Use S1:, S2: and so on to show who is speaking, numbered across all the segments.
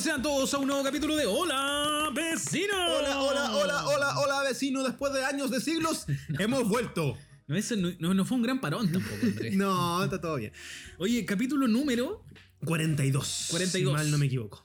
S1: sean todos a un nuevo capítulo de Hola Vecino.
S2: Hola, hola, hola, hola, hola, vecino. Después de años, de siglos, hemos vuelto.
S1: No, eso no, no- no fue un gran parón tampoco, Andrés.
S2: No, está todo bien.
S1: Oye, capítulo número,
S2: 42.
S1: 42.
S2: Si mal no me equivoco.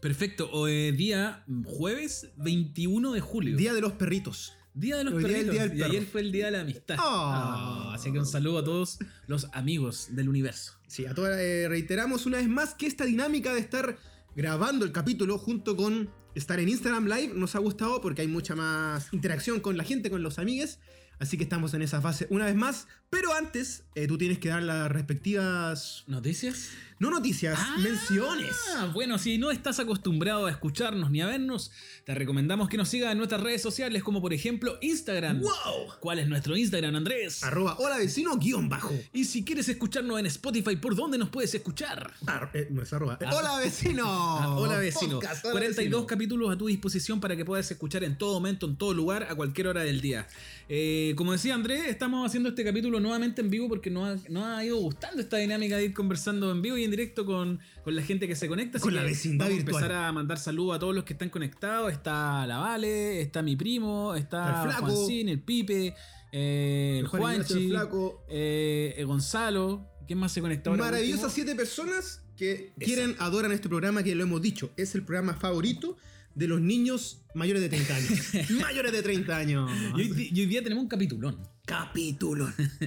S1: perfecto, o, eh, día jueves 21 de julio.
S2: Día de los perritos.
S1: Día de los
S2: Hoy día es el
S1: perritos.
S2: día del
S1: y ayer
S2: perro.
S1: fue el día de la amistad.
S2: Ah.
S1: Ah, así que un saludo a todos los amigos del universo.
S2: Sí, a todas, eh, reiteramos una vez más que esta dinámica de estar grabando el capítulo junto con estar en Instagram Live nos ha gustado porque hay mucha más interacción con la gente, con los amigues. Así que estamos en esa fase una vez más. Pero antes, eh, tú tienes que dar las respectivas.
S1: ¿Noticias?
S2: No noticias, menciones.
S1: Ah, Bueno, si no estás acostumbrado a escucharnos ni a vernos, te recomendamos que nos sigas en nuestras redes sociales, como por ejemplo Instagram.
S2: ¡Wow!
S1: ¿Cuál es nuestro Instagram, Andrés?
S2: Arroba hola vecino guión bajo.
S1: y si quieres escucharnos en Spotify, ¿por dónde nos puedes escuchar?
S2: Ar- eh, no es arroba. Eh,
S1: Ah.
S2: hola vecino.
S1: Ah, hola vecino.
S2: Podcast, hola,
S1: 42
S2: vecino.
S1: capítulos a tu disposición para que puedas escuchar en todo momento, en todo lugar, a cualquier hora del día. Eh, como decía Andrés, estamos haciendo este capítulo nuevamente en vivo porque nos ha, nos ha ido gustando esta dinámica de ir conversando en vivo y en directo con, con la gente que se conecta. Así
S2: Con la
S1: que
S2: vecindad
S1: vamos
S2: virtual.
S1: a empezar a mandar saludos a todos los que están conectados. Está la Vale, está mi primo, está
S2: El
S1: el
S2: Flaco.
S1: Juancín, el Pipe, eh, el
S2: Juan Ignacio, el
S1: Juanchi,
S2: Flaco.
S1: eh, el Gonzalo. ¿Quién más se conectó ahora
S2: Maravillosas
S1: último?
S2: siete personas que quieren, adoran este programa que lo hemos dicho. Es el programa favorito de los niños mayores de 30 años. mayores de 30 años.
S1: Y hoy, di- y hoy día tenemos un capitulón.
S2: capítulo.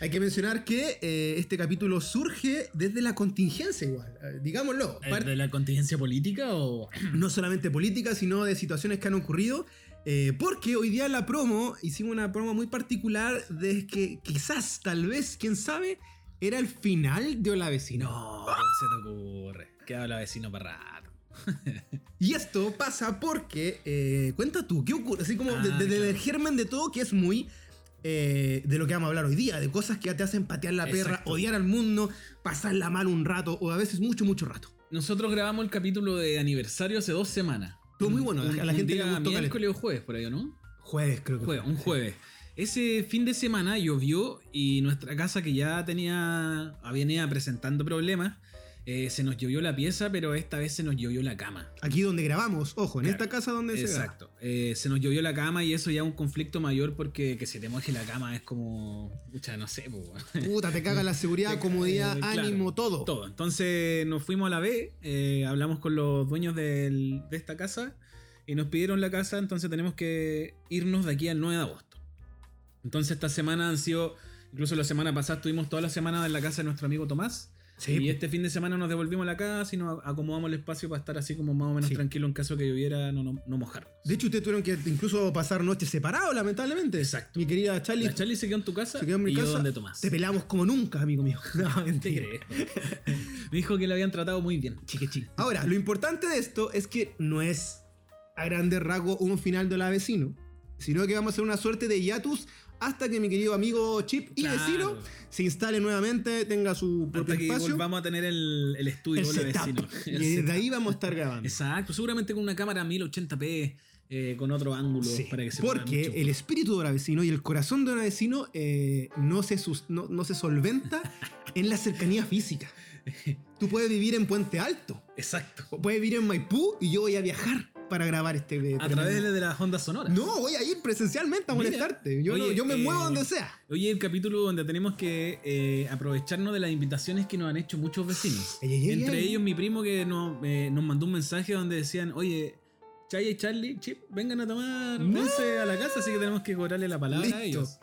S2: Hay que mencionar que eh, este capítulo surge desde la contingencia igual, eh, digámoslo.
S1: Eh,
S2: Parte-
S1: ¿De la contingencia política o.?
S2: no solamente política, sino de situaciones que han ocurrido. eh, porque hoy día en la promo hicimos una promo muy particular de que quizás, tal vez, quién sabe, era el final de Hola Vecino.
S1: No, ¿cómo se te ocurre? Queda la vecino para rato.
S2: Y esto pasa porque, eh, cuenta tú, ¿qué ocurre? Así como
S1: Ah,
S2: de- desde
S1: claro.
S2: el germen de todo, que es muy eh, de lo que vamos a hablar hoy día, de cosas que te hacen patear la perra,
S1: Exacto.
S2: odiar al mundo, pasarla mal un rato, o a veces mucho, mucho rato.
S1: Nosotros grabamos el capítulo de aniversario hace dos semanas.
S2: Estuvo muy bueno, a la-
S1: Un-
S2: a la
S1: un
S2: gente le
S1: día
S2: gustó caleta.
S1: miércoles o jueves, por ahí, ¿o ¿no?
S2: Jueves, creo que.
S1: Jueves,
S2: fue.
S1: un jueves. Ese fin de semana llovió y nuestra casa, que ya tenía. venía presentando problemas, eh, se nos llovió la pieza, pero esta vez se nos llovió la cama.
S2: Aquí donde grabamos, ojo, en
S1: Claro.
S2: esta casa donde se graba.
S1: Exacto. Eh, se nos llovió la cama y eso ya es un conflicto mayor porque que se te moje la cama es como. Pucha, no sé, po.
S2: Puta, te caga la seguridad, comodidad,
S1: Eh, claro,
S2: ánimo, todo.
S1: Todo. Entonces nos fuimos a la B, eh, hablamos con los dueños del- de esta casa y nos pidieron la casa, entonces tenemos que irnos de aquí al 9 de agosto. Entonces esta semana han sido, incluso la semana pasada estuvimos toda la semana en la casa de nuestro amigo Tomás.
S2: Sí.
S1: Y este fin de semana nos devolvimos a la casa y nos acomodamos el espacio para estar así como más o menos
S2: Sí.
S1: tranquilo en caso que lloviera no, no, no mojarnos.
S2: De hecho, ustedes tuvieron que incluso pasar noches separados, lamentablemente.
S1: Exacto.
S2: Mi querida Charlie,
S1: La Charlie se quedó en tu casa
S2: se quedó en mi
S1: y
S2: casa.
S1: yo donde Tomás.
S2: Te pelamos como nunca, amigo mío. No,
S1: ¿Te
S2: mentira.
S1: crees? Me dijo que la habían tratado muy bien. Chique, chique.
S2: Ahora, lo importante de esto es que no es a grande rasgo un final de la vecino, sino que vamos a hacer una suerte de hiatus hasta que mi querido amigo Chip y
S1: Claro.
S2: vecino se instale nuevamente, tenga su propio
S1: Hasta que
S2: espacio.
S1: volvamos a tener el, el estudio
S2: el
S1: hola,
S2: setup.
S1: vecino. El
S2: Y
S1: setup.
S2: desde ahí vamos a estar grabando.
S1: Exacto, seguramente con una cámara 1080p, eh, con otro ángulo
S2: Sí,
S1: para que se pueda
S2: porque
S1: mucho.
S2: el espíritu de vecino y el corazón de Olavecino eh, no, se sus- no, no se solventa en la cercanía física. Tú puedes vivir en Puente Alto,
S1: Exacto.
S2: o puedes vivir en Maipú y yo voy a viajar para grabar este. eh,
S1: A
S2: programa.
S1: través de las ondas sonoras.
S2: No, voy a ir presencialmente a
S1: Mira.
S2: molestarte. Yo,
S1: Oye,
S2: no- yo me
S1: eh,
S2: muevo donde sea.
S1: Oye, el capítulo donde tenemos que eh, aprovecharnos de las invitaciones que nos han hecho muchos vecinos.
S2: Ey, ey, ey,
S1: Entre
S2: ey.
S1: ellos mi primo que nos, eh, nos mandó un mensaje donde decían, oye, Chaya y Charlie, Chip, vengan a tomar
S2: No.
S1: once a la casa, así que tenemos que cobrarle la palabra a
S2: Listo.
S1: ellos.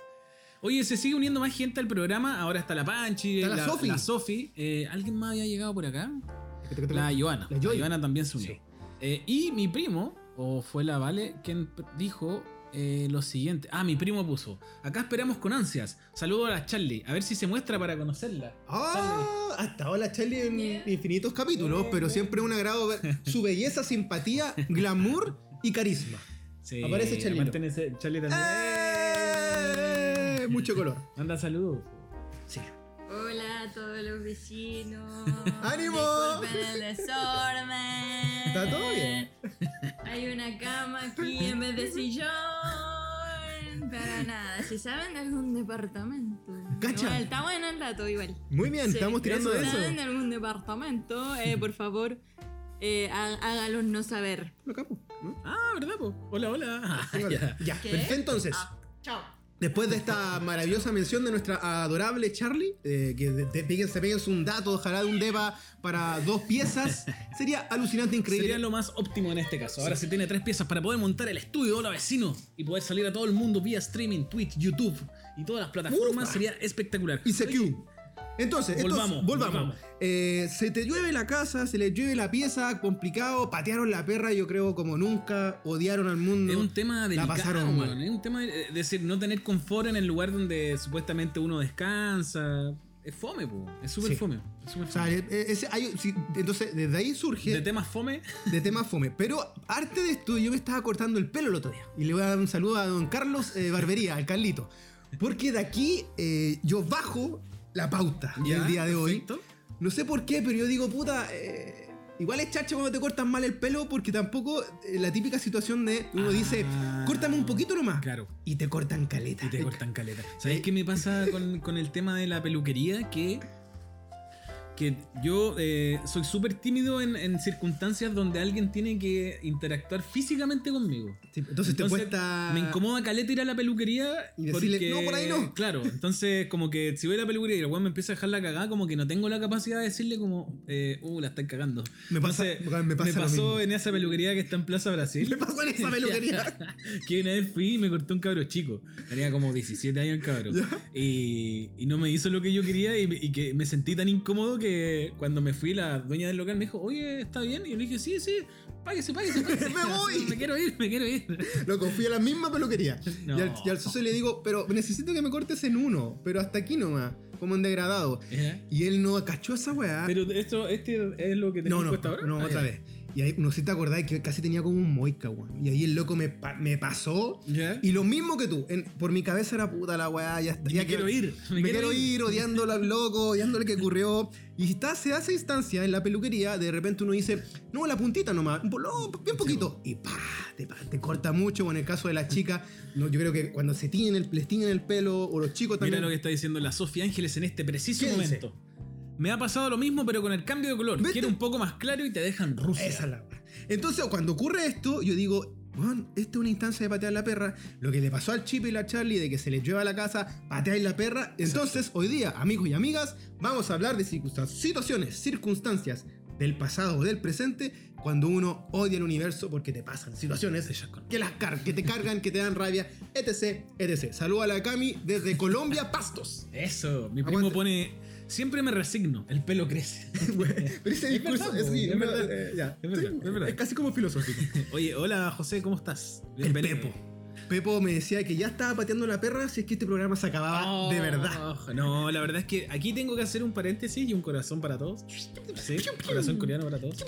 S1: Oye, se sigue uniendo más gente al programa. Ahora está la Panchi,
S2: Está la Sofi.
S1: Sofi. Eh, ¿Alguien más había llegado por acá? La Joana.
S2: La
S1: La,
S2: Joy.
S1: Joana también se unió.
S2: Sí.
S1: Eh, y mi primo, o fue la Vale, quien p- dijo eh, lo siguiente. Ah, mi primo puso. Acá esperamos con ansias. Saludo a la Charlie. A ver si se muestra para conocerla.
S2: Ah, hasta ahora Charlie en infinitos capítulos, pero siempre un agrado ver su belleza, simpatía, glamour y carisma.
S1: Sí,
S2: aparece Charlie. Ah.
S1: aparte en ese- Charlie también.
S2: ¡Eh! Mucho color.
S1: Manda saludos.
S2: Sí.
S3: Hola a todos los vecinos.
S2: ¡Ánimo!
S3: Disculpen el desorden.
S2: Está todo
S1: Eh,
S2: bien.
S3: Hay una cama aquí en vez de sillón. Para nada. Si saben de algún departamento.
S2: Cacha.
S3: Igual, está bueno el dato, igual.
S2: Muy bien,
S3: Sí,
S2: estamos tirando de
S3: Si
S2: eso.
S3: saben de algún departamento, eh, por favor. eh, há- hágalos no saber.
S2: Lo capo, ¿no?
S1: Ah, ¿verdad, po? Hola, hola. Ah,
S2: Vale,
S1: ya.
S2: Ya,
S3: ¿Qué?
S2: perfecto, entonces.
S3: Ah, chao.
S2: Después de esta maravillosa mención de nuestra adorable Charlie, eh, que de- de- píguense, péguense un dato, ojalá de un deba para dos piezas, sería alucinante, increíble.
S1: Sería lo más óptimo en este caso. Ahora se tiene tres piezas para poder montar el estudio, hola vecino, y poder salir a todo el mundo vía streaming, Twitch, YouTube y todas las plataformas.
S2: Ufa.
S1: Sería espectacular.
S2: Y Q. Entonces, entonces,
S1: Volvamos,
S2: volvamos.
S1: volvamos.
S2: Eh, se te llueve la casa, se le llueve la pieza, complicado, patearon la perra, yo creo, como nunca, odiaron al mundo.
S1: Es un tema delicado,
S2: Mm. pasaron mal.
S1: weón. Es un tema, eh, es decir, no tener confort en el lugar donde supuestamente uno descansa. Es fome, po. Es súper
S2: Sí.
S1: fome. Es súper
S2: O sea,
S1: fome.
S2: eh, ese- hay- sí, entonces, desde ahí surge
S1: De temas fome,
S2: de tema fome. Pero arte de esto, yo me estaba cortando el pelo el otro día. Y le voy a dar un saludo a don Carlos eh, Barbería, al Carlito. Porque de aquí eh, yo bajo la pauta
S1: ya,
S2: del día de hoy.
S1: perfecto.
S2: No sé por qué, pero yo digo, puta, eh, igual es chacho cuando te cortan mal el pelo porque tampoco eh, la típica situación de uno
S1: Ah.
S2: dice, córtame un poquito nomás.
S1: Claro.
S2: Y te cortan caleta.
S1: Y te cortan caleta.
S2: eh,
S1: ¿Sabéis qué me pasa con, con el tema de la peluquería? Que, que yo eh, soy súper tímido en, en circunstancias donde alguien tiene que interactuar físicamente conmigo.
S2: Sí, entonces, te
S1: Entonces,
S2: cuesta...
S1: Me incomoda caleta ir a la peluquería.
S2: Y decirle, "No, por ahí no".
S1: Claro, entonces como que si voy a la peluquería y el weón me empieza a dejar la cagada, como que no tengo la capacidad de decirle como, eh, uh, la están cagando.
S2: Me pasa-
S1: Entonces,
S2: me pasa
S1: me
S2: lo
S1: pasó
S2: mismo.
S1: en esa peluquería que está en Plaza Brasil
S2: Me pasó en esa peluquería.
S1: que una vez fui y me cortó un cabro chico. Tenía como 17 años el cabro. Y, y no me hizo lo que yo quería y, me- y que me sentí tan incómodo que cuando me fui la dueña del local me dijo, oye, ¿está bien? Y yo le dije, sí, sí, páguese, páguese. páguese".
S2: Me voy.
S1: me quiero ir, me quiero ir.
S2: Loco, fui a la misma peluquería.
S1: No.
S2: Y al, y al socio le digo, pero necesito que me cortes en uno, pero hasta aquí nomás, como en degradado. Y él no cachó esa weá.
S1: Pero esto, este es lo que
S2: no,
S1: tenemos
S2: no,
S1: puesto ahora.
S2: no,
S1: Ah, ya.
S2: otra vez. Y ahí, no sé si te acordás que casi tenía como un moica, weón. Y ahí el loco me, pa- me pasó.
S1: ¿Ya?
S2: Y lo mismo que tú, en- por mi cabeza era puta la weá, ya, está,
S1: me
S2: ya
S1: quiero
S2: que-
S1: ir.
S2: Me, quiero ir, odiándolo al loco, odiándole que ocurrió. Y está, se da esa instancia en la peluquería, de repente uno dice, no, la puntita nomás, un po- no, bien poquito. Y pa, te, pa- te corta mucho. Bueno, en el caso de las chicas, no, yo creo que cuando se tiñen el, les tiñen el pelo, o los chicos
S1: Mira
S2: también.
S1: lo que está diciendo la Sofía Ángeles en este preciso
S2: ¿Qué dice?
S1: momento. Me ha pasado lo mismo, pero con el cambio de color.
S2: ¿Viste?
S1: Quiero un poco más claro y te dejan ruso.
S2: Esa es la weá. Entonces, cuando ocurre esto, yo digo, Juan, esta es una instancia de patear la perra. Lo que le pasó al Chip y la Charlie de que se les llueva la casa, pateáis la perra. Entonces, hoy día, amigos y amigas, vamos a hablar de circunstan- situaciones, circunstancias del pasado o del presente cuando uno odia el universo porque te pasan situaciones que las car que te cargan, que te dan rabia, etc, etc. Saludo a la Cami desde Colombia, Pastos.
S1: Eso, mi primo
S2: Aguante.
S1: pone. Siempre me resigno, el pelo crece.
S2: Pero ese
S1: Es
S2: discurso
S1: verdad,
S2: es,
S1: po,
S2: sí,
S1: es
S2: es verdad,
S1: verdad.
S2: eh, ya.
S1: Es verdad, es verdad.
S2: es casi como filosófico.
S1: Oye, hola José, ¿cómo estás?
S2: El
S1: Bienvenido.
S2: Pepo. Pepo me decía que ya estaba pateando la perra si es que este programa se acababa
S1: Oh,
S2: de verdad.
S1: No, la verdad es que aquí tengo que hacer un paréntesis y un corazón para todos. Sí, corazón coreano para todos.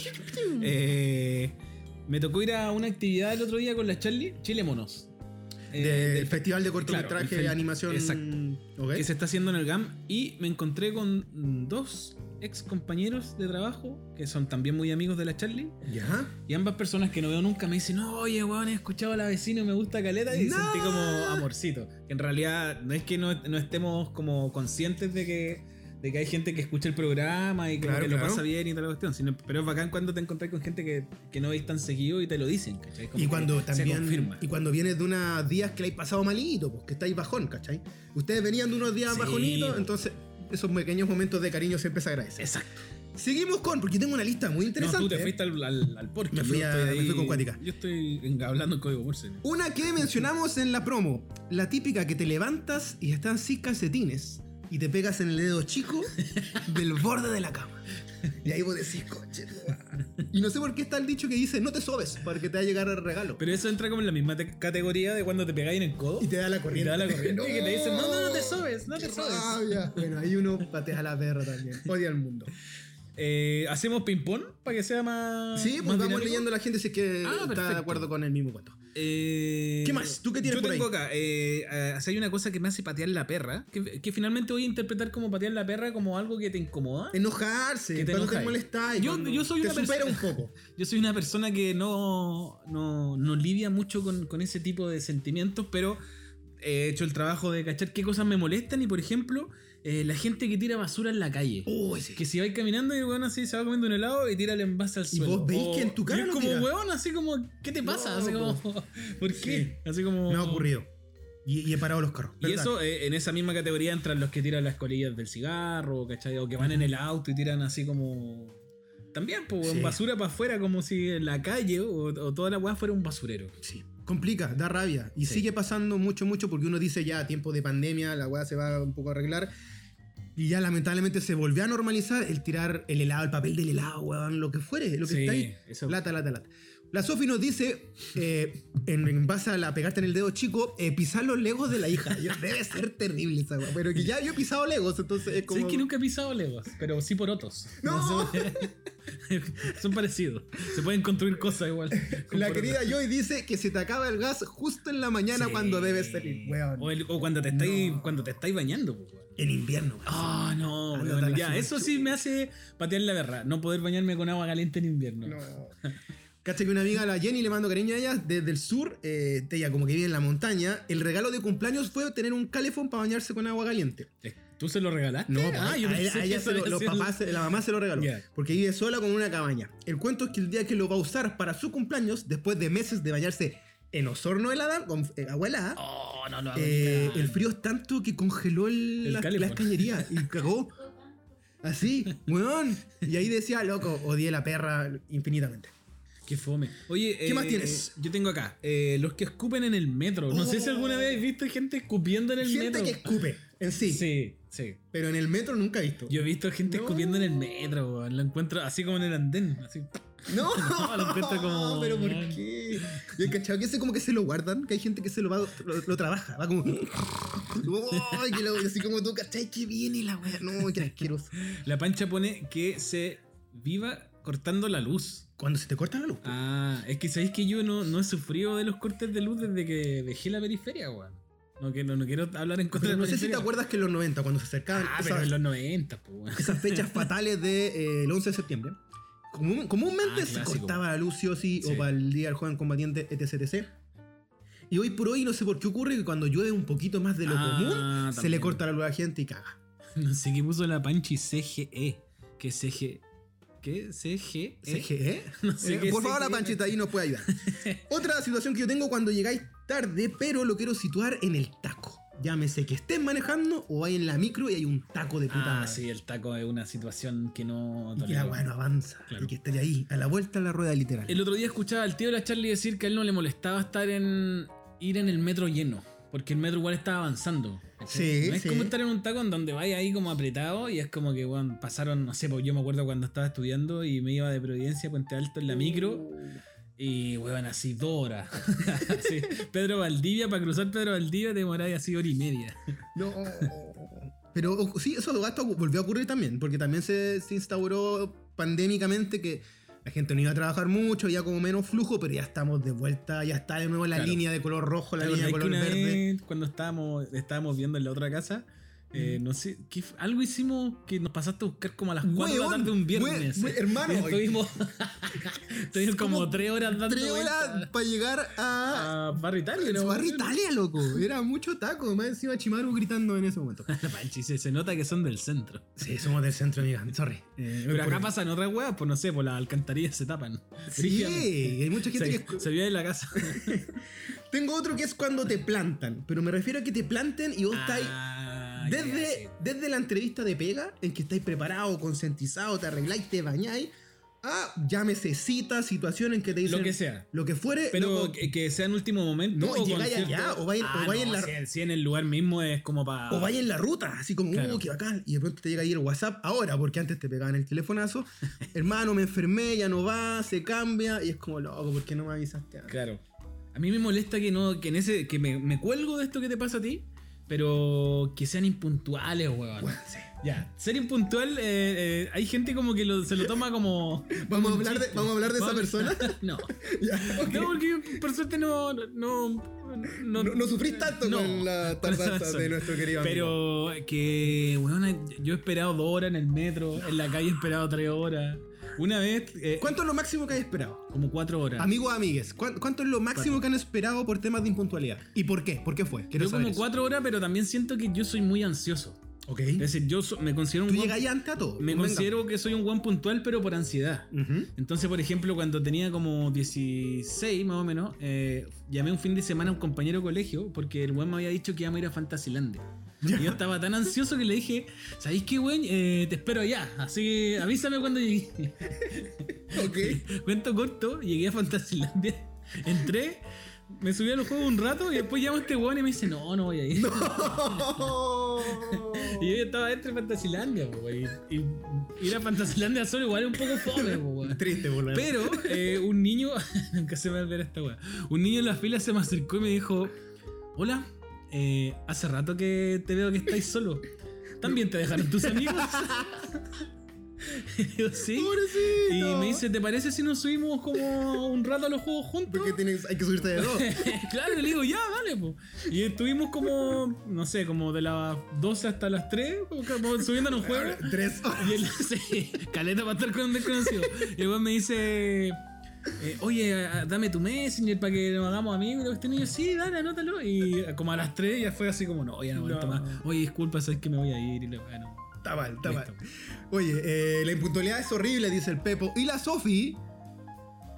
S1: Eh, me tocó ir a una actividad el otro día con la Charlie, Chile Monos. Eh,
S2: del
S1: del
S2: Festival de ¿eh?
S1: claro, el
S2: Cortometraje
S1: fel-
S2: de Animación.
S1: exacto.
S2: Ok.
S1: que se está haciendo en el GAM y me encontré con dos ex compañeros de trabajo que son también muy amigos de la Charlie
S2: Ya.
S1: Y ambas personas que no veo nunca me dicen, no, oye, weón, he escuchado a la vecina y me gusta Caleta y
S2: No.
S1: sentí como amorcito. Que en realidad no es que no, no estemos como conscientes de que, de que hay gente que escucha el programa y como
S2: Claro,
S1: que lo
S2: claro.
S1: pasa bien y tal cuestión. Sino, pero es bacán cuando te encontrás con gente que, que no veis tan seguido y te lo dicen, ¿cachai? Como
S2: Y
S1: que
S2: cuando
S1: se
S2: también.
S1: confirma.
S2: Y cuando vienes de unos días que la hay pasado malito, pues que estáis bajón, ¿cachai? Ustedes venían de unos días
S1: Sí,
S2: bajonitos,
S1: pues.
S2: entonces esos pequeños momentos de cariño siempre se agradecen.
S1: Exacto.
S2: Seguimos con, porque tengo una lista muy
S1: No,
S2: interesante.
S1: tú te
S2: ¿eh?
S1: fuiste al, al, al porqui,
S2: Me fui
S1: yo
S2: a-
S1: estoy
S2: me fui con Cuática.
S1: Yo estoy en- hablando en código Morse.
S2: Una que mencionamos en la promo, la típica que te levantas y están sin calcetines y te pegas en el dedo chico del borde de la cama. Y ahí vos decís, coche. tu madre". Y no sé por qué está el dicho que dice, no te sobes, porque te va a llegar el regalo.
S1: Pero eso entra como en la misma te- categoría de cuando te pegáis en el codo.
S2: Y te da la corriente.
S1: Y te da la corriente y que te dicen, "No, no, no te sobes, no
S2: Qué
S1: te sobes".
S2: rabia. Bueno, ahí uno patea la perra también. Odia al mundo.
S1: Eh, ¿Hacemos ping-pong para que sea más.
S2: Sí,
S1: Ah, más
S2: pues vamos
S1: dinámico?
S2: leyendo a la gente si es que
S1: Ah,
S2: está de
S1: perfecto.
S2: acuerdo con el mismo cuento.
S1: Eh,
S2: ¿Qué más? ¿Tú qué tienes
S1: Yo
S2: por
S1: tengo
S2: ahí?
S1: acá. eh, eh, si hay una cosa que me hace patear la perra, que, que finalmente voy a interpretar como patear la perra como algo que te incomoda.
S2: Enojarse,
S1: Que te
S2: cuando te
S1: enojáis.
S2: molestáis.
S1: Yo-
S2: cuando
S1: yo soy
S2: te
S1: una
S2: supera
S1: persona-
S2: un poco.
S1: Yo soy una persona que no, no, no lidia mucho con, con ese tipo de sentimientos, pero he hecho el trabajo de cachar qué cosas me molestan y, por ejemplo, eh, la gente que tira basura en la calle.
S2: Oh, ese.
S1: Que si vais caminando y el weón así se va comiendo un helado y tira el envase al
S2: Y
S1: suelo.
S2: vos veis
S1: O-
S2: que en tu cara
S1: y es
S2: lo
S1: como
S2: tira.
S1: weón, así como, ¿qué te pasa? así
S2: No,
S1: como, ¿por qué? Así como.
S2: Me ha ocurrido. Y, y he parado los carros.
S1: Mm. Y eso, eh, en esa misma categoría entran los que tiran las colillas del cigarro, ¿cachai? O que van en el auto y tiran así como. También, pues,
S2: Sí.
S1: en basura para afuera, como si en la calle o, o toda la weá fuera un basurero.
S2: Sí. Complica, da rabia. Y
S1: Sí.
S2: sigue pasando mucho, mucho porque uno dice ya, tiempo de pandemia, la weá se va un poco a arreglar. Y ya lamentablemente se volvió a normalizar el tirar el helado, el papel del helado, weón, lo que fuere, lo que
S1: Sí,
S2: está ahí.
S1: eso-
S2: Lata, lata, lata. La Sofi nos dice, eh, en, en base a la pegarte en el dedo chico, eh, pisar los legos de la hija. Yo- debe ser terrible esa weá. Pero que ya yo he pisado legos, entonces es como.
S1: Sí, es que nunca he pisado legos, pero sí por otros.
S2: ¡No!
S1: Son parecidos. Se pueden construir cosas igual. con
S2: La
S1: porotos.
S2: querida Joy dice que se te acaba el gas justo en la mañana
S1: Sí.
S2: cuando debes salir, weón.
S1: O, el- o cuando te estáis
S2: No.
S1: cuando te estáis bañando, pues, weón.
S2: En invierno, weón.
S1: Ah, no,
S2: Ándate
S1: weón,
S2: a la
S1: ya,
S2: chucha.
S1: eso sí me hace patear la berra, no poder bañarme con agua caliente en invierno.
S2: No. Cacha que una amiga, la Jenny, le mando cariño a ella desde el sur, eh, ella como que vive en la montaña. El regalo de cumpleaños fue tener un calefón para bañarse con agua caliente.
S1: Eh, ¿Tú se lo regalaste?
S2: No,
S1: Ah,
S2: a-
S1: yo
S2: a
S1: pensé
S2: ella- a
S1: que
S2: ella
S1: eso
S2: se lo-
S1: había
S2: los
S1: sido-
S2: papás, se- la mamá se lo regaló.
S1: Ya.
S2: Porque vive sola con una cabaña. El cuento es que el día que lo va a usar para su cumpleaños, después de meses de bañarse en Osorno helada, con eh, agua helada,
S1: Oh, no lo hago.
S2: eh,
S1: ni
S2: el
S1: nada.
S2: frío es tanto que congeló el-
S1: El
S2: las,
S1: calefón.
S2: las cañerías y cagó. Así, weón. Y ahí decía, loco, odié la perra infinitamente.
S1: Qué fome. Oye, eh,
S2: ¿Qué más tienes?
S1: Yo tengo acá eh, los que escupen en el metro. No sé si
S2: Oh.
S1: alguna vez habéis visto gente escupiendo en el
S2: Gente
S1: metro.
S2: que escupe, en sí.
S1: Sí, sí.
S2: Pero en el metro nunca he visto.
S1: Yo he visto gente
S2: No.
S1: escupiendo en el metro, weón. Lo encuentro así como en el andén. Así.
S2: No,
S1: No, lo encuentro como-
S2: Pero ¿por qué? Y el cachado que ese como que se lo guardan, que hay gente que se lo va, lo, lo trabaja, va como. ¡Ay, que lo- así como tú, cachai, que viene la wea. No, qué asqueroso.
S1: La pancha pone que se viva cortando la luz.
S2: Cuando se te corta la luz.
S1: Ah, es que sabéis que yo no, no he sufrido de los cortes de luz desde que dejé la periferia, weón. No, que- no, no quiero hablar en contra de
S2: Pero
S1: la
S2: no sé si te
S1: periferia.
S2: acuerdas que en los 90, cuando se acercaban
S1: Ah, pero
S2: esas,
S1: en los 90, pues, weón.
S2: esas fechas fatales del de, eh, el 11 de septiembre, común- comúnmente
S1: Ah,
S2: se
S1: clásico.
S2: cortaba la luz, sí o sí,
S1: Sí.
S2: o para el día del joven combatiente, etc, etc. Y hoy por hoy, no sé por qué ocurre que cuando llueve un poquito más de lo
S1: Ah,
S2: común, se le
S1: también.
S2: corta la luz a la gente y caga.
S1: No sé qué puso la Panchi CGE. ¿Qué es CGE? ¿Qué? CGE.
S2: CGE.
S1: No sé
S2: Eh,
S1: qué E.
S2: por
S1: CGE.
S2: favor, la panchita ahí nos puede ayudar. Otra situación que yo tengo cuando llegáis tarde, pero lo quiero situar en el taco. Llámese que estés manejando o hay en la micro y hay un taco de puta.
S1: Ah,
S2: madre.
S1: sí, el taco es una situación que no.
S2: Y que la
S1: tolero.
S2: weá no avanza.
S1: Claro.
S2: Y que esté ahí, a la vuelta de la rueda literal.
S1: El otro día escuchaba al tío de la Charlie decir que a él no le molestaba estar en. ir en el metro lleno. Porque el metro igual estaba avanzando.
S2: Sí,
S1: No es
S2: sí.
S1: como estar en un taco en donde vais ahí como apretado y es como que, weón, pasaron, no sé, pues yo me acuerdo cuando estaba estudiando y me iba de Providencia a Puente Alto en la micro y, weón, así dos horas. Así, Pedro Valdivia, para cruzar Pedro Valdivia te demoráis así hora y media.
S2: No. oh, Pero o- sí, eso gasto volvió a ocurrir también, porque también se, se instauró pandémicamente que la gente no iba a trabajar mucho, ya como menos flujo, pero ya estamos de vuelta, ya está de nuevo la
S1: Claro.
S2: línea de color rojo, la
S1: ¿Te
S2: línea de
S1: acordás
S2: color
S1: que una
S2: verde.
S1: vez cuando estábamos, estábamos viendo en la otra casa, eh, no sé, ¿qué fu- algo hicimos que nos pasaste a buscar como a las 4 de la
S2: Mm. Weón,
S1: tarde un
S2: we-
S1: viernes.
S2: we- hermano,
S1: Y estuvimos, estuvimos como
S2: como
S1: 3 horas dando Ah,
S2: Tres horas
S1: vueltas
S2: para llegar a...
S1: a Barrio Italia.
S2: a
S1: ¿no?
S2: Barrio Italia, loco. Era mucho taco. Más encima Chimaru gritando en ese momento.
S1: La Panchi, se, se nota que son del centro.
S2: Sí, somos del centro, amiga. Sorry. Eh,
S1: Pero acá pasan otras weas, pues no sé, por las alcantarillas se tapan.
S2: Sí,
S1: Brígidamente.
S2: hay mucha gente
S1: Se,
S2: que...
S1: se vio en la casa.
S2: Tengo otro que es cuando te plantan. Pero me refiero a que te planten y vos estáis...
S1: Ah, ya,
S2: Desde,
S1: sí.
S2: desde la entrevista de pega, en que estáis preparados, concientizados, te arregláis, te bañáis, a llámese cita, situación en que te dicen
S1: Lo que sea.
S2: lo que fuere,
S1: Pero
S2: loco,
S1: que, que sea en último momento.
S2: No,
S1: o
S2: llegáis
S1: con
S2: allá, o vais- o
S1: Ah,
S2: vais en
S1: no,
S2: la-
S1: Si, si en el lugar mismo es como para.
S2: o vaya en la ruta, así como,
S1: Claro.
S2: uh, qué bacán, y de pronto te llega ahí el WhatsApp, ahora, porque antes te pegaban el telefonazo, hermano, me enfermé, ya no va, se cambia, y es como, loco, ¿por qué no me avisaste antes?
S1: Claro. A mí me molesta que no, que en ese, que me, me cuelgo de esto que te pasa a ti, pero que sean impuntuales, weón.
S2: Bueno, sí.
S1: Ya, ser impuntual, eh, eh, hay gente como que lo- se lo toma como.
S2: ¿Vamos a hablar de- vamos a hablar de esa persona?
S1: no.
S2: Ya, ok.
S1: No, porque yo, por suerte no. No, no,
S2: no, no sufrís tanto
S1: no,
S2: con la
S1: con esa
S2: tardanza
S1: razón.
S2: de nuestro querido amigo.
S1: Pero que, weón, yo he esperado dos horas en el metro, en la calle he esperado tres horas. Una vez, eh,
S2: ¿Cuánto es lo máximo que has esperado?
S1: como cuatro horas.
S2: Amigos, amigues, ¿cuán- ¿cuánto es lo máximo que han esperado por temas de impuntualidad? ¿Y por qué? ¿Por qué fue? Quiero
S1: yo
S2: saber
S1: como
S2: eso.
S1: cuatro horas, pero también siento que yo soy muy ansioso.
S2: Ok.
S1: Es decir, yo so- me considero un
S2: Tú
S1: guan-
S2: llegas antes a todo.
S1: me
S2: convenga.
S1: considero que soy un guan puntual, pero por ansiedad.
S2: Ujú.
S1: Entonces, por ejemplo, cuando tenía como 16 más o menos, eh, llamé un fin de semana a un compañero de colegio porque el weón me había dicho que íbamos a ir a Fantasylandia.
S2: Ya.
S1: Y yo estaba tan ansioso que le dije, ¿sabéis qué, weón? Eh, te espero allá, así que avísame cuando llegué.
S2: Ok.
S1: Cuento corto, llegué a Fantasylandia, entré, me subí a los juegos un rato y después llamo a este weón y me dice, no, no voy a ir.
S2: Oh.
S1: Y yo ya estaba dentro de Fantasylandia, po, wey. Y y ir a Fantasylandia solo igual es un poco fome, po, wey.
S2: Triste, por lo menos.
S1: Pero eh, un niño, nunca se me va a olvidar esta weá. Un niño en la fila se me acercó y me dijo: Hola, eh, hace rato que te veo que estáis solo. ¿También te dejaron tus amigos? Y yo, sí.
S2: ¡Pobrecito!
S1: Y me dice: ¿Te parece si nos subimos como un rato a los juegos juntos?
S2: Porque tienes, hay que subirte de dos.
S1: claro, y le digo, ya, vale, po. Y estuvimos como, no sé, como de las 12 hasta las 3, como subiendo un juego.
S2: Tres horas.
S1: Y él sí, caleta para estar con un desconocido. Y el weón me dice, eh, oye, a- dame tu messenger para que nos hagamos amigos. Y lo que tenía yo, sí, dale, anótalo. Y como a las 3 ya fue así como, no, ya no aguanto
S2: No.
S1: más. Oye, disculpa, sabes que me voy a ir. Y le bueno,
S2: Está mal, está
S1: listo.
S2: mal. Oye, eh, la impuntualidad es horrible, dice el Pepo. Y la Sofi,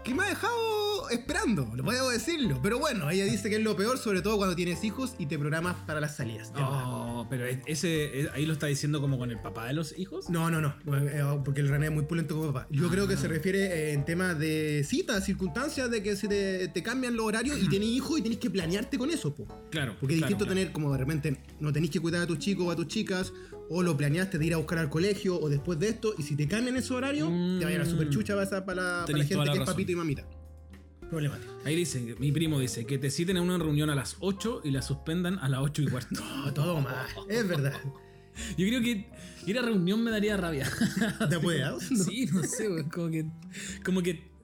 S2: que me ha dejado esperando, lo puedo decirlo. Pero bueno, ella dice que es lo peor, sobre todo cuando tienes hijos y te programas para las salidas. Ya va.
S1: Oh, pero e- ese, e- ahí lo está diciendo como con el papá de los hijos.
S2: No, no, no, eh, eh, porque el René es muy pulento como papá.
S1: Ah,
S2: Yo creo que se refiere eh, en temas de citas, circunstancias, de que se te, te cambian los horarios y tenés hijos y tenés que planearte con eso, po.
S1: Claro.
S2: Porque es
S1: claro,
S2: distinto
S1: claro.
S2: tener, como de repente, no tenéis que cuidar a tus chicos o a tus chicas, o lo planeaste de ir a buscar al colegio, o después de esto, y si te cambian ese horario,
S1: Mm.
S2: te va a ir a super chucha para, esa- para la- para la
S1: Tenés
S2: gente
S1: toda
S2: que
S1: la
S2: es
S1: razón.
S2: papito y mamita. Problemático.
S1: Ahí dice, mi primo dice, que te citen a una reunión a las 8 y la suspendan a las 8 y cuarto.
S2: No, todo mal. Es verdad.
S1: Yo creo que ir a reunión me daría rabia.
S2: ¿Te apoyas?
S1: Sí, no sé, güey, como que. Como que.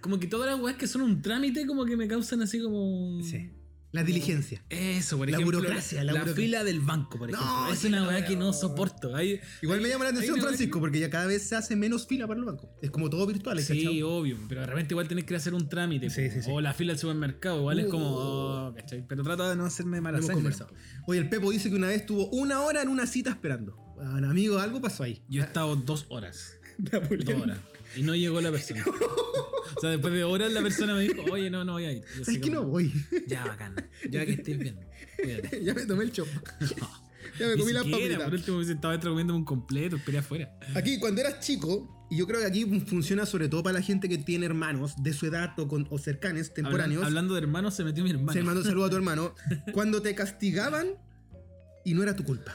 S1: Como que todas las weas que son un trámite, como que me causan así como.
S2: Sí. La diligencia.
S1: Eso, por
S2: La
S1: ejemplo.
S2: burocracia,
S1: la
S2: la burocracia.
S1: fila del banco, por
S2: No,
S1: ejemplo. es
S2: sí,
S1: una
S2: no,
S1: wea que no
S2: no.
S1: soporto. Ahí,
S2: Igual me llama la
S1: ahí
S2: atención,
S1: no me-
S2: Francisco, porque ya cada vez se hace menos fila para el banco. Es como todo virtual,
S1: sí,
S2: ¿cachai?
S1: obvio, pero de repente igual tenés que ir a hacer un trámite.
S2: Sí, sí, sí.
S1: O la fila del supermercado, igual es como.
S2: Uh.
S1: oh, ¿cachai? Pero trato de no hacerme
S2: Lo
S1: mala
S2: hemos
S1: sangre.
S2: conversado. Oye, el Pepo dice que una vez estuvo una hora en una cita esperando. Bueno, amigo, algo pasó ahí.
S1: Yo he estado dos horas.
S2: La
S1: Dos
S2: pulenta.
S1: horas. Y no llegó la persona. O sea, después de horas la persona me dijo, oye, no, no voy a ir. Yo así
S2: ¿Sabes que no
S1: como,
S2: voy?
S1: Ya, bacán. Ya que estés bien. Cuídate.
S2: ya me tomé el chop. ya me
S1: Ni
S2: comí las
S1: siquiera,
S2: papitas.
S1: Por último, si estaba dentro comiéndome un completo, esperé afuera.
S2: Aquí, cuando eras chico, y yo creo que aquí funciona sobre todo para la gente que tiene hermanos de su edad o, con, o cercanes,
S1: Hablan-
S2: temporáneos.
S1: hablando de hermanos, se metió mi hermano.
S2: Se mandó un saludo a tu hermano. Cuando te castigaban y no era tu culpa.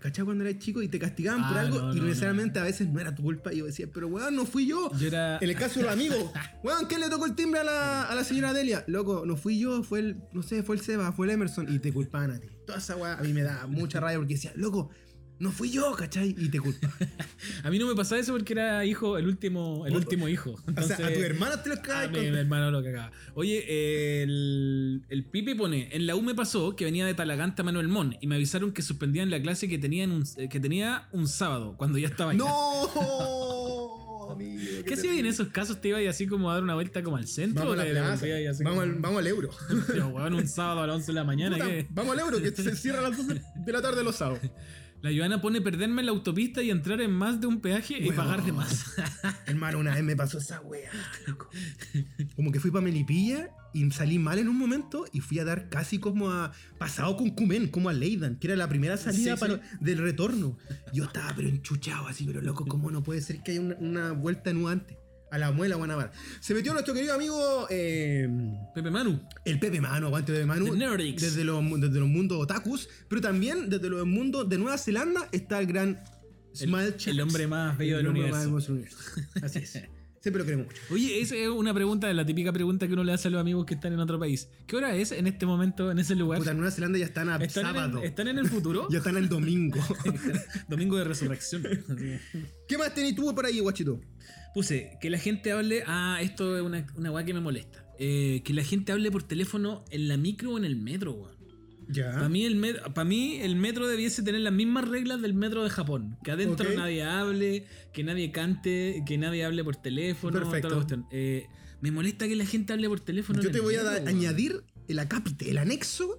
S2: ¿Cachai? Cuando eras chico y te castigaban por
S1: Ah,
S2: algo
S1: no,
S2: y
S1: no,
S2: necesariamente a veces no era tu culpa. Y yo decía, pero weón, no fui yo.
S1: Yo era.
S2: En el caso de los amigos, weón, ¿quién le tocó el timbre a la, a la señora Delia? Loco, no fui yo, fue el, no sé, fue el Seba, fue el Emerson y te culpaban a ti. Toda esa weá a mí me da mucha rabia porque decía, loco, no fui yo, ¿cachai? Y te culpaban.
S1: A mí no me pasaba eso porque era hijo, el último, el último hijo.
S2: Oh. O
S1: Entonces,
S2: sea, a tu hermana te lo
S1: a
S2: cae
S1: mi, mi
S2: con...
S1: hermano lo cagaba. Oye, el, el Pipe pone, en la U me pasó que venía de Talagante a Manuel Mon y me avisaron que suspendían la clase que tenía, en un, que tenía un sábado, cuando ya estaba allá.
S2: ¡No! amigo,
S1: ¿Qué hacías
S2: terrible.
S1: en esos casos? ¿Te ibas así como a dar una vuelta como al centro?
S2: Vamos
S1: o
S2: a la
S1: te
S2: plaza.
S1: devolvías y así
S2: Vamos,
S1: como-
S2: al, vamos al euro.
S1: Pero, weón, un sábado a las 11 de la mañana.
S2: Puta,
S1: ¿qué?
S2: vamos al euro, que se cierra a las 12 de la tarde los sábados.
S1: La Joana pone perderme en la autopista y entrar en más de un peaje y
S2: Weón.
S1: pagar de más.
S2: Hermano, una vez me pasó esa wea, loco. Como que fui para Melipilla y salí mal en un momento y fui a dar casi como a pasado con Cumen, como a Leidan, que era la primera salida
S1: Sí,
S2: para-
S1: sí.
S2: del retorno. Yo estaba pero enchuchado así, pero loco, ¿cómo no puede ser que haya una, una vuelta en U antes? A la muela, Guanabara. Se metió nuestro querido amigo eh,
S1: Pepe Manu.
S2: el Pepe Manu, aguante Pepe Manu.
S1: The Nerdix.
S2: Desde los, desde los mundos otakus, pero también desde los mundos de Nueva Zelanda está el gran Smile
S1: El, el hombre más bello
S2: el
S1: del
S2: hombre más
S1: universo.
S2: hermoso del Pues, universo. Así es. Siempre lo queremos mucho.
S1: Oye, esa es una pregunta, la típica pregunta que uno le hace a los amigos que están en otro país. ¿Qué hora es en este momento, en ese lugar?
S2: Puta, en Nueva Zelanda ya están a
S1: ¿Están, en
S2: sábado.
S1: el, están en el futuro?
S2: Ya están el domingo.
S1: Domingo de resurrección. Así.
S2: ¿Qué más tenés tú por ahí, guachito?
S1: Puse, que la gente hable. Ah, esto es una, una weá que me molesta. Eh, que la gente hable por teléfono en la micro o en el metro, weón. Para
S2: Ya.
S1: mí, el met- pa' mí el metro debiese tener las mismas reglas del metro de Japón. Que adentro
S2: Ok.
S1: nadie hable, que nadie cante, que nadie hable por teléfono. toda la
S2: Perfecto.
S1: cuestión. Eh, me molesta que la gente hable por teléfono.
S2: Yo
S1: en
S2: te
S1: el
S2: voy a
S1: metro,
S2: da-
S1: weón.
S2: añadir el acápite, el anexo,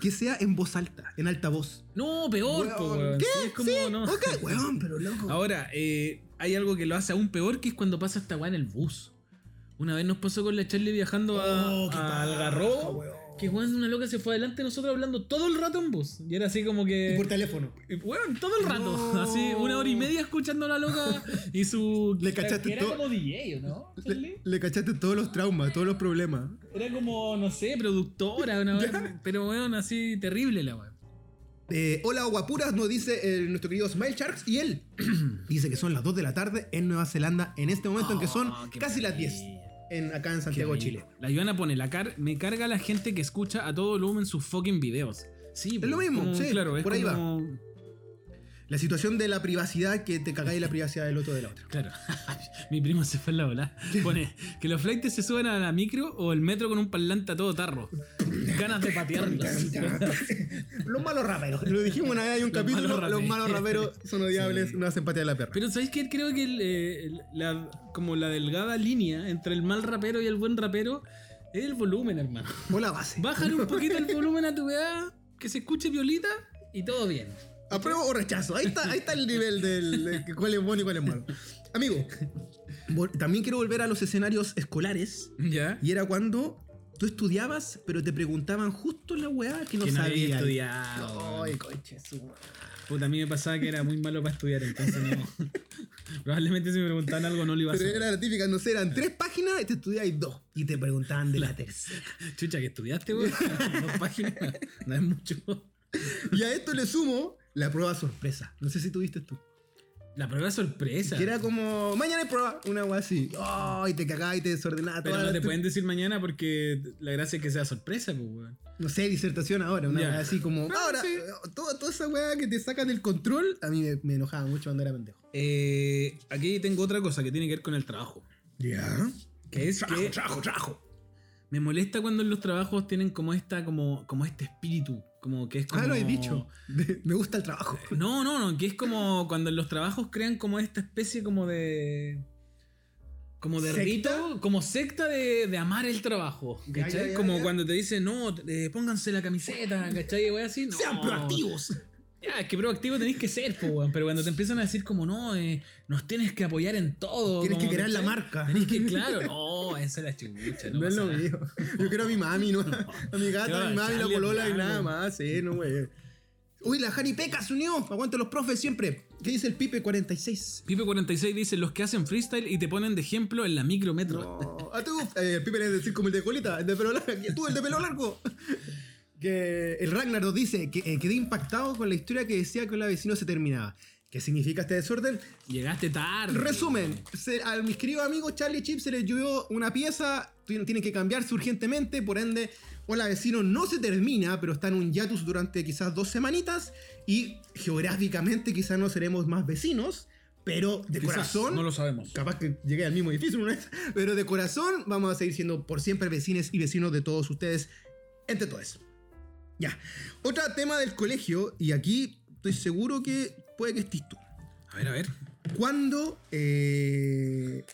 S2: que sea en voz alta, en altavoz.
S1: No, peor, po,
S2: Weón,
S1: weón.
S2: ¿Qué?
S1: Sí, es como,
S2: Sí,
S1: no.
S2: Ok, weón, pero loco.
S1: Ahora, eh, hay algo que lo hace aún peor, que es cuando pasa esta weá en el bus. Una vez nos pasó con la Charlie viajando
S2: Oh, qué paja,
S1: a, al Garrobo.
S2: weón.
S1: Que weón, una loca se fue adelante de nosotros hablando todo el rato en bus. Y era así como que.
S2: Y por teléfono.
S1: Eh, Weón, todo el rato.
S2: No.
S1: Así, una hora y media escuchando a la loca y su.
S2: Le cachaste
S1: era
S2: todo.
S1: como DJ, ¿o ¿no?
S2: Le, le cachaste todos los traumas, todos los problemas.
S1: Era como, no sé, productora, una
S2: Ya.
S1: weá, Pero weón, así terrible la weón.
S2: Eh, hola, guapuras, nos dice eh, nuestro querido Smile Sharks y él dice que son las 2 de la tarde en Nueva Zelanda en este momento, en que son
S1: Oh, qué
S2: casi las 10
S1: maravilla.
S2: en, acá en
S1: Qué
S2: Santiago,
S1: rico.
S2: Chile.
S1: La Joana pone, la car me carga la gente que escucha a todo volumen sus fucking videos. Sí, pues,
S2: lo mismo, sí, por ahí va.
S1: va.
S2: La situación de la privacidad, que te cagáis la privacidad del otro de la otra.
S1: Claro. Mi primo se fue en la bola. Pone que los flights se suben a la micro o el metro con un parlante a todo tarro. Ganas de patearlos.
S2: Los malos raperos. Lo dijimos una vez, hay un
S1: Los
S2: capítulo,
S1: malos
S2: los
S1: raperos.
S2: malos raperos son odiables,
S1: Sí.
S2: no hacen patria de la perra.
S1: Pero ¿sabéis qué? Creo que el, eh, el- la, como la delgada línea entre el mal rapero y el buen rapero es el volumen, hermano.
S2: o la base.
S1: Bájale un poquito el volumen a tu weá, que se escuche violita y todo bien.
S2: ¿Apruebo o rechazo? Ahí está, ahí está el nivel del de cuál es bueno y cuál es malo. Amigo, vol- también quiero volver a los escenarios escolares.
S1: ¿Ya?
S2: Y era cuando tú estudiabas, pero te preguntaban justo la weá que no
S1: que no había
S2: sabías.
S1: estudiado.
S2: Ay,
S1: weón.
S2: coche, su madre.
S1: Puta, a mí me pasaba que era muy malo para estudiar, entonces no. Probablemente si me preguntaban algo no lo iba a
S2: Pero
S1: hacer.
S2: era la típica, no sé, eran tres páginas y te estudiáis dos. Y te preguntaban de la tercera.
S1: Chucha, que estudiaste, weón. Dos páginas. No es mucho.
S2: Y a esto le sumo la prueba sorpresa. No sé si tuviste tú.
S1: La prueba sorpresa.
S2: Que era como, mañana hay prueba, una weá así. Ay, te cagás y te desordenás.
S1: Pero
S2: toda
S1: no te
S2: la-
S1: pueden decir mañana porque la gracia es que sea sorpresa, pues, weón.
S2: no sé, disertación ahora, una
S1: Ya.
S2: weá así como.
S1: Ah,
S2: ahora, eh,
S1: sí.
S2: toda, toda esa weá que te saca del control, a mí me, me enojaba mucho cuando era pendejo.
S1: Eh, aquí tengo otra cosa que tiene que ver con el trabajo.
S2: Ya.
S1: Que es que
S2: trajo, trajo.
S1: me molesta cuando en los trabajos tienen como esta, como, como este espíritu. Como que es como.
S2: Ah, lo he dicho. Me gusta el trabajo.
S1: No, no, no, que es como cuando en los trabajos crean como esta especie como de. Como de
S2: ¿Secta?
S1: rito, como secta de, de amar el trabajo.
S2: Ya,
S1: ¿Cachai?
S2: ya, ya,
S1: como
S2: ya.
S1: cuando te dicen, no, eh, pónganse la camiseta, ¿cachai? Wey, así. No.
S2: Sean proactivos.
S1: Ya, es que proactivo tenés que ser, po, weón. Pero cuando te empiezan a decir como, no, eh, nos tienes que apoyar en todo.
S2: Tienes
S1: como,
S2: que crear la
S1: ¿cachai?
S2: marca.
S1: Tenés que, claro, no, esa es la chucha, no,
S2: No, es
S1: pasa
S2: lo
S1: nada.
S2: mío. Yo quiero a mi mami, ¿no? A mi gata,
S1: Yo,
S2: a mi mami, la
S1: Charlie,
S2: polola y
S1: hermano.
S2: nada más. Sí, no, güey. Uy, la Jaripeca se unió. Aguanta los profes siempre. ¿Qué dice el Pipe 46?
S1: Pipe46 dice, los que hacen freestyle y te ponen de ejemplo en la micrometro.
S2: No. Ah, tú. eh, el Pipe es decir como el de colita, el de pelo largo. Tú, el de pelo largo. Que el Ragnar nos dice que eh, quedé impactado con la historia que decía que la vecino se terminaba. ¿Qué significa este desorden?
S1: Llegaste tarde.
S2: Resumen, se- a mis queridos amigos Charlie Chip se les llovió una pieza, tu- tienen que cambiarse urgentemente, por ende, hola vecino no se termina, pero está en un hiatus durante quizás dos semanitas y geográficamente quizás no seremos más vecinos, pero de
S1: Quizás,
S2: corazón,
S1: No lo sabemos.
S2: capaz que llegué al mismo edificio una vez, pero de corazón vamos a seguir siendo por siempre vecines y vecinos de todos ustedes, entre todos. Ya, otro tema del colegio y aquí estoy seguro que puede que estés tú.
S1: A ver, a ver.
S2: Cuando eh,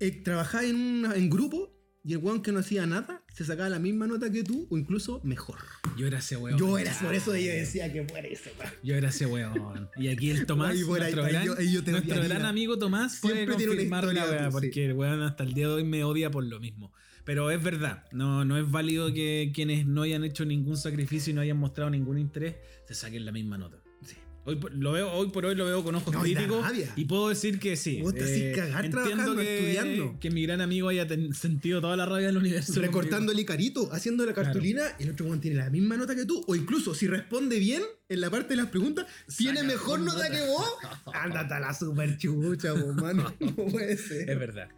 S2: eh, trabajabas en, una- en grupo y el weón que no hacía nada se sacaba la misma nota que tú o incluso mejor.
S1: Yo era ese weón.
S2: yo era, por eso yo decía que fuera eso. weón.
S1: Yo era ese weón. Y aquí el Tomás,
S2: Ahí por ahí,
S1: nuestro,
S2: ahí
S1: gran,
S2: yo- ahí yo te
S1: nuestro
S2: odiaría.
S1: gran amigo Tomás, puede
S2: Siempre tiene una
S1: confirmar
S2: historia,
S1: la weá,
S2: sí.
S1: porque el weón hasta el día de hoy me odia por lo mismo. Pero es verdad, no, no es válido que quienes no hayan hecho ningún sacrificio y no hayan mostrado ningún interés se saquen la misma nota.
S2: Sí.
S1: Hoy por, lo veo, hoy por hoy lo veo con ojos
S2: No, y da
S1: críticos
S2: rabia.
S1: y puedo decir que sí. eh,
S2: Puta, sí, cagar trabajando, estudiando.
S1: Que mi gran amigo haya ten- sentido toda la rabia del universo.
S2: Recortando el icarito, haciendo la
S1: Claro.
S2: cartulina y el otro weón tiene la misma nota que tú. O incluso si responde bien en la parte de las preguntas, tiene
S1: Saca
S2: mejor
S1: tu
S2: nota,
S1: nota.
S2: que vos. Ándate a la super chucha, vos, mano. No puede
S1: conmigo. Es
S2: ser.
S1: verdad.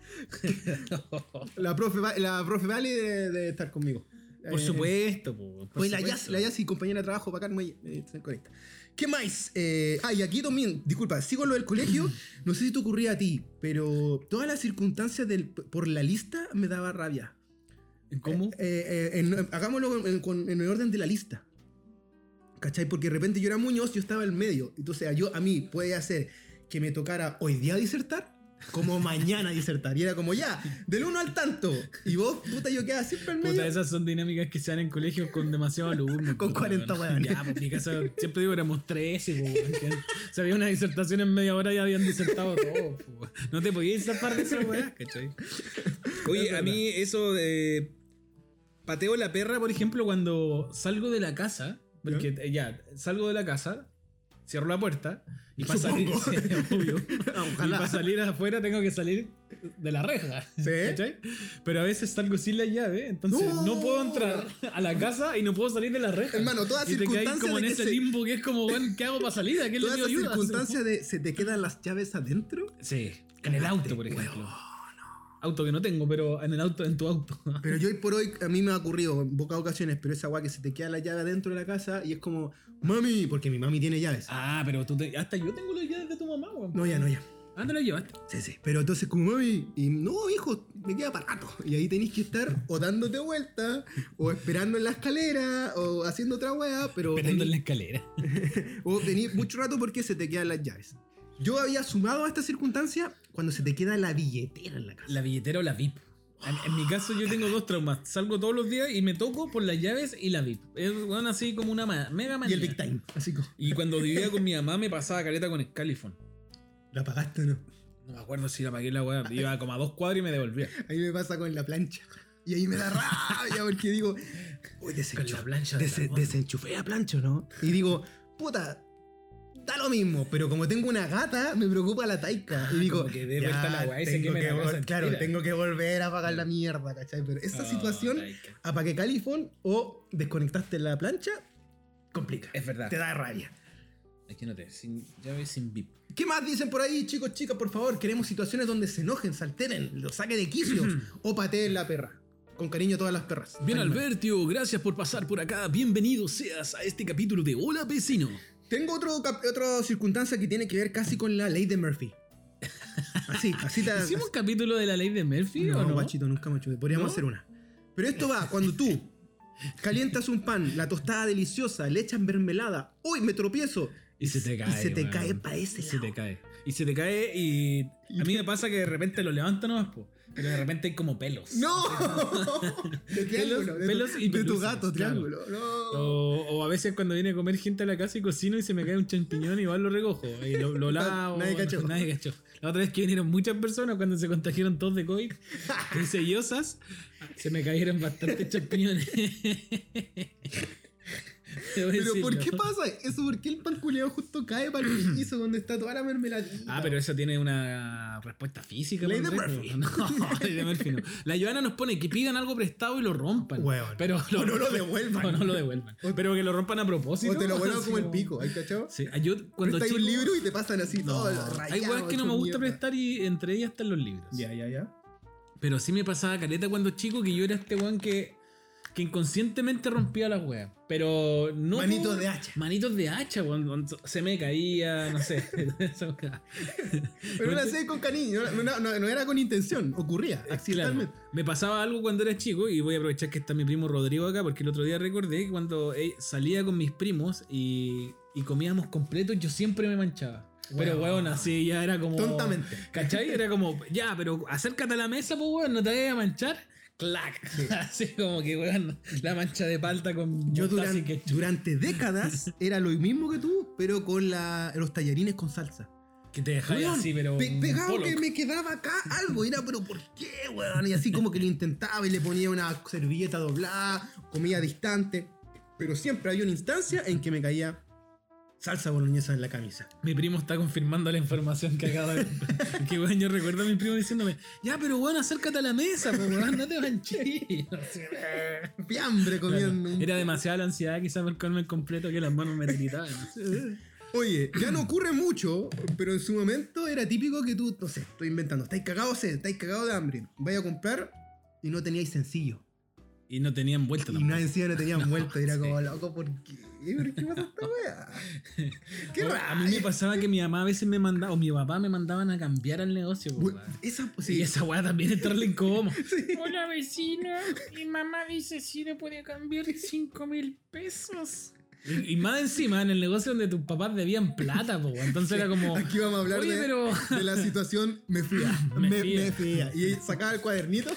S2: La profe, va- la profe Vale debe debe estar conmigo.
S1: Por
S2: Eh,
S1: supuesto, po, por
S2: Pues la
S1: supuesto.
S2: Yas, la Yas y compañera de trabajo, bacán, muy, eh, se conecta. ¿Qué más? Eh, ah, y aquí también, disculpa, sigo lo del colegio. No sé si te ocurría a ti, pero todas las circunstancias del, por la lista me daba rabia.
S1: ¿Cómo?
S2: Eh, eh, en- hagámoslo en, con- en el orden de la lista. ¿Cachai? Porque de repente yo era Muñoz, yo estaba en medio. Entonces, a, yo, a mí puede hacer que me tocara hoy día disertar, como mañana disertar. Y era como ya, del uno al tanto. Y vos, puta, yo quedaba siempre en medio.
S1: Puta, esas son dinámicas que se dan en colegios con demasiados alumnos.
S2: Con
S1: puta,
S2: 40
S1: weón.
S2: weones.
S1: Ya, pues, mi casa, siempre digo, éramos 13, po, weón, que Se había una disertación en media hora y habían disertado todo, po, weón. No te podías zafar de esa weá, ¿cachai? Oye, a mí eso de. Pateo la perra, por ejemplo, cuando salgo de la casa. Porque eh, ya, salgo de la casa, cierro la puerta y para salir.
S2: Supongo.
S1: sí, obvio.
S2: Ojalá.
S1: Y para salir afuera tengo que salir de la reja.
S2: Sí.
S1: ¿cachai? Pero a veces salgo sin la llave, entonces
S2: No.
S1: no, puedo entrar a la casa y no puedo salir de la reja.
S2: Hermano, toda
S1: y te
S2: circunstancia
S1: quedáis como
S2: de
S1: en
S2: que
S1: ese
S2: se-
S1: limbo que es como, weón, ¿qué hago para salir? ¿A quién le
S2: Toda
S1: pido
S2: esa
S1: ayuda?
S2: circunstancia de se te quedan las llaves adentro.
S1: Sí, en el auto, por
S2: Cagaste,
S1: ejemplo. Auto que no tengo, pero en el auto, en tu auto.
S2: Pero yo hoy por hoy, a mí me ha ocurrido en pocas ocasiones, pero esa weá que se te queda la llave adentro de la casa y es como, mami, porque mi mami tiene llaves.
S1: Ah, pero tú te- hasta yo tengo las llaves de tu mamá, weón.
S2: No, ya, no, ya.
S1: Ah, te las llevaste.
S2: Sí, sí. Pero entonces, como mami, y no, hijo, me queda para rato. Y ahí tenéis que estar o dándote vuelta, o esperando en la escalera, o haciendo otra weá, pero.
S1: Esperando en la
S2: tení-
S1: escalera.
S2: O tenéis mucho rato porque se te quedan las llaves. Yo había sumado a esta circunstancia cuando se te queda la billetera en la casa.
S1: La billetera o la VIP. En, en mi caso yo tengo dos traumas. Salgo todos los días y me toco por las llaves y la VIP. Es weón, así como una ma- mega
S2: y
S1: manía.
S2: el big time. Así como,
S1: Y cuando vivía con mi mamá me pasaba careta con Scalifon.
S2: ¿la pagaste o no?
S1: No me acuerdo si la pagué la weá. Iba como a dos cuadros y me devolvía.
S2: A mí me pasa con la plancha. Y ahí me da rabia porque digo, uy,
S1: Con
S2: desenchu
S1: la plancha de
S2: dese-
S1: dragón".
S2: desenchufé la plancha, ¿no? Y digo, puta, da lo mismo, pero como tengo una gata, me preocupa la taika. Y digo,
S1: Ah, como que de vuelta la weá y se
S2: tengo
S1: queme
S2: que
S1: la
S2: vol-
S1: casa
S2: claro,
S1: entera.
S2: tengo que volver a pagar la mierda, ¿cachai? Pero esta
S1: Oh,
S2: situación,
S1: laica.
S2: apagué califón o desconectaste la plancha, complica.
S1: Es verdad.
S2: Te da rabia.
S1: Es que no te. Sin llave, sin VIP.
S2: ¿Qué más dicen por ahí, chicos, chicas? Por favor, queremos situaciones donde se enojen, se alteren, lo saquen de quicios o pateen la perra. Con cariño a todas las perras.
S1: Bien,
S2: Animal.
S1: Albertio, gracias por pasar por acá. Bienvenido seas a este capítulo de Hola Vecino.
S2: Tengo otro cap- otra circunstancia que tiene que ver casi con la ley de Murphy. Así, así te...
S1: ¿Hicimos un capítulo de la ley de Murphy
S2: no,
S1: o no?
S2: guachito, nunca me ayudé. Podríamos
S1: ¿No?
S2: hacer una. Pero esto va cuando tú calientas un pan, la tostada deliciosa, le echas mermelada. ¡Uy, me tropiezo!
S1: Y se te cae.
S2: Y se te
S1: weón.
S2: cae para ese
S1: Y se te
S2: lado.
S1: cae. Y se te cae y. A mí me pasa que de repente lo levanto nomás, po. Pero de repente hay como pelos.
S2: ¡No! De triángulo. de tu-
S1: pelos y
S2: de tu
S1: pelusas,
S2: gato,
S1: claro.
S2: triángulo. ¡No!
S1: O, o a veces cuando viene a comer gente a la casa y cocino y se me cae un champiñón y igual lo recojo. Y lo, lo lavo.
S2: Nadie cachó.
S1: nadie cachó. La otra vez que vinieron muchas personas cuando se contagiaron todos de COVID, y sellosas, se me cayeron bastantes champiñones.
S2: Pero ¿por qué pasa eso? ¿Por qué el pan culiao justo cae para el piso donde está toda la mermeladita?
S1: Ah, pero eso tiene una respuesta física.
S2: Ley
S1: ¿no?
S2: de Murphy.
S1: No, ley de Murphy no. La Joana nos pone que pidan algo prestado y lo rompan.
S2: Weón.
S1: Pero
S2: O no lo devuelvan.
S1: O no lo devuelvan. Pero que lo rompan a propósito.
S2: o te lo vuelvo
S1: así
S2: como el pico, ¿hay cachado?
S1: Sí, ah, yo cuando
S2: Prestáis
S1: chico,
S2: un libro y te pasan así
S1: no,
S2: todo rayado.
S1: hay weas que no me
S2: hecho
S1: gusta
S2: mierda.
S1: prestar y entre ellas están los libros.
S2: Ya, ya, ya.
S1: Pero sí me pasaba careta cuando chico que yo era este weón que, que inconscientemente rompía las weas. Pero no.
S2: Manitos
S1: por-
S2: de hacha.
S1: Manitos de hacha, weón. Se me caía, no sé. Esa wea.
S2: Pero lo hacía con cariño, no, no- no- no era con intención, ocurría accidentalmente.
S1: Claro, me pasaba algo cuando era chico y voy a aprovechar que está mi primo Rodrigo acá porque el otro día recordé que cuando eh, salía con mis primos y, y comíamos completos yo siempre me manchaba. Pero
S2: Weón.
S1: weón, así ya era como...
S2: Tontamente.
S1: ¿Cachai? Era como, ya, pero acércate a la mesa, pues weón, no te vayas a manchar. Clac. Así como que weón, la mancha de palta con...
S2: Yo
S1: mostaza y
S2: duran-
S1: ketchup.
S2: durante décadas era lo mismo que tú, pero con la- los tallarines con salsa.
S1: Que te dejáis
S2: Weón,
S1: así, pero...
S2: pe-
S1: un
S2: pegado
S1: polo.
S2: que me quedaba acá algo. Y era, pero ¿por qué, weón? Y así como que lo intentaba y le ponía una servilleta doblada, comía distante. Pero siempre había una instancia en que me caía salsa boloñesa en la camisa.
S1: Mi primo está confirmando la información que acaba de. que weón, yo recuerdo a mi primo diciéndome, ya, pero weón, acércate a la mesa, po, weón, no te manches.
S2: Fiambre comiendo. un-
S1: Era demasiada la ansiedad quizás por comerme completo que las manos me tiritaban.
S2: Oye, ya no ocurre mucho, pero en su momento era típico que tú, no sé, estoy inventando, estáis cagados de sed, estáis cagados de hambre, vais a comprar y no teníais sencillo.
S1: Y no tenían vuelta
S2: Y
S1: tampoco.
S2: nadie encima no tenía vuelta. y Era
S1: sí.
S2: como, loco, ¿por qué? ¿Por qué pasa esta weá? Qué
S1: Bueno,
S2: raro.
S1: A mí me pasaba que mi mamá a veces me mandaba, o mi papá me mandaban a cambiar al negocio. po,
S2: Bueno,
S1: weón.
S2: Esa,
S1: Sí,
S2: sí,
S1: esa weá también es estarle incómodo.
S4: Hola vecina, mi mamá dice si le puede cambiar 5 mil pesos.
S1: Y, y más encima, en el negocio donde tus papás debían plata, po, weón. entonces era como.
S2: Aquí vamos a hablar
S1: Oye,
S2: de,
S1: pero-
S2: de la situación me fía.
S1: Me
S2: Me,
S1: fía.
S2: me fía. Y sacaba el cuadernito.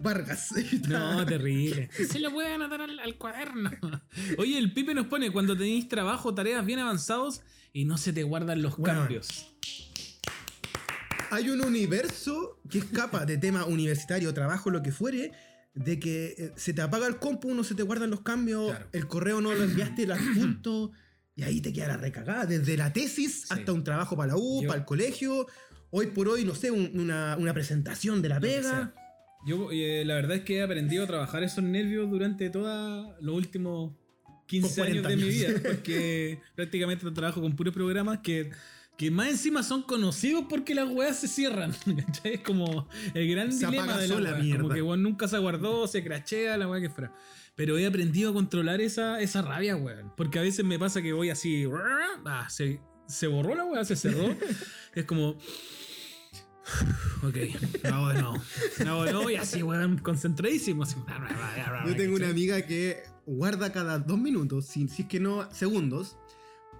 S2: Vargas.
S1: No, terrible.
S4: Se lo puede anotar al, al cuaderno.
S1: Oye, el Pipe nos pone cuando tenéis trabajo, tareas bien avanzados y no se te guardan los
S2: Weón.
S1: cambios.
S2: Hay un universo que escapa de tema universitario, trabajo, lo que fuere, de que eh, se te apaga el compu, no se te guardan los cambios,
S1: Claro.
S2: el correo no lo enviaste, el adjunto, y ahí te queda la recagada, desde la tesis
S1: Sí.
S2: hasta un trabajo para la U,
S1: Yo-
S2: para el colegio, hoy por hoy, no sé, un- una, una presentación de la
S1: Lo que
S2: pega.
S1: sea. Yo, eh, la verdad es que he aprendido a trabajar esos nervios durante todos los últimos 15
S2: Con
S1: años
S2: 40
S1: de mi vida,
S2: años.
S1: porque prácticamente trabajo con puros programas que, que más encima son conocidos porque las weas se cierran. ¿cachai? Es como el gran
S2: Se
S1: dilema
S2: apaga
S1: de la
S2: sola,
S1: wea, Como
S2: mierda.
S1: que weón nunca se guardó, se crachea, la wea que fuera. Pero he aprendido a controlar esa, esa rabia, weón. Porque a veces me pasa que voy así. Ah, se, se borró la wea, se cerró. es como. Ok, lo hago de nuevo. Lo hago de nuevo y así, weón, concentradísimo. así. Ah,
S2: Yo tengo una amiga que guarda cada dos minutos, si, si es que no segundos,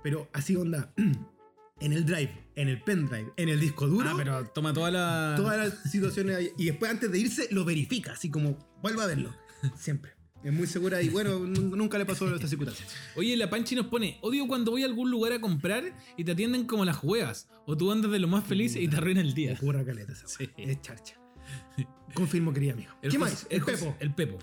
S2: pero así onda, en el drive, en el pendrive, en el disco duro.
S1: Ah, pero Ah. toma toda la.
S2: todas las situaciones ahí. Y después antes de irse lo verifica, así como vuelva a verlo. Siempre. Es muy segura y bueno, n- nunca le pasó esta circunstancia.
S1: Oye, la Panchi nos pone: Odio cuando voy a algún lugar a comprar y te atienden como las huevas. O tú andas de lo más feliz y te arruina el día.
S2: Ocurra caleta esa
S1: Sí.
S2: weá. Es charcha. Confirmo, querida amigo.
S1: El
S2: ¿Qué
S1: Jos-
S2: más? El
S1: Jos-
S2: Pepo.
S1: El Pepo.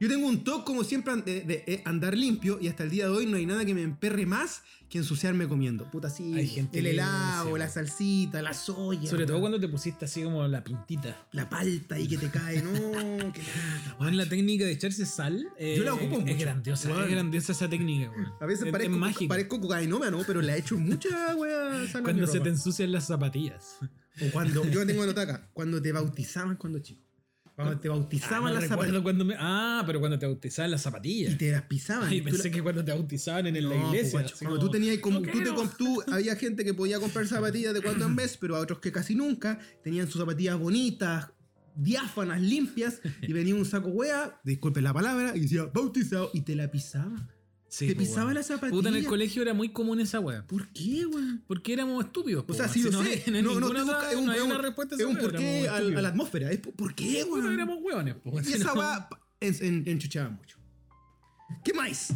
S2: Yo tengo un toque como siempre an- de, de, eh, andar limpio y hasta el día de hoy no hay nada que me emperre más que ensuciarme comiendo. Puta, sí.
S1: Hay gente
S2: el
S1: que
S2: helado,
S1: dice,
S2: la
S1: weón.
S2: salsita, la soya.
S1: Sobre todo
S2: weón.
S1: cuando te pusiste así como la pintita.
S2: La palta y que te cae. No, que nada.
S1: Bueno, la técnica de echarse sal. eh,
S2: Yo la ocupo
S1: es
S2: mucho.
S1: grandiosa,
S2: Weón.
S1: es grandiosa esa técnica, weón.
S2: A veces
S1: es,
S2: parezco,
S1: es mágica.
S2: parezco cocainómano, pero la he hecho mucha, weá. sana mi
S1: cuando se
S2: ropa.
S1: te ensucian las zapatillas.
S2: O cuando, yo tengo nota acá, cuando te bautizaban cuando chico. Cuando te
S1: Ah,
S2: bautizaban
S1: no
S2: las
S1: recuerdo
S2: zapatillas
S1: cuando me- Ah, pero cuando te bautizaban las zapatillas.
S2: y te las pisaban.
S1: Ay,
S2: y tú
S1: pensé
S2: la-
S1: que cuando te bautizaban en
S2: No, pues,
S1: la iglesia.
S2: guacho,
S1: así
S2: cuando
S1: como-
S2: tú tenías como,
S4: "No
S2: tú te
S4: quiero".
S2: comp- tú- había gente que podía comprar zapatillas de cuando en vez, pero a otros que casi nunca tenían sus zapatillas bonitas, diáfanas, limpias, y venía un saco wea, disculpe la palabra, y decía bautizado, y te la pisaba.
S1: Sí,
S2: te
S1: pues,
S2: pisaba
S1: weón.
S2: la zapatilla.
S1: Puta, en el colegio era muy común esa weá.
S2: ¿Por qué, weón?
S1: Porque éramos estúpidos.
S2: O
S1: pues,
S2: sea,
S1: weón.
S2: sí, yo
S1: no
S2: sé.
S1: hay- no hay
S2: no, no,
S1: ninguna
S2: te
S1: otra-
S2: busca- es un,
S1: no hay
S2: es un-
S1: una respuesta a
S2: es
S1: esa
S2: un
S1: weá, éramos
S2: porqué al- a,
S1: estúpidos.
S2: la atmósfera. Es, por- ¿Por qué,
S1: Puta,
S2: weón?
S1: éramos hueones. pues,
S2: Y
S1: si
S2: esa
S1: no-
S2: va enchuchaba mucho. ¿Qué más?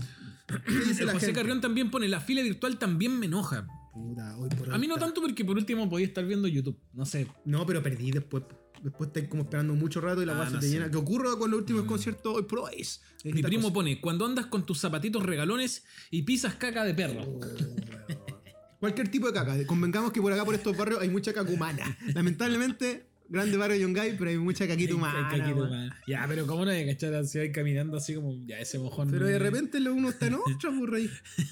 S2: ¿Qué dice
S1: El
S2: la
S1: José
S2: gente?
S1: Carrión también pone la fila virtual también me enoja.
S2: Puta, hoy por hoy
S1: A mí no
S2: está-
S1: tanto porque por último podía estar viendo YouTube. No sé.
S2: No, pero perdí después. Después estáis como esperando mucho rato y la
S1: Ah,
S2: guasa
S1: no
S2: te
S1: sé. Mm.
S2: llena. ¿Qué ocurre con los últimos conciertos hoy por hoy? Es
S1: Mi
S2: esta
S1: primo
S2: cosa.
S1: pone, cuando andas con tus zapatitos regalones y pisas caca de perro.
S2: Cualquier tipo de caca. Convengamos que por acá, por estos barrios, hay mucha caca humana. Lamentablemente, grande barrio de Yungay, pero hay mucha caquita humana.
S1: Ay, caquita
S2: weón.
S1: humana. Ya, pero cómo no hay que cachar así ahí caminando así como, ya, ese mojón.
S2: Pero de
S1: no-
S2: repente lo uno está en otra, por rey.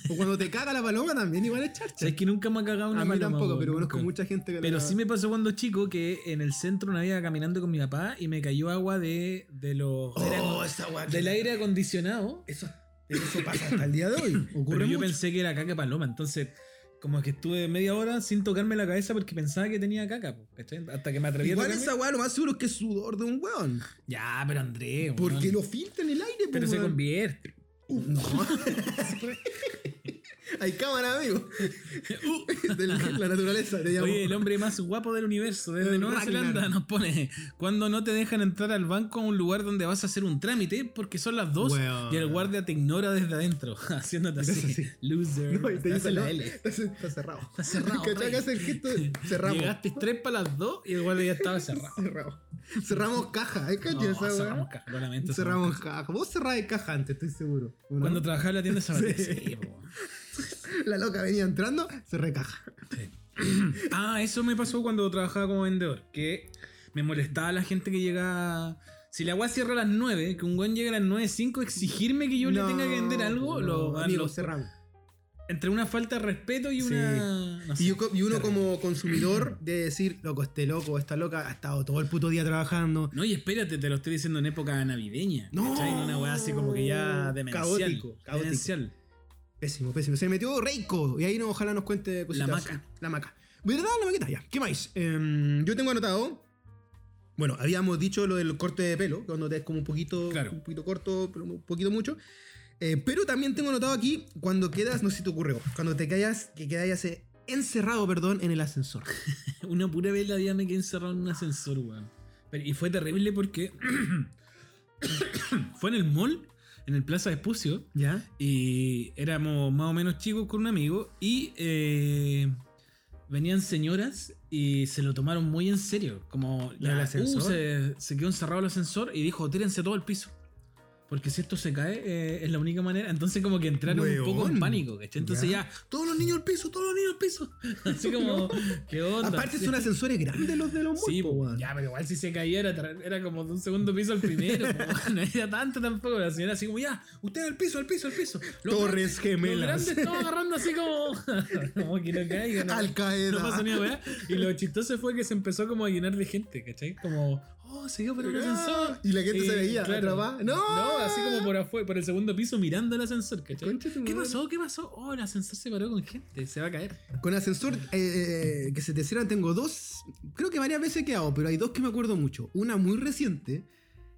S2: O cuando te caga la paloma también, igual es charcha.
S1: Sabes que nunca me ha cagado una
S2: A mí
S1: paloma,
S2: tampoco,
S1: weón,
S2: pero conozco
S1: nunca.
S2: mucha gente que la
S1: Pero
S2: caga.
S1: sí me pasó cuando chico que en el centro una vez caminando con mi papá y me cayó agua de, de los...
S2: Oh, esa weá.
S1: del aire acondicionado.
S2: Eso, eso pasa hasta el día de hoy. Ocurre
S1: Pero yo
S2: mucho.
S1: pensé que era caca de paloma, entonces como que estuve media hora sin tocarme la cabeza porque pensaba que tenía caca, po, ¿cachai? Hasta que me atreví a
S2: Igual
S1: tocarme.
S2: esa weá lo más seguro es que es sudor de un weón.
S1: Ya, pero Andrés,
S2: Porque
S1: weón.
S2: lo filtra en el aire,
S1: Pero
S2: pues,
S1: se
S2: weón.
S1: convierte.
S2: Uh, no. Hay cámara, amigo. De la, la naturaleza, te llamo.
S1: Uh. Oye, el hombre más guapo del universo desde
S2: El
S1: Nueva
S2: Ragnar.
S1: Zelanda nos pone cuando no te dejan entrar al banco a un lugar donde vas a hacer un trámite porque son las dos
S2: Weón.
S1: y el guardia te ignora desde adentro, haciéndote así.
S2: Te hace así.
S1: Loser.
S2: No, y te dice
S1: Hace
S2: la
S1: la L.
S2: Está cerrado. Está
S1: cerrado,
S2: ¿Cachai
S1: rey.
S2: que hace el gesto? de Cerramos.
S1: Llegaste tres para las dos y el guardia ya estaba cerrado.
S2: Cerramos. Cerramos caja. ¿eh? ¿Cachai
S1: No,
S2: esa weá?
S1: cerramos caja, lo lamento, cerramos
S2: Cerramos caja. Vos cerrabas caja antes, estoy seguro. ¿o no?
S1: Cuando trabajaba en la tienda de zapatillas.
S2: Sí.
S1: Sí, po.
S2: la loca venía entrando, se recaja.
S1: Ah, eso me pasó cuando trabajaba como vendedor, que me molestaba la gente que llegaba... Si la weá cierra a las 9, que un weón llegue a las 9.05, exigirme que yo le tenga que vender algo,
S2: no,
S1: lo,
S2: amigo,
S1: los-
S2: cerramos.
S1: Entre una falta de respeto y
S2: Sí.
S1: una. no sé.
S2: Y, yo co- y uno
S1: Ah, terrible.
S2: como consumidor de decir, loco, este loco, esta loca ha estado todo el puto día trabajando.
S1: No, y espérate, te lo estoy diciendo en época navideña.
S2: No.
S1: ¿cachai? Una weá así como que ya demencial.
S2: Caótico, caótico.
S1: Demencial.
S2: Pésimo, pésimo. Se metió Reiko. Y ahí no, ojalá nos cuente cositas.
S1: La maca.
S2: La maca. ¿Verdad? La maqueta, ya. ¿Qué más? Em, yo tengo anotado. Bueno, habíamos dicho lo del corte de pelo, cuando te es como un poquito,
S1: Claro.
S2: un poquito corto, pero un poquito mucho. Eh, pero también tengo anotado aquí cuando quedas, no sé si te ocurrió, cuando te quedas, que quedas eh, encerrado, perdón, en el ascensor.
S1: Una pura vez la vida me quedé encerrado en un ascensor, weón. Pero- y fue terrible porque. fue en el mall, en el Plaza Espucio.
S2: ¿Ya?
S1: Y éramos más o menos chicos con un amigo. Y eh, venían señoras y se lo tomaron muy en serio. Como
S2: ¿Lo del
S1: uh,
S2: ascensor?
S1: se, se quedó encerrado el ascensor y dijo: tírense todo el piso. Porque si esto se cae, eh, es la única manera. Entonces, como que entraron
S2: Weón.
S1: un poco en pánico, ¿cachai? Entonces,
S2: Ya.
S1: ya. todos los niños al piso, todos los niños al piso. Así como, ¿qué onda?
S2: Aparte
S1: Sí.
S2: son ascensores grandes los de los malls,
S1: Sí,
S2: po, weón.
S1: ya, pero igual si se caía era, tra- era como de un segundo piso al primero. po. no era tanto tampoco. La señora así como, ya, usted al piso, al piso, al piso. Los grandes-
S2: Torres
S1: Los
S2: gemelas.
S1: grandes todos agarrando así como. como que no caiga, no,
S2: Al caer.
S1: no pasa ni una weá. Y lo chistoso fue que se empezó como a llenar de gente, ¿cachai? Como, oh, se dio por el ascensor.
S2: Y la gente
S1: Y,
S2: se veía.
S1: claro,
S2: atrapada. ¡No!
S1: No, así como por afuera, por el segundo piso mirando el ascensor, ¿cachai?
S2: Concha tu
S1: ¿Qué
S2: madre.
S1: pasó? ¿Qué pasó? Oh, el ascensor se paró con gente, se va a caer.
S2: Con ascensor eh, eh, que se te cierran tengo dos, creo que varias veces he quedado, pero hay dos que me acuerdo mucho. Una muy reciente,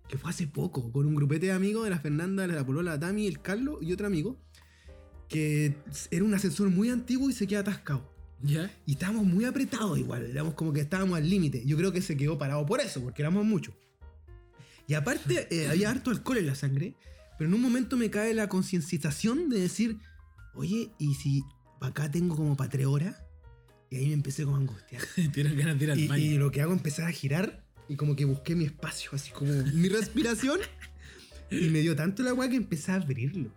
S2: que fue hace poco, con un grupete de amigos de la Fernanda, la Polola, la Tami, el Carlos y otro amigo, que era un ascensor muy antiguo y se queda atascado.
S1: ¿Ya?
S2: Y estábamos muy apretados igual, éramos como que estábamos al límite. Yo creo que se quedó parado por eso, porque éramos muchos. Y aparte, eh, había harto alcohol en la sangre, pero en un momento me cae la concienciación de decir, oye, ¿y si pa' acá tengo como para tres horas? Y ahí me empecé como a angustiar.
S1: Tienes ganas de ir al
S2: Y,
S1: baño.
S2: y lo que hago empezar a girar y como que busqué mi espacio, así como mi respiración. y me dio tanto el agua que empecé a abrirlo.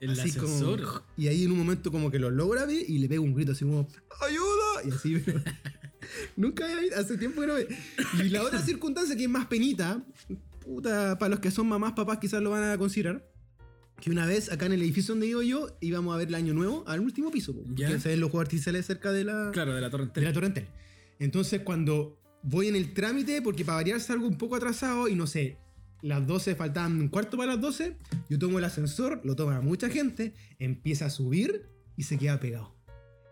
S1: el
S2: así
S1: ascensor.
S2: como- y ahí en un momento como que lo logra abrir y le pega un grito así como ¡Ayuda! Y así pero- Nunca había visto, hace tiempo que no ve. Y la otra circunstancia que es más penita, puta, para los que son mamás, papás quizás lo van a considerar, que una vez acá en el edificio donde vivo yo íbamos a ver el año nuevo al último piso, po,
S1: Ya.
S2: porque se ven los juegos artificiales cerca de la,
S1: Claro, de la torre
S2: de
S1: entera.
S2: la Torre Entel. Entonces, cuando voy en el trámite, porque para variar salgo un poco atrasado y no sé, las 12, faltaban un cuarto para las 12, yo tomo el ascensor, lo toma mucha gente, empieza a subir y se queda pegado.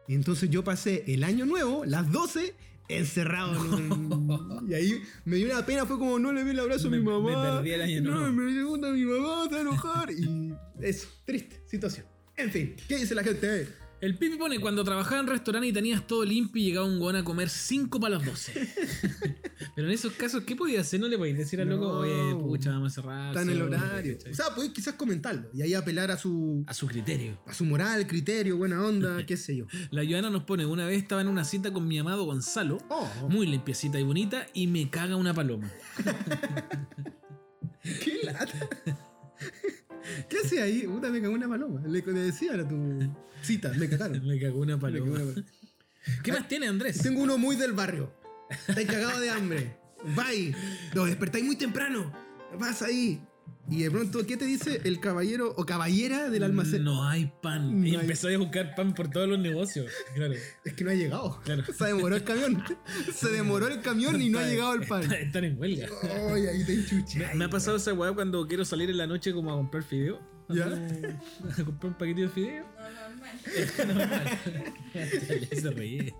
S2: Y entonces yo pasé el año nuevo, las 12, encerrado en un- Y ahí me dio una pena, fue como no le vi el abrazo a
S1: Me-
S2: mi
S1: me
S2: mamá.
S1: perdí el año
S2: no,
S1: nuevo".
S2: me pregunta mi mamá, se va a enojar. Y es triste situación. En fin, ¿qué dice la gente?
S1: El Pipi pone cuando trabajaba en restaurante y tenías todo limpio y llegaba un guan a comer 5 para las 12. Pero en esos casos, ¿qué podía hacer? No le podías decir al
S2: No.
S1: loco, oye, pucha, vamos a cerrar.
S2: Está en el
S1: sobre",
S2: horario.
S1: ¿cachai?
S2: O sea, podéis quizás comentarlo y ahí apelar a su,
S1: a su criterio.
S2: a su moral, criterio, buena onda, qué sé yo.
S1: La Joana nos pone, una vez estaba en una cita con mi amado Gonzalo,
S2: Oh,
S1: muy limpiecita y bonita, y me caga una paloma.
S2: qué lata. ¿Qué hace ahí? Puta, me cagó una paloma. Le, le decía a tu cita, me cagaron.
S1: Me cagó una
S2: Me cagó una
S1: paloma.
S2: paloma.
S1: ¿Qué más tiene Andrés?
S2: Tengo uno muy del barrio. Estáis cagado de hambre. Bye. Lo despertáis muy temprano. Vas ahí. Y de pronto, ¿qué te dice el caballero o caballera del almacén?
S1: No hay pan.
S2: No
S1: y
S2: hay-
S1: empezó a buscar pan por todos los negocios. Claro.
S2: Es que no ha llegado.
S1: Claro.
S2: Se demoró el camión. Se demoró el camión y no ha
S1: Está-
S2: llegado el pan.
S1: está- Están en huelga.
S2: Ay, ahí te enchuché.
S1: Me ha pasado esa weá cuando quiero salir en la noche como a comprar fideo.
S2: ¿Ya?
S1: A comprar un paquetito de fideo.
S3: No, normal.
S1: Chale, se reí.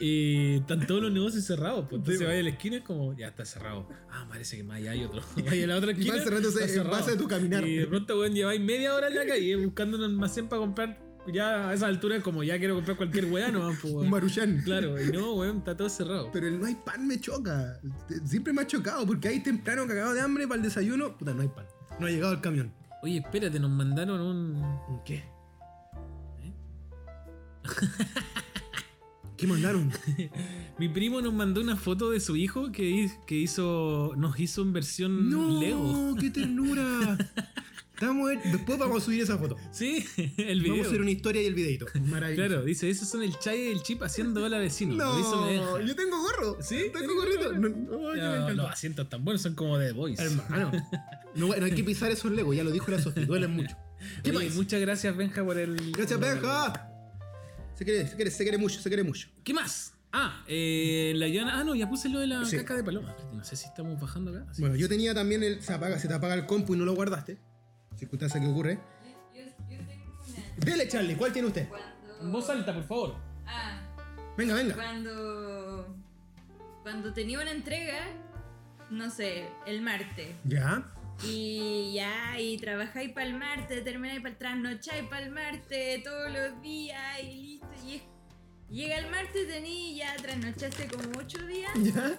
S1: Y están todos los negocios cerrados. Pues entonces
S2: Sí,
S1: vaya a la esquina es como, ya está cerrado. Ah, parece que más allá hay otro. Vaya a la otra
S2: Y
S1: esquina.
S2: vas cerrándose
S1: está
S2: en
S1: cerrado.
S2: base a tu caminar.
S1: Y de pronto, weón, lleváis media hora en la calle buscando un almacén para comprar. Ya a esa altura, como ya quiero comprar cualquier weá, no pues,
S2: Un
S1: weón.
S2: marullán.
S1: Claro, y no, weón, está todo cerrado.
S2: Pero el no hay pan me choca. Siempre me ha chocado porque ahí temprano cagado de hambre para el desayuno. Puta, no hay pan. No ha llegado el camión.
S1: Oye, espérate, nos mandaron un.
S2: ¿Un ¿Qué? ¿Qué mandaron?
S1: Mi primo nos mandó una foto de su hijo que, hi- que hizo. nos hizo en versión Lego.
S2: qué ternura. Estamos en- Después vamos a subir esa foto.
S1: Sí, el video.
S2: Vamos a hacer una historia y el videito. Maravilloso.
S1: Claro, dice, esos son el chai y el chip haciendo bola vecino. Lo hizo mi
S2: No,
S1: vieja".
S2: yo tengo gorro.
S1: ¿Sí?
S2: Tengo gorrito. No, no, yo me
S1: No,
S2: encanta.
S1: los asientos tan buenos son como de voice.
S2: Hermano. No, bueno, hay que pisar esos legos, ya lo dijo la Sofi, duelen mucho. ¿Qué
S1: Oye,
S2: más?
S1: muchas gracias, Benja, por el.
S2: Gracias,
S1: por-
S2: Benja. Se quiere, se quiere, se quiere mucho, se quiere mucho.
S1: ¿Qué más? Ah, eh, la Joana. Ah, no, ya puse lo de la
S2: Sí.
S1: caca de paloma. Espérate, No sé si estamos bajando acá. Así.
S2: Bueno, yo tenía también el. Se, apaga, se te apaga el compu y no lo guardaste. Circunstancia que ocurre.
S3: Yo, yo tengo una.
S2: Dele, Charlie, ¿cuál tiene usted?
S3: Cuando.
S1: En voz alta, por favor.
S3: Ah.
S2: Venga, venga.
S3: Cuando. Cuando tenía una entrega, no sé, el martes.
S2: Ya.
S3: Y ya, y trabajáis para el martes, termináis para el trasnocháis para el martes, todos los días, y listo. Y es- llega el martes, tení ya trasnochaste como ocho días.
S2: Ya.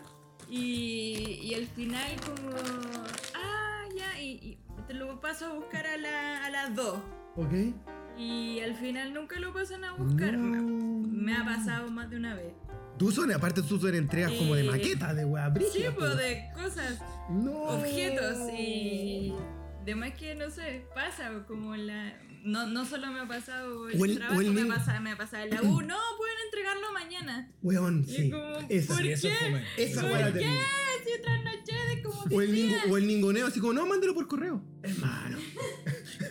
S3: Y, y al final como, ah, ya, y, y te lo paso a buscar a, la, a las 2.
S2: Ok.
S3: Y al final nunca lo pasan a buscar.
S2: No.
S3: Me ha pasado más de una vez.
S2: Tú son, aparte tú son entregas como de
S3: Eh,
S2: maquetas, de weá,
S3: Sí,
S2: brígidas,
S3: pues
S2: po.
S3: de cosas,
S2: No.
S3: objetos y demás que no sé, pasa o como la... No, no solo me ha pasado el,
S2: O el- o
S3: trabajo,
S2: el
S3: me,
S2: mail.
S3: ha pasado, me ha pasado el laburo. No, pueden entregarlo mañana.
S2: Weón,
S3: Y es
S2: sí.
S3: como,
S2: Esa.
S3: ¿por
S1: Sí, eso
S3: qué?
S1: fue bueno.
S2: Esa
S1: Eso
S2: fue la
S1: fue
S3: ¿Por qué?
S2: terrible.
S3: Si otras noches como
S2: O el,
S3: que
S2: ningo-
S3: sea.
S2: o el ningoneo, así como, no, mándelo por correo. Hermano.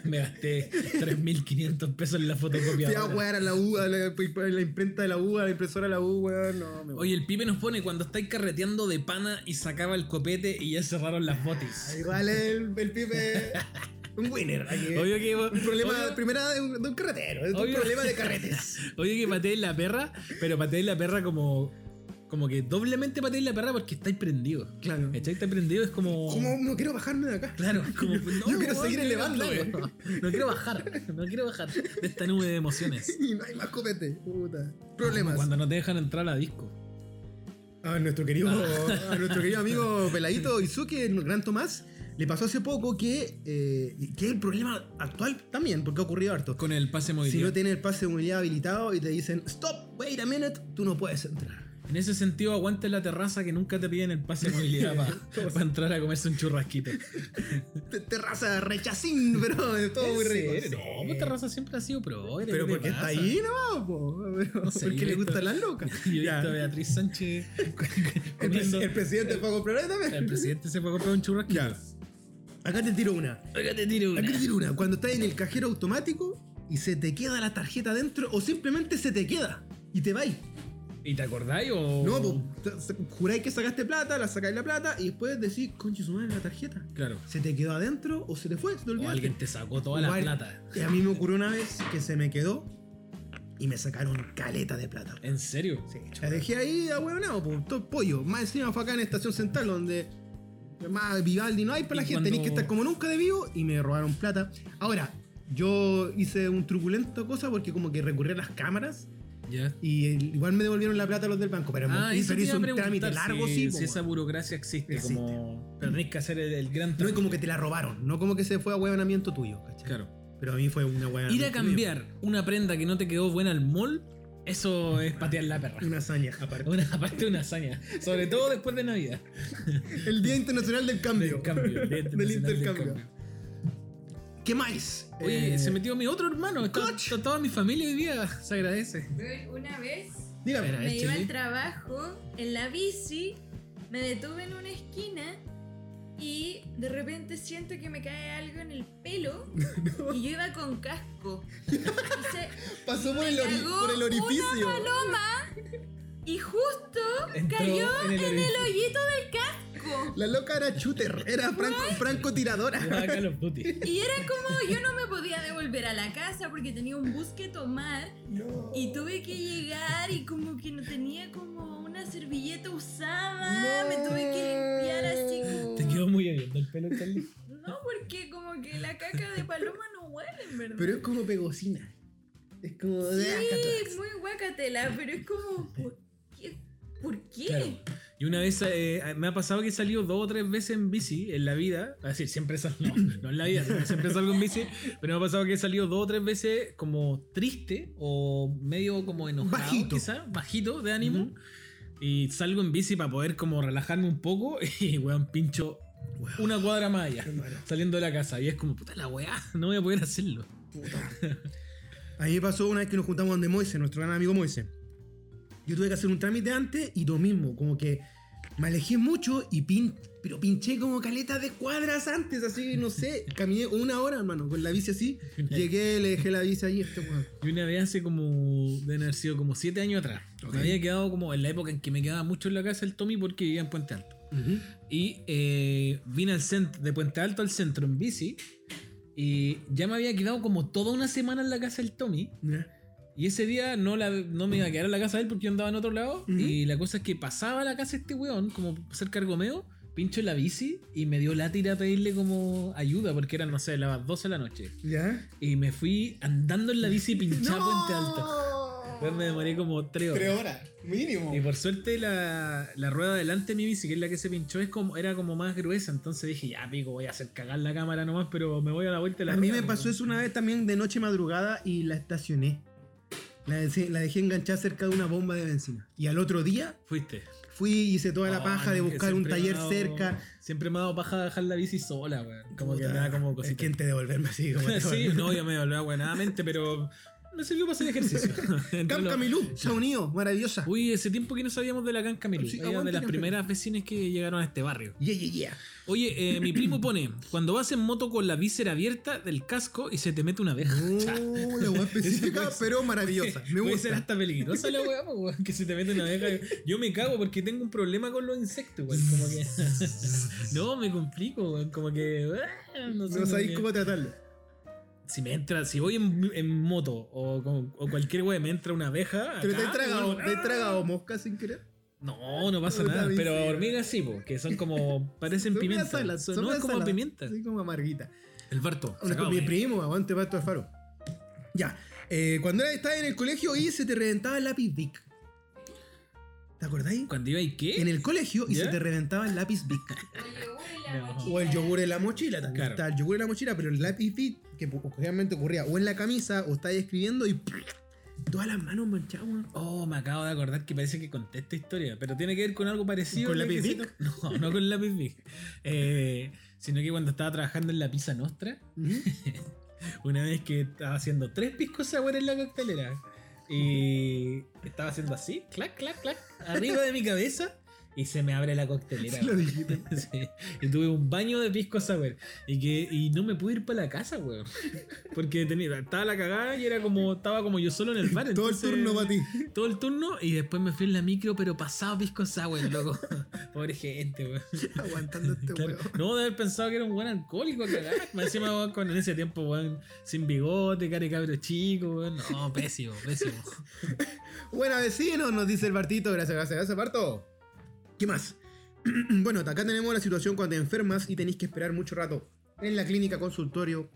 S1: Me gasté 3.500 pesos en la
S2: Te
S1: fotocopia.
S2: va a jugar a la U, a la, a la imprenta de la U, a la impresora de la U, weón. No, me voy.
S1: Oye, el pibe nos pone cuando estáis carreteando de pana y sacaba el copete y ya cerraron las botis.
S2: Igual el, el pibe. Un winner. aquí.
S1: Obvio que,
S2: Un problema,
S1: obvio-
S2: primera de un, de un carretero, es un
S1: Obvio.
S2: problema de carretes.
S1: Oye que pateéis la perra, pero pateéis la perra como. Como que doblemente pateéis la perra porque estáis prendido.
S2: Claro.
S1: ¿Cachai? Estáis prendido, es como.
S2: ¿Cómo no quiero bajarme de acá?
S1: Claro, es como. No,
S2: quiero
S1: weón,
S2: seguir
S1: quiero
S2: elevando,
S1: levantarme. No, quiero bajar, no quiero bajar de esta nube de emociones.
S2: Y no hay más copete, puta. Problemas.
S1: Cuando no te dejan entrar a la disco.
S2: A nuestro querido, a nuestro querido amigo Peladito Izuke, el gran Tomás, le pasó hace poco que, eh, que es el problema actual también, porque ha ocurrido harto.
S1: Con el pase
S2: Si
S1: movilidad.
S2: no tienes el pase de movilidad habilitado y te dicen, stop, wait a minute, tú no puedes entrar.
S1: En ese sentido, aguanta en la terraza que nunca te piden el pase de movilidad para entrar a comerse un churrasquito.
S2: Te- Terraza rechacín, pero de todo muy
S1: ¿En
S2: rico.
S1: serio? No,
S2: Sí.
S1: pues terraza siempre ha sido progre.
S2: Pero
S1: ¿qué te
S2: porque está
S1: pasa?
S2: ahí nomás, po.
S1: No sé,
S2: porque
S1: yo
S2: le
S1: he visto-
S2: gustan las locas.
S1: Yo he visto
S2: Ya.
S1: a Beatriz Sánchez
S2: El,
S1: comiendo-
S2: pres- el presidente fue a comprar ahí
S1: El
S2: también.
S1: presidente se fue a comprar un churrasquito.
S2: Ya. Acá te tiro una.
S1: Acá te tiro
S2: Acá te tiro una. Cuando estás en el cajero automático y se te queda la tarjeta dentro o simplemente se te queda y te vais.
S1: ¿Y te acordáis o.?
S2: No, pues juráis que sacaste plata, la sacáis la plata y después decís, conche su madre la tarjeta.
S1: Claro.
S2: ¿Se te quedó adentro o se te fue? ¿Se te
S1: O
S2: olvidaste?
S1: alguien te sacó toda la
S2: Igual,
S1: plata.
S2: Y a mí me ocurrió una vez que se me quedó y me sacaron caleta de plata.
S1: ¿En serio?
S2: Sí, la dejé ahí ahueonado, po, todo pollo. Más encima fue acá en Estación Central, donde más Vivaldi no hay para la
S1: Y
S2: gente,
S1: cuando-
S2: tenéis que estar como nunca de vivo y me robaron plata. Ahora, yo hice un truculento cosa porque como que recurrí a las cámaras
S1: Ya.
S2: y eh, igual me devolvieron la plata los del banco, pero, me-
S1: Ah, eso
S2: pero
S1: te iba
S2: hice
S1: a
S2: un
S1: preguntar
S2: trámite largo, sí. po,
S1: Si esa
S2: weón.
S1: burocracia existe,
S2: Existe.
S1: como. Pero tenés que hacer el, el gran
S2: No es
S1: trámite.
S2: como que te la robaron, no como que se fue a hueonamiento tuyo, ¿cachai?
S1: Claro.
S2: Pero a mí fue una hueonamiento
S1: Ir a cambiar una prenda que no te quedó buena al mall, eso es patear la perra.
S2: mío. Una hazaña, aparte.
S1: Una, aparte una hazaña. Sobre todo después de Navidad.
S2: El Día Internacional del Cambio.
S1: Del cambio.
S2: Del intercambio. ¿Qué más?
S1: Oye,
S2: Eh,
S1: se metió mi otro hermano. Está,
S2: Coach.
S1: está toda mi familia hoy día. Se agradece.
S3: Güey, Una vez
S2: Dígame.
S1: Espera,
S3: me iba
S1: échale.
S3: al trabajo en la bici, me detuve en una esquina y de repente siento que me cae algo en el pelo y yo iba con casco. Entonces,
S2: Pasó por
S3: me
S2: el, ori-
S3: cagó
S2: por el orificio.
S3: Una paloma y justo
S1: Entró
S3: cayó
S1: en
S3: en
S1: el
S3: el,
S1: orificio.
S3: hoyito del casco.
S2: La loca era shooter, era franco, francotiradora.
S1: Jugaba Call of Duty.
S3: Y era como yo no me podía devolver a la casa porque tenía un bus que tomar
S2: No.
S3: y tuve que llegar y como que no tenía como una servilleta usada, ah, me tuve que limpiar así como...
S1: Te quedó muy abierto el pelo, Charlie.
S3: No, porque como que la caca de paloma no huele, en verdad.
S2: Pero es como pegocina. Es como "Ah, de
S3: sí,
S2: acatla.
S3: muy guacatela, pero es como... ¿Por qué? ¿Por qué?
S1: Claro. Y una vez eh, me ha pasado que he salido dos o tres veces en bici en la vida. Es decir, siempre salgo. No, no en la vida, sino que siempre salgo en bici. Pero me ha pasado que he salido dos o tres veces como triste o medio como enojado,
S2: Bajito.
S1: quizá, bajito de ánimo. Y salgo en bici para poder como relajarme un poco. Y weón, pincho
S2: Weón,
S1: una cuadra más allá.
S2: hermano,
S1: Saliendo de la casa. Y es como, puta la weá, no voy a poder hacerlo.
S2: puta. A mí me pasó una vez que nos juntamos donde Moise, nuestro gran amigo Moise. Yo tuve que hacer un trámite antes y lo mismo, como que me alejé mucho y pin, pero pinché como caleta de cuadras antes, así, no sé. Caminé una hora, hermano, con la bici así. Llegué, le dejé la bici ahí, este weón.
S1: Y una vez hace como, deben haber sido como siete años atrás.
S2: Ok.
S1: Me había quedado como en la época en que me quedaba mucho en la casa el Tommy porque vivía en Puente Alto.
S2: Ujú.
S1: Y eh, vine al cent- de Puente Alto al centro en bici. Y ya me había quedado como toda una semana en la casa del Tommy.
S2: Ya.
S1: Y ese día no, la, no me iba a quedar en la casa de él porque yo andaba en otro lado.
S2: Ujú.
S1: Y la cosa es que pasaba la casa de este weón, como cerca de Gomeo, pincho en la bici y me dio lata ir a pedirle como ayuda porque eran, no sé, las 12 de la noche.
S2: ¿Ya?
S1: Y me fui andando en la bici pinchado a Puente Alto.
S2: Alto.
S1: Weón, me demoré como 3 horas.
S5: Tres horas, mínimo.
S1: Y por suerte la, la rueda delante de mi bici, que es la que se pinchó, es como, era como más gruesa. Entonces dije, ya pico, voy a hacer cagar la cámara nomás, pero me voy a la vuelta de la
S2: A mí
S1: rueda,
S2: me pasó
S1: weón.
S2: eso una vez también de noche madrugada y la estacioné. La dejé, la dejé enganchada cerca de una bomba de benzina. Y al otro día
S1: Fuiste.
S2: fui y hice toda la
S1: Oh,
S2: paja de
S1: no, que
S2: buscar un
S1: siempre me
S2: taller
S1: ha dado-
S2: cerca.
S1: Siempre me ha dado paja dejar la bici sola, weón. Como que
S2: Puta,
S1: me da como
S2: Es
S1: cosita.
S2: que te devolverme así. Como te
S1: sí,
S2: devolverme.
S1: no, yo me devolví agüenadamente, pero me sirvió para hacer ejercicio. Entre
S2: Camp
S1: los-
S2: Camilú, se ha unido, maravillosa.
S1: Uy, ese tiempo que no sabíamos de la Can Camilú.
S2: Sí,
S1: Era
S2: aguante
S1: de las
S2: Can
S1: primeras vecinas que llegaron a este barrio.
S2: Yeah, yeah, yeah.
S1: Oye, eh, mi primo pone, cuando vas en moto con la víscera abierta del casco y se te mete una abeja.
S2: Oh, la hueá específica, pero maravillosa. Me
S1: Puede ser
S2: gusta.
S1: hasta peligrosa la weá, po, weón, que se te mete una abeja. Yo me cago porque tengo un problema con los insectos, weón. Como que. no, me complico, weón. Como que. ah, no sé,
S2: No
S1: como
S2: sabéis
S1: que- Ah,
S2: cómo tratarlo.
S1: Si me entra, si voy en, en moto o, con- o cualquier weá, me entra una abeja.
S2: Pero
S1: acá,
S2: te he tragado,
S1: weón,
S2: te he
S1: ah.
S2: tragado mosca sin querer.
S1: No, no pasa
S2: Puta
S1: nada. Pero
S2: miseria.
S1: hormigas sí, po, que son como. parecen
S2: Son
S1: pimienta.
S2: medias salas,
S1: Son-
S2: son
S1: no, es
S2: medias
S1: como
S2: salas,
S1: pimienta.
S2: Así como amarguita.
S1: El Barto.
S2: Una
S1: sacado,
S2: con mi
S1: weón.
S2: primo, aguante pato de faro. Ya. eh, cuando era- estaba en el colegio y se te reventaba el lápiz Vic. ¿Te acordáis?
S1: Cuando iba y qué?
S2: En el colegio y
S1: ¿Ya?
S2: se te reventaba el lápiz Vic.
S3: Oye, uy, la
S1: No.
S3: mochila.
S2: O el yogur en la mochila también.
S1: Claro.
S2: Está el yogur en la mochila, pero el lápiz Vic, que realmente ocurría o en la camisa o estáis escribiendo y todas las manos manchadas. weón.
S1: Oh, me acabo de acordar que parece que conté esta historia, pero tiene que ver con algo parecido.
S2: ¿Con
S1: a lo que
S2: lápiz
S1: se
S2: Bic?
S1: to- No, no con lápiz Bic. Eh, sino que cuando estaba trabajando en la pizza nostra,
S2: ¿Mm?
S1: una vez que estaba haciendo tres piscos sour en la coctelera y estaba haciendo así, clac, clac, clac, arriba de mi cabeza y se me abre la coctelera.
S2: Se lo dijiste.
S1: Sí. Y tuve un baño de pisco sour. Y que y no me pude ir para la casa, weón. Porque tenía, estaba la cagada y era como, estaba como yo solo en el bar.
S2: Todo el
S1: entonces-
S2: turno para ti.
S1: Todo el turno y después me fui en la micro, pero pasado pisco sour, loco. Pobre gente, weón.
S2: Aguantando este
S1: Claro.
S2: huevo.
S1: No, de haber pensado que era un buen alcohólico, cagar. Más encima, weón, con en ese tiempo, weón, sin bigote, cara de cabro chico, weón. No, pésimo, pésimo.
S2: Buena vecino, nos dice el Bartito. Gracias, gracias, gracias, Barto. ¿Qué más? bueno, acá tenemos la situación cuando te enfermas y tenéis que esperar mucho rato en la clínica, consultorio,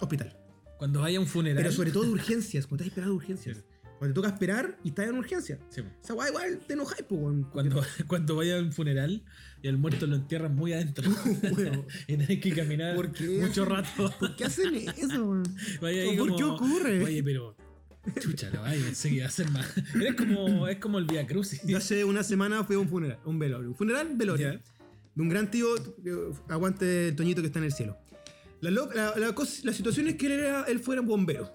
S2: hospital.
S1: Cuando vaya a un funeral.
S2: Pero sobre todo de urgencias, cuando estás esperando urgencias. Cuando te toca esperar y estás en urgencia.
S1: Sí, po.
S2: O sea, guay, igual te enojáis, po, weón.
S1: cuando, cuando vaya a un funeral y al muerto lo entierran muy adentro.
S2: Huevo.
S1: y tenés que caminar
S2: ¿Por qué?
S1: mucho rato.
S2: ¿Por qué hacen eso, weón?
S1: Vaya ahí
S2: ¿Por qué
S1: como,
S2: ocurre?
S1: Oye, pero. Chucha, la vaya, pensé que iba a ser más. Es como, es como el Via Crucis.
S2: Yo hace una semana fui a un funeral, un velorio. Un funeral, velorio.
S1: Ya.
S2: De un gran tío, eh, aguante el Toñito que está en el cielo. La, lo- la- la cosa- la situación es que él, era, él fuera un bombero.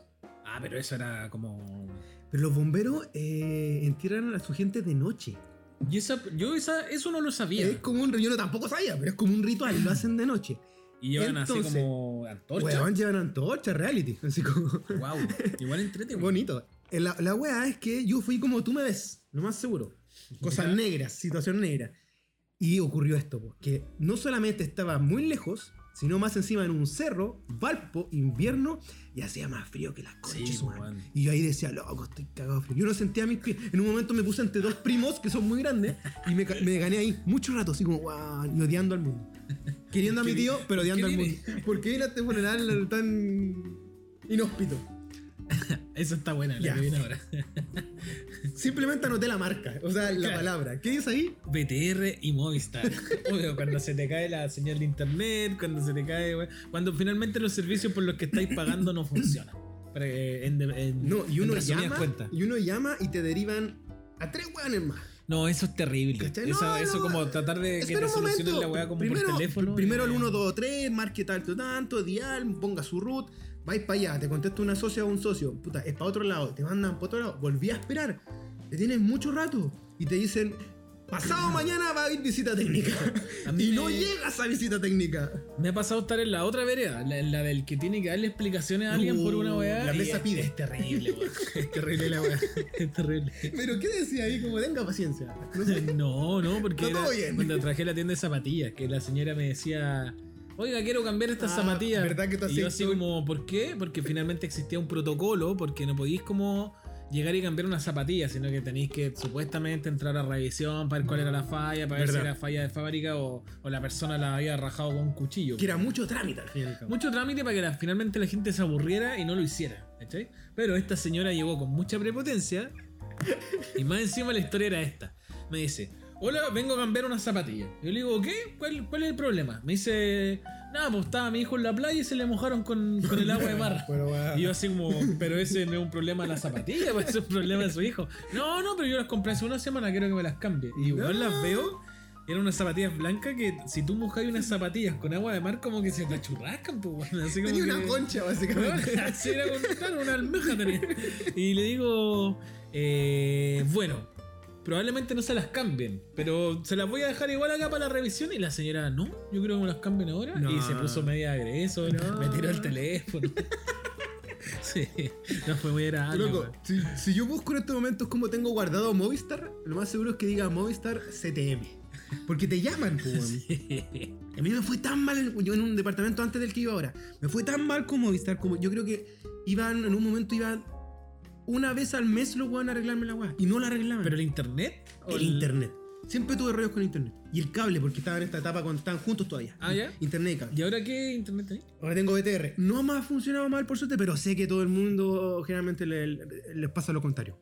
S1: Ah, pero eso era como.
S2: Pero los bomberos eh, entierran a su gente de noche.
S1: Y esa, yo esa, eso no lo sabía.
S2: Es como un. Yo no tampoco sabía, pero es como un ritual, lo hacen de noche.
S1: Y llevan
S2: Entonces,
S1: así como antorcha.
S2: Weón, llevan antorcha, reality. Así como.
S1: Wow, igual entrete. weón.
S2: Bonito. Eh, La, la weá es que yo fui como tú me ves, lo más seguro. Cosas
S1: Ya.
S2: negras, situación negra. Y ocurrió esto, porque no solamente estaba muy lejos, sino más encima en un cerro, Valpo, invierno, y hacía más frío que las conchas,
S1: Sí, pues,
S2: weón.
S1: weón.
S2: Y yo ahí decía, loco, estoy cagado de frío. Yo no sentía mis pies. En un momento me puse entre dos primos que son muy grandes y me, ca- me gané ahí mucho rato, así como, wow, y odiando al mundo. Queriendo a mi
S1: ¿Qué
S2: tío,
S1: vi-
S2: pero odiando
S1: qué
S2: al mundo.
S1: viene?
S2: ¿Por qué vino a este funeral tan inhóspito?
S1: Esa está buena, la
S2: Ya.
S1: que viene ahora.
S2: Simplemente anoté la marca, o sea, la
S1: Claro.
S2: palabra. ¿Qué dice ahí?
S1: BTR y Movistar. Obvio, cuando se te cae la señal de internet, cuando se te cae. weón. Cuando finalmente los servicios por los que estáis pagando no funcionan. Para que- en- en-
S2: No, y uno
S1: en resumidas
S2: llama.
S1: cuentas.
S2: Y uno llama y te derivan a tres weones más.
S1: No, eso es terrible.
S2: ¿Cachai?
S1: Eso,
S2: No,
S1: eso
S2: no,
S1: como tratar de Eh, que
S2: Espera
S1: te
S2: un
S1: solucionen
S2: momento.
S1: la weá como
S2: primero,
S1: por teléfono.
S2: Primero
S1: eh,
S2: el 1, 2, 3, marque tanto, tanto, dial, ponga su root, vais para allá, te contesta una socia o un socio. Puta, es para otro lado, te mandan para otro lado, volví a esperar. Te tienes mucho rato y te dicen. Pasado mañana va a ir visita técnica.
S1: A mí
S2: Y no
S1: me-
S2: llegas a visita técnica.
S1: Me ha pasado estar en la otra vereda, la, la del que tiene que darle explicaciones a alguien por una
S2: No,
S1: weá.
S2: Uh, La
S1: y
S2: mesa
S1: es-
S2: pide.
S1: Es terrible, weón.
S2: Es terrible la weá.
S1: Es terrible.
S2: Pero ¿qué decía ahí? Como tenga paciencia. No sé.
S1: No, no, porque
S2: No, todo
S1: era
S2: bien.
S1: cuando trabajé en la tienda de zapatillas, que la señora me decía, oiga, quiero cambiar estas
S2: Ah,
S1: zapatillas.
S2: ¿verdad que tú
S1: y yo
S2: hacías
S1: así
S2: todo?
S1: como, ¿por qué? Porque finalmente existía un protocolo, porque no podíais como llegar y cambiar una zapatilla, sino que tenéis que supuestamente entrar a revisión para ver cuál era la falla, para ver si
S2: ¿Verdad?
S1: era falla de fábrica o, o la persona la había rajado con un cuchillo.
S2: Que era mucho trámite al fin y al cabo.
S1: Mucho trámite para que la- finalmente la gente se aburriera y no lo hiciera. ¿cachai? Pero esta señora llegó con mucha prepotencia. Y más encima la historia era esta. Me dice, hola, vengo a cambiar una zapatilla. Yo le digo, ¿qué? ¿Cuál, cuál es el problema? Me dice, nada, pues estaba mi hijo en la playa y se le mojaron con, con el agua de barra.
S2: Pero weá.
S1: Y yo así como, pero ese no es un problema de la zapatilla, pues es un problema de su hijo. No, no, pero yo las compré hace una semana, quiero que me las cambie. Y weón
S2: No.
S1: las veo, eran unas zapatillas blancas que si tú mojas unas zapatillas con agua de mar como que se te achurrascan, pues weón. Así como
S2: Tenía
S1: que-
S2: una concha,
S1: Weón,
S2: básicamente.
S1: así era con- claro, una almeja tenía. Y le digo, eh, bueno, probablemente no se las cambien, pero se las voy a dejar igual acá para la revisión. Y la señora, no, yo creo que me las cambien ahora.
S2: No.
S1: Y se puso media agreso,
S2: No.
S1: me tiró el teléfono. sí, Ah, no fue muy agradable.
S2: Loco,
S1: weón.
S2: si, si yo busco en estos momentos cómo tengo guardado Movistar, lo más seguro es que diga Movistar CTM. Porque te llaman, po, weón. A mí me fue tan mal, yo en un departamento antes del que iba ahora, me fue tan mal con Movistar, como yo creo que iban, en un momento iban una vez al mes los weón a arreglarme la weá. Y no la arreglaban.
S1: pero el internet. o
S2: el internet. Siempre tuve rollos con el internet. Y el cable, porque estaba en esta etapa cuando estaban juntos todavía.
S1: Ah, ya.
S2: Internet y cable.
S1: ¿Y ahora qué internet tenés?
S2: Ahora tengo BTR. No más ha funcionado mal, por suerte, pero sé que todo el mundo generalmente le- le- les pasa lo contrario.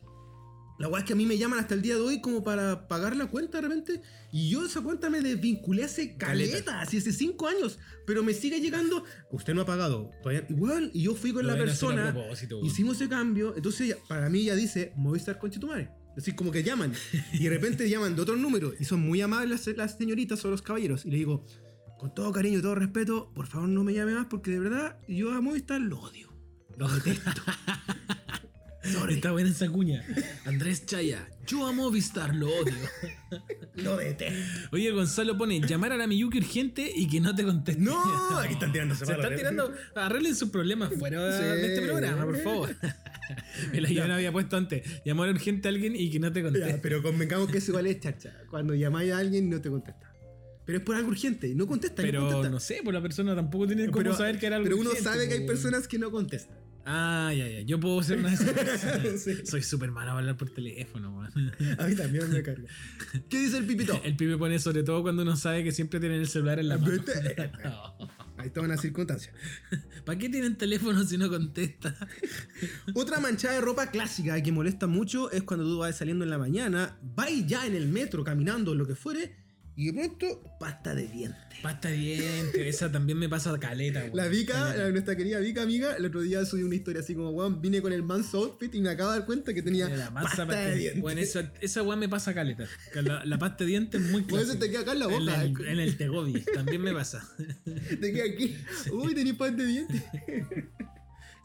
S2: La weá es que a mí me llaman hasta el día de hoy como para pagar la cuenta de repente. Y yo esa cuenta me desvinculé hace
S1: Caleta.
S2: caleta, así hace cinco años. Pero me sigue llegando. Usted no ha pagado. Todavía, igual, y yo fui con
S1: Lo
S2: la
S1: deben hacer a
S2: persona.
S1: propósito, weón.
S2: Hicimos ese cambio, entonces ya- para mí ya dice Movistar Conchetumare. Así como que llaman y de repente llaman de otro número y son muy amables las, las señoritas o los caballeros. Y le digo, con todo cariño y todo respeto, por favor no me llame más porque de verdad yo a Movistar lo odio. Lo detesto. Sorry,
S1: Está buena esa cuña. Andrés Chaya, yo a Movistar lo odio.
S2: lo detesto.
S1: Oye, Gonzalo pone llamar a la Miyuki urgente y que no te conteste.
S2: No, aquí están tirándose
S1: Se
S2: para
S1: están
S2: la-
S1: tirando. Arreglen sus problemas fuera
S2: Sí.
S1: de este programa, por favor. Me la yo no había puesto antes. Llamar urgente a alguien y que no te conteste.
S2: Ya, pero convengamos que eso igual es chacha. Cuando llamáis a alguien no te contesta. Pero es por algo urgente, no contesta.
S1: pero
S2: contesta.
S1: no sé, pues la persona tampoco tiene cómo
S2: Pero-
S1: saber que era algo.
S2: pero uno
S1: urgente,
S2: sabe que hay
S1: pues.
S2: personas que no contestan.
S1: Ah, ya, ya. Yo puedo ser una de esas personas.
S2: Sí.
S1: Soy súper malo a hablar por teléfono, man.
S2: A mí también me carga. ¿Qué dice el pipito?
S1: El pibe pone sobre todo cuando uno sabe que siempre tienen el celular en la mano.
S2: ¿Viste?
S1: No.
S2: Ahí está una circunstancia.
S1: ¿Para qué tienen teléfono si no contesta?
S2: Otra manchada de ropa clásica que molesta mucho es cuando tú vas saliendo en la mañana, vais ya en el metro, caminando, lo que fuere, y de pronto, pasta de dientes.
S1: Pasta de dientes, esa también me pasa caleta, weón.
S2: La Vika,
S1: Caleta.
S2: la- nuestra querida Vika amiga, el otro día subió una historia así como, weón, vine con el man's outfit y me acabo de dar cuenta que tenía
S1: Mira, la masa
S2: pasta de dientes.
S1: Bueno, esa, esa weá me pasa caleta. Que La, la pasta de dientes es muy
S2: Por
S1: clásica.
S2: eso te queda acá en la
S1: en,
S2: boca. eh.
S1: el- en el Tegobi también me pasa.
S2: Te queda aquí. Uy, tenía pasta de dientes.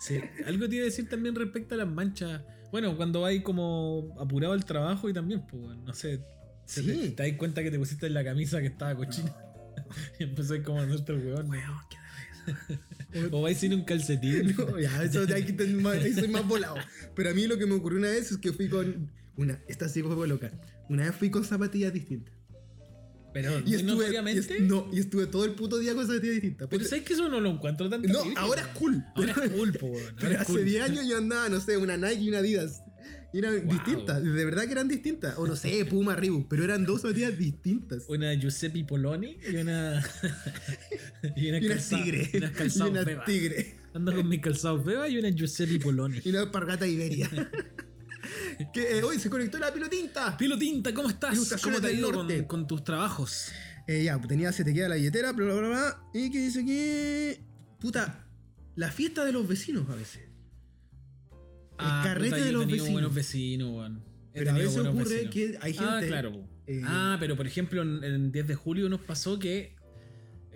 S1: Sí. Algo te iba a decir también respecto a las manchas. Bueno, cuando vais como apurado al trabajo y también, pues, bueno, no sé. se
S2: Sí.
S1: Te, te das cuenta que te pusiste en la camisa que estaba cochina. Y empezó como a hacerte el weón.
S2: Weón, qué
S1: O vais sin un calcetín.
S2: No, ya, eso ya hay que tener más- ahí soy más volado. Pero a mí lo que me ocurrió una vez es que fui con. Una, esta sí fue loca. Una vez fui con zapatillas distintas.
S1: Pero
S2: Y estuve, y
S1: notoriamente.
S2: est- no, y estuve todo el puto día con zapatillas distintas.
S1: Pero
S2: Porque-
S1: sabes que eso no lo encuentro tan
S2: no,
S1: terrible,
S2: ahora es cool.
S1: weón.
S2: Pero,
S1: Ahora es cool, po, weón.
S2: pero
S1: Ahora es
S2: hace
S1: cool.
S2: 10 años yo andaba, no sé, una Nike y una Adidas. Y eran
S1: Wow.
S2: distintas, de verdad que eran distintas. O no sé, Puma, Reebok, pero eran dos zapatillas distintas.
S1: Una Giuseppe Poloni y una. y una,
S2: Y una
S1: calza-
S2: tigre.
S1: Unas
S2: Y
S1: calzados
S2: una
S1: beba.
S2: tigre.
S1: Ando con mis calzados beba y una Giuseppe Poloni.
S2: Y una alpargata Iberia. que eh, hoy se conectó la pilotinta.
S1: Pilo Tinta, ¿cómo estás?
S2: Ilustraciones
S1: ¿Cómo te ha
S2: del
S1: ido con,
S2: norte.
S1: con tus trabajos?
S2: Eh, ya, tenía se te queda la billetera, bla, bla, bla, bla. Y que dice que. Puta, la fiesta de los vecinos a veces. El carrete
S1: Ah, yo
S2: de
S1: he
S2: los
S1: tenido
S2: vecinos.
S1: buenos vecinos, weón. He
S2: Pero a
S1: tenido
S2: veces
S1: buenos
S2: ocurre
S1: vecinos.
S2: que hay gente.
S1: Ah, claro. po.
S2: eh,
S1: ah, pero por ejemplo, en, en 10 de julio nos pasó que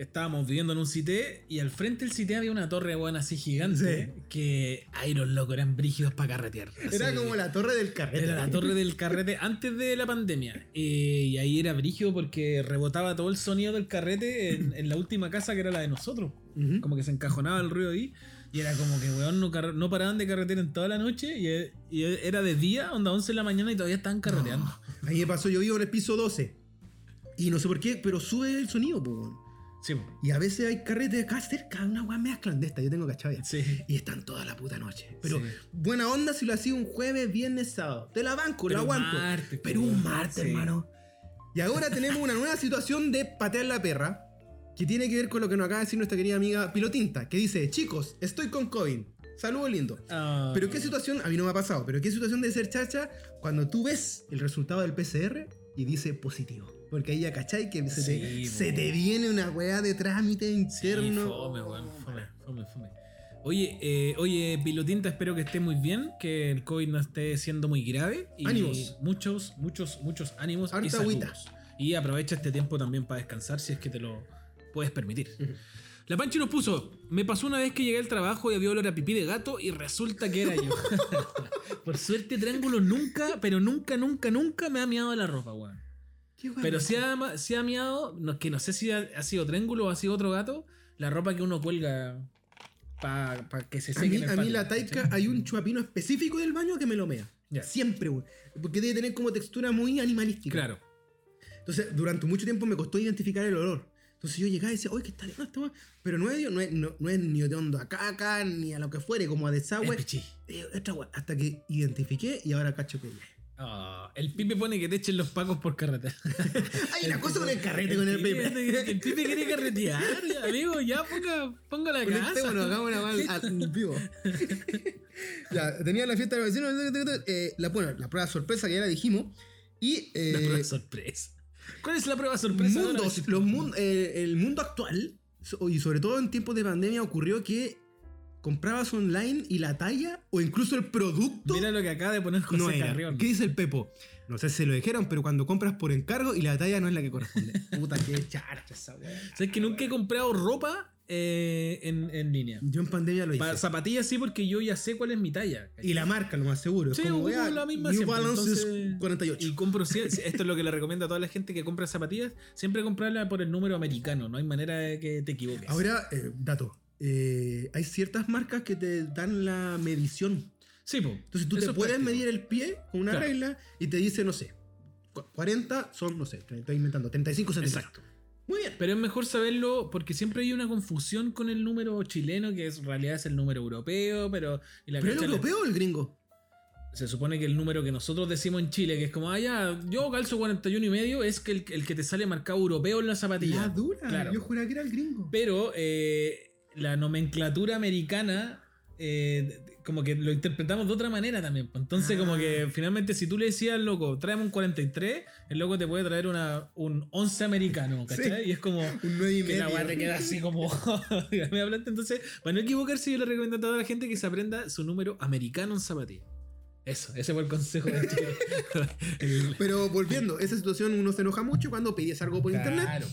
S1: Estábamos viviendo en un cité y al frente del cité había una torre buena así gigante que ay los locos eran brígidos para carretear.
S2: Era
S1: Así,
S2: como la torre del carrete.
S1: era la torre del carrete antes de la pandemia. Eh, y ahí era brígido porque rebotaba todo el sonido del carrete en, en la última casa que era la de nosotros.
S2: Ujú.
S1: Como que se encajonaba el ruido ahí. Y era como que, weón, no, carre- no paraban de carretear en toda la noche. Y, e- y e- era de día, onda 11 de la mañana y todavía estaban carreteando.
S2: A mí me pasó, yo vivo en el piso 12. Y no sé por qué, pero sube el sonido, po, weón.
S1: Sí, po.
S2: Y a veces hay carretes acá cerca, una weá media clandesta, yo tengo cachaya.
S1: sí.
S2: Y están toda la puta noche. Pero
S1: Sí.
S2: buena onda si lo hacía un jueves, viernes, sábado. Te la banco,
S1: Pero
S2: la
S1: un
S2: aguanto.
S1: martes,
S2: pero
S1: weón.
S2: un martes,
S1: Sí.
S2: hermano. Y ahora tenemos una nueva situación de patear la perra. Que tiene que ver con lo que nos acaba de decir nuestra querida amiga Pilotinta, que dice, chicos, estoy con COVID. Saludos lindo.
S1: Ah,
S2: Pero qué situación, a mí no me ha pasado, pero qué situación debe ser chacha cuando tú ves el resultado del PCR y dice positivo. Porque ahí ya cachai que se,
S1: Sí,
S2: te, se
S1: po.
S2: te viene una weá de trámite
S1: Sí,
S2: interno.
S1: fome, weón, fome, fome, fome. Oye, eh, oye, Pilotinta, espero que esté muy bien, que el COVID no esté siendo muy grave. Y
S2: Ánimos.
S1: Muchos, muchos, muchos ánimos y
S2: Harta agüita.
S1: saludos. Y aprovecha este tiempo también para descansar si es que te lo puedes permitir.
S2: Ujú.
S1: La Panchi nos puso, me pasó una vez que llegué al trabajo y había olor a pipí de gato y resulta que era yo. Por suerte, Triángulo nunca, pero nunca, nunca, nunca me ha miado la ropa, weón.
S2: Qué weá.
S1: Pero si ha, ma- sí ha miado, no, que no sé si ha, ha sido triángulo o ha sido otro gato, la ropa que uno cuelga para que se
S2: A
S1: seque.
S2: mí,
S1: en el
S2: a mí
S1: patio,
S2: la taica
S1: ¿cachai?
S2: hay un chuapino específico del baño que me lo mea.
S1: Ya.
S2: Siempre, weón. Porque debe tener como textura muy animalística.
S1: Claro.
S2: Entonces, durante mucho tiempo me costó identificar el olor. Entonces yo llegaba y decía, oye, que está bien esta weá". Pero no es, no, es, no, no es ni de onda a caca, ni a lo que fuere, como a
S1: El
S2: desagüe.
S1: pichí.
S2: Eh, esta weá. Hasta que identifiqué y ahora cacho que
S1: Ah, el pipe pone que te echen los pacos por carretera.
S2: Hay una cosa con el carrete, Este con el
S1: pibe-
S2: pepe.
S1: El pipe quiere carretear, amigo. Ya ponga, ponga la casa.
S2: Conectémonos, hagamos una mal al vivo. ya, tenía la fiesta de los vecinos, eh, la, bueno, la prueba sorpresa que ya la dijimos. Y eh,
S1: La prueba sorpresa. ¿Cuál es la prueba sorpresa? ahora?
S2: mundos, los mun- eh, el mundo actual, so- y sobre todo en tiempos de pandemia, ocurrió que comprabas online y la talla o incluso el producto
S1: Mira lo que acaba de poner José
S2: no era.
S1: Carrión.
S2: ¿Qué dice el Pepo? No sé si lo dijeron, pero cuando compras por encargo y la talla no es la que corresponde. Puta, qué charcha esa weá.
S1: ¿Sabes que nunca he comprado ropa eh, en, en línea?
S2: Yo en pandemia lo hice.
S1: Pa- zapatillas sí, porque yo ya sé cuál es mi talla. ¿cachai?
S2: Y la marca, lo más seguro.
S1: Sí,
S2: es como,
S1: ocupo
S2: ya,
S1: la misma
S2: New
S1: siempre,
S2: Balance es
S1: entonces-
S2: 48.
S1: Y compro siempre, esto es lo que le recomiendo a toda la gente que compra zapatillas, siempre comprarla por el número americano, no hay manera de que te equivoques.
S2: Ahora, eh, dato. Eh, hay ciertas marcas que te dan la medición.
S1: sí, po.
S2: Entonces tú
S1: Eso
S2: te
S1: es
S2: puedes
S1: práctico.
S2: medir el pie con una
S1: Claro.
S2: regla y te dice, no sé, cu- 40 son, no sé, estoy inventando, 35 centímetros.
S1: Exacto.
S2: Muy bien.
S1: Pero es mejor saberlo porque siempre hay una confusión con el número chileno, que es- en realidad es el número europeo, pero... y la
S2: ¿Pero el
S1: cacha-
S2: europeo o el gringo?
S1: Se supone que el número que nosotros decimos en Chile, que es como, ah, ya, yo calzo 41 y medio, es que el, el que te sale marcado europeo en la zapatilla.
S2: La dura.
S1: Claro.
S2: Yo juraba que era el gringo.
S1: Pero eh, la nomenclatura americana, eh, como que lo interpretamos de otra manera también. pues. Entonces,
S2: Ah.
S1: como que finalmente, si tú le decías al loco, tráeme un 43, el loco te puede traer una, un 11 americano, ¿cachai? Y es como.
S2: Un 9 y
S1: Que la
S2: medio.
S1: weá te queda así como. me hablaste. Entonces, para no equivocarse, yo le recomiendo a toda la gente que se aprenda su número americano en zapatilla. Eso, ese fue el consejo de Chile. El-
S2: Pero volviendo, esa situación uno se enoja mucho cuando pides algo por internet
S1: Claro.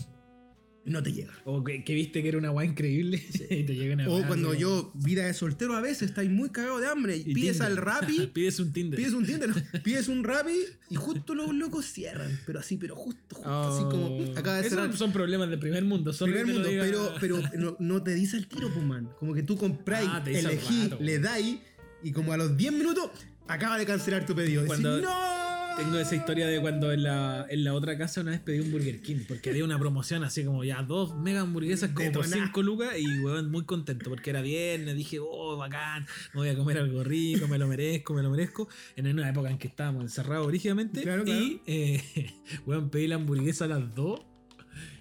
S2: y no te llega.
S1: O que, que viste que era una weá increíble y te llega una
S2: O
S1: weá
S2: cuando
S1: como-
S2: yo, vida de soltero a veces, estáis muy cagado de hambre y,
S1: Y
S2: pides
S1: Tinder.
S2: al Rappi,
S1: pides un Tinder.
S2: pides un Tinder, no, pides un Rappi y justo los locos cierran, pero así, pero justo, justo, así como
S1: Oh.
S2: mm, acaba de
S1: Esos
S2: cerrar.
S1: son problemas del primer mundo. Sorry
S2: Primer
S1: que te lo
S2: mundo,
S1: diga.
S2: pero, pero no, no te dice el tiro, pues, man. Como que tú compráis,
S1: Ah, te dice al
S2: elegís,
S1: rato.
S2: le dais y como a los 10 minutos acaba de cancelar tu pedido. Decís,
S1: Cuando-
S2: ¡No!
S1: Tengo esa historia de cuando en la, en la otra casa una vez pedí un Burger King porque había una promoción así como ya dos mega hamburguesas como por
S2: Detoná.
S1: 5 lucas y weón muy contento porque era viernes, dije, oh, bacán, me voy a comer algo rico, me lo merezco, me lo merezco. En una época en que estábamos encerrados rígidamente
S2: Claro, claro.
S1: y eh, weón pedí la hamburguesa a las 2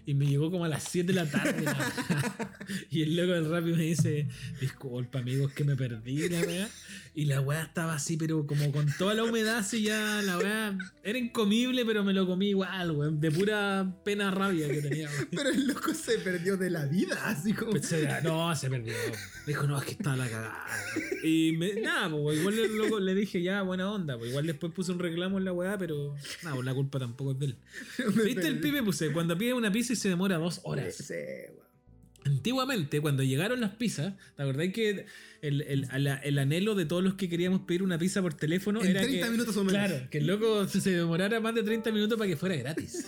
S1: y me llegó como a las 7 de la tarde. la- y el loco del Rappi me dice, disculpa amigos que me perdí la weá. Y la weá estaba así, pero como con toda la humedad así ya, la weá era incomible, pero me lo comí igual, weón. De pura pena rabia que tenía, weón.
S2: Pero el loco se perdió de la vida, así como.
S1: Pensé, no, se perdió. Dijo, no, es que estaba la cagada. Y me- nada, pues, igual el loco le dije, ya, buena onda. Pues, igual después puse un reclamo en la weá, pero nada, pues, la culpa tampoco es de él.
S2: me
S1: ¿Viste el
S2: perdí.
S1: pibe? Puse, cuando pide una pizza y se demora dos horas.
S2: Sí, weón.
S1: Antiguamente, cuando llegaron las pizzas, ¿te acordáis que el, el- a la- el anhelo de todos los que queríamos pedir una pizza por teléfono
S2: en
S1: era
S2: 30
S1: que,
S2: minutos o menos.
S1: Claro, que el loco se demorara más de 30 minutos para que fuera gratis.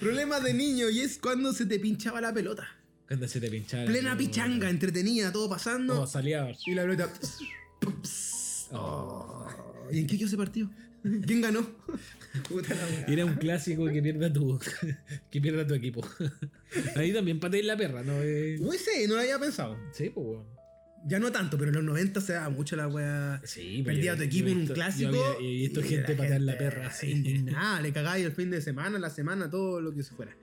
S2: Problema de niño y es cuando se te pinchaba la pelota.
S1: Cuando se te pinchaba.
S2: Plena
S1: como-
S2: pichanga, entretenida, todo pasando.
S1: Como salía.
S2: Y la pelota.
S1: Oh.
S2: ¿Y en qué quedó ese partido? ¿Quién ganó? Puta la wea.
S1: Era un clásico que pierda tu, que pierda tu equipo. Ahí también pateé la perra, ¿no? Eh,
S2: No sé, no lo había pensado.
S1: Sí, pues, weón.
S2: Ya no tanto, pero en los 90 se daba mucho la wea.
S1: Sí, pero
S2: Perdía
S1: yo-
S2: tu
S1: yo
S2: equipo
S1: he
S2: en un
S1: visto-
S2: clásico.
S1: Yo había- he visto
S2: y
S1: gente patear la perra.
S2: gente
S1: Sí.
S2: Indignada, le cagáis el fin de semana, la semana, todo lo que se fuera.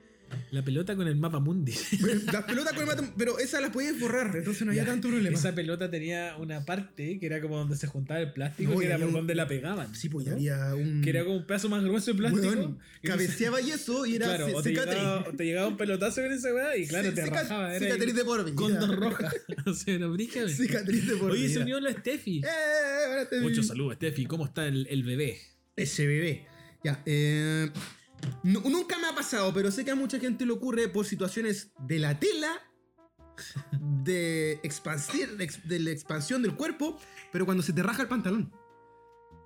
S1: La pelota con el mapa mundi.
S2: Pero Las pelotas con el mate, pero esas las podías borrar, entonces no había
S1: Ya,
S2: tanto problema.
S1: Esa pelota tenía una parte que era como donde se juntaba el plástico,
S2: No, y
S1: que era
S2: había
S1: por
S2: un-
S1: donde la pegaban.
S2: Sí, pues
S1: ¿no?
S2: había un.
S1: Que era como un pedazo más grueso de plástico.
S2: Weón,
S1: y no sé-
S2: cabeceaba y eso y era
S1: claro,
S2: se-
S1: o te,
S2: cicatriz.
S1: llegaba, o te llegaba un pelotazo en esa weá y claro,
S2: Sí,
S1: te
S2: cica-
S1: rajaba. Era
S2: Cicatriz de por vida.
S1: Condor roja. o sea, no brígame.
S2: Cicatriz de por vida.
S1: Oye, se unió la Steffi.
S2: ¡Eh, eh, eh! Ahora te vi.
S1: Muchos saludos, Steffi. ¿Cómo está el, el bebé?
S2: Ese bebé. Ya, eh, nu- nunca me ha pasado, pero sé que a mucha gente le ocurre por situaciones de la tela, de, expansión, de, ex- de la expansión del cuerpo, pero cuando se te raja el pantalón.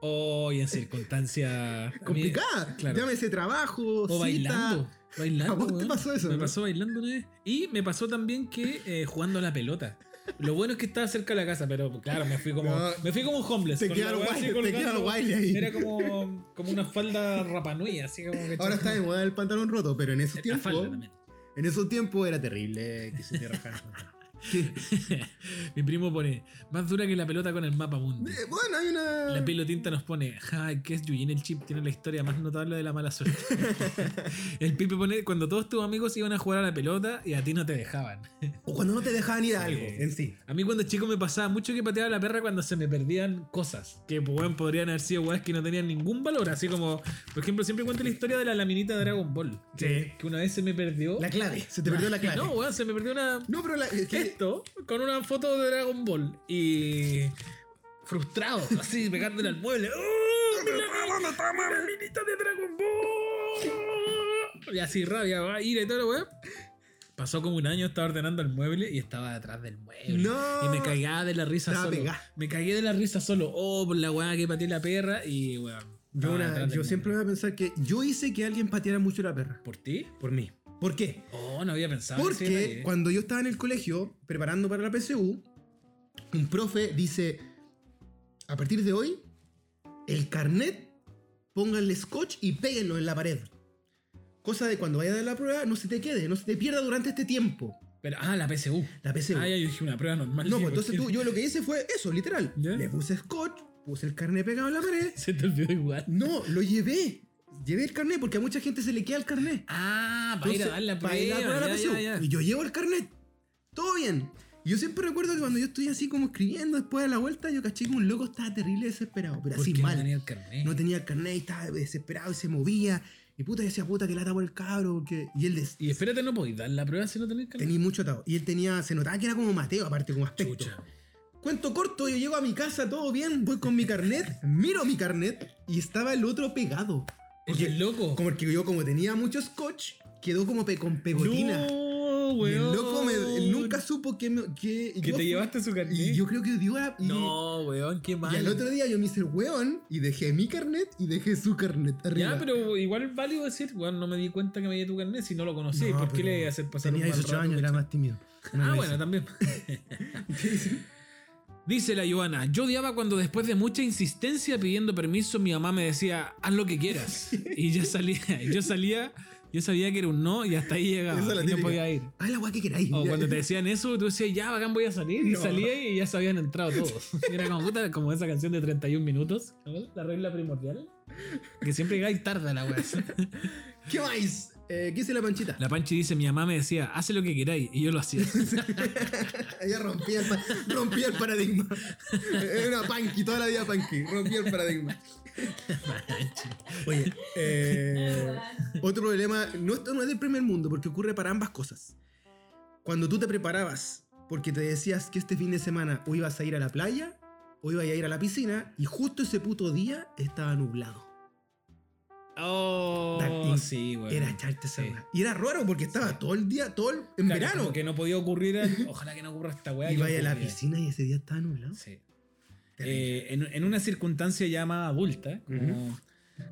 S1: Oh, y en circunstancias
S2: Complicada.
S1: claro.
S2: Llámese trabajo,
S1: O
S2: cita.
S1: Oh, bailando. Bailando.
S2: ¿A vos te
S1: weón.
S2: pasó eso,
S1: Me
S2: no?
S1: pasó bailando una vez. Y me pasó también que eh, jugando a la pelota. Lo bueno es que estaba cerca de la casa, pero claro, me fui como.
S2: No.
S1: me fui como un homeless.
S2: Te
S1: con la
S2: quedaron
S1: weá así
S2: guay, te
S1: colgando.
S2: quedaron guay ahí.
S1: Era como, como una falda rapanui, así como que.
S2: Ahora está de moda el pantalón roto, pero en esos
S1: La falda
S2: tiempos.
S1: también.
S2: En esos tiempos era terrible que se te rajara el pantalón. Que-
S1: Mi primo pone, más dura que la pelota con el mapa mundo.
S2: Eh, Bueno, hay una.
S1: La pelotinta nos pone, ja, que es Yuyin el chip, tiene la historia más notable de la mala suerte. el Pipe pone, cuando todos tus amigos iban a jugar a la pelota y a ti no te dejaban.
S2: O cuando no te dejaban ir
S1: Sí.
S2: a algo en sí.
S1: A mí cuando chico me pasaba mucho que pateaba la perra cuando se me perdían cosas. Que pues, weón, podrían haber sido weas que no tenían ningún valor. Así como, por ejemplo, siempre cuento la historia de la laminita de Dragon Ball.
S2: Sí.
S1: Que una vez se me perdió.
S2: La clave. Se te perdió la clave.
S1: No, weón, se me perdió una.
S2: No, pero la, es que-
S1: Esto, con una foto de Dragon Ball. Y. Frustrado, así, pegándole al mueble. ¡Oh, mira, la laminita de Dragon Ball! Y así, rabia, va, ira y todo lo weón. Pasó como un año, estaba ordenando el mueble y estaba detrás del mueble.
S2: No.
S1: Y me cagaba de la risa
S2: Estaba
S1: solo.
S2: pegada.
S1: Me cagué de la risa solo. Oh, por la weá que pateé la perra. Y weón.
S2: Yo,
S1: estaba
S2: una-
S1: detrás del
S2: yo siempre voy
S1: mueble.
S2: a pensar que yo hice que alguien pateara mucho la perra.
S1: ¿Por ti?
S2: Por mí. ¿Por qué?
S1: Oh, no había pensado. en ese
S2: Porque
S1: detalle.
S2: cuando yo estaba en el colegio preparando para la PSU, un profe dice: A partir de hoy, el carnet, pónganle scotch y péguenlo en la pared. Cosa de cuando vaya a dar la prueba, no se te quede, no se te pierda durante este tiempo.
S1: Pero, ah, la PSU.
S2: La PSU.
S1: Ah, ya yo dije una prueba normal.
S2: No,
S1: Sí,
S2: pues entonces
S1: porque
S2: tú, yo lo que hice fue eso, literal.
S1: Ya.
S2: Le puse scotch, puse el carnet pegado en la pared.
S1: Se te olvidó igual.
S2: No, lo llevé. Llevé el carnet porque a mucha gente se le queda el carnet.
S1: Ah, para ir a dar la prueba.
S2: Entonces, para ir a dar la
S1: ya,
S2: PSU.
S1: ya, ya.
S2: Y yo llevo el carnet. Todo bien. Y yo siempre recuerdo que cuando yo estoy así como escribiendo después de la vuelta, yo caché que un loco estaba terrible desesperado, pero
S1: ¿Por
S2: así
S1: qué no
S2: mal.
S1: tenía el carnet?
S2: No tenía el carnet y estaba desesperado y se movía. Y puta, yo decía, puta, que lata por el cabro. porque- Y él des-
S1: Y espérate, no podéis dar la prueba si no tenés carnet.
S2: tenía mucho atado. Y él tenía, se notaba que era como Mateo, aparte, como aspecto.
S1: Chucha.
S2: Cuento corto, yo llego a mi casa, todo bien, voy con mi carnet, miro mi carnet y estaba el otro pegado.
S1: Porque es loco.
S2: Como que yo, como tenía mucho scotch, quedó como pe- con pegotina.
S1: No,
S2: Y el
S1: weón.
S2: loco me- él nunca supo que, me- que,
S1: Que
S2: yo
S1: te
S2: fui-
S1: llevaste su carnet.
S2: Y yo creo que dio a. y-
S1: No, weón, qué mal.
S2: Y al otro día yo me hice el weón y dejé mi carnet y dejé su carnet arriba.
S1: Ya, pero igual es válido decir, weón, no me di cuenta que me di tu carnet si no lo conocí.
S2: No,
S1: ¿Por qué
S2: pero
S1: le iba a hacer pasar
S2: Tenía
S1: un mal
S2: 18
S1: rato,
S2: años, era
S1: cachai?
S2: más tímido. No
S1: ah,
S2: lo
S1: bueno,
S2: hice.
S1: también. Dice la Joana, yo odiaba cuando después de mucha insistencia pidiendo permiso, mi mamá me decía, haz lo que quieras. Y yo salía, yo salía, yo sabía que era un no y hasta ahí llegaba.
S2: Esa es la
S1: y no
S2: típica.
S1: podía ir.
S2: Ay, Ah, la weá que queráis.
S1: O
S2: Ya.
S1: Oh, cuando te decían eso, tú decías, ya, bacán, voy a salir. Y
S2: No.
S1: salía y ya se habían entrado todos. Y era como, puta, como esa canción de 31 minutos, ¿no? la regla primordial. Que siempre llegáis tarde a la wea.
S2: ¿Qué más? Eh, ¿Qué hice la panchita?
S1: La Panchi dice, mi mamá me decía, hace lo que queráis. Y yo lo hacía.
S2: Ella rompía el, pa- rompía el paradigma. Era una punky, toda la vida punky. Rompía el paradigma. Oye, eh, otro problema, no, esto no es del primer mundo, porque ocurre para ambas cosas. Cuando tú te preparabas, porque te decías que este fin de semana o ibas a ir a la playa o ibas a ir a la piscina, y justo ese puto día estaba nublado.
S1: Oh,
S2: Darkwing
S1: sí, güey.
S2: Era echarte esa
S1: Sí.
S2: weá. Y era raro porque estaba todo el día, todo el, en
S1: Claro,
S2: verano.
S1: como Que no podía ocurrir. el- Ojalá que no ocurra esta weá.
S2: Y
S1: yo
S2: vaya a la
S1: ocurría.
S2: piscina y ese día estaba nublado.
S1: Sí.
S2: Terrible.
S1: Eh, en, en una circunstancia ya más adulta, como,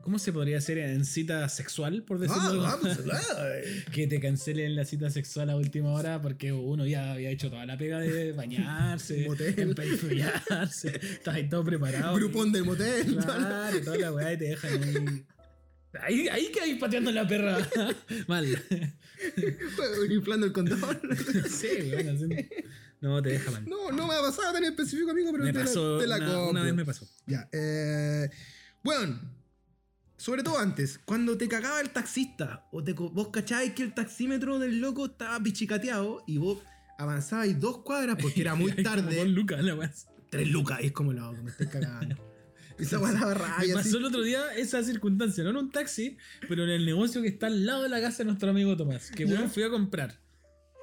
S1: ¿cómo se podría hacer en cita sexual, por decirlo
S2: ah,
S1: de alguna
S2: vamos, ah, eh.
S1: que te cancelen la cita sexual a última hora porque uno ya había hecho toda la pega de bañarse,
S2: Motel.
S1: emperfumarse, estás ahí todo preparado.
S2: Grupón del motel.
S1: Ah, Claro, y toda la weá y te dejan ahí. Ahí, ahí que hay pateando la perra. Mal.
S2: Inflando el condón.
S1: Sí, weón, así- No, te deja mal.
S2: No, no me ha pasado tan específico, amigo, pero
S1: me
S2: te, la-
S1: pasó.
S2: te la,
S1: una, una
S2: compro.
S1: vez me pasó.
S2: Ya, eh, bueno, sobre todo antes, cuando te cagaba el taxista, o te, co- vos cachabais que el taxímetro del loco estaba pichicateado y vos avanzabais dos cuadras porque era muy
S1: Hay como dos
S2: tarde,
S1: lucas, la weá.
S2: tres lucas, y es como loco, me estoy cagando. Esa weá daba
S1: Me
S2: rabia.
S1: pasó
S2: así.
S1: el otro día esa circunstancia, no en un taxi, pero en el negocio que está al lado de la casa de nuestro amigo Tomás, que
S2: Ya.
S1: bueno, fui a comprar.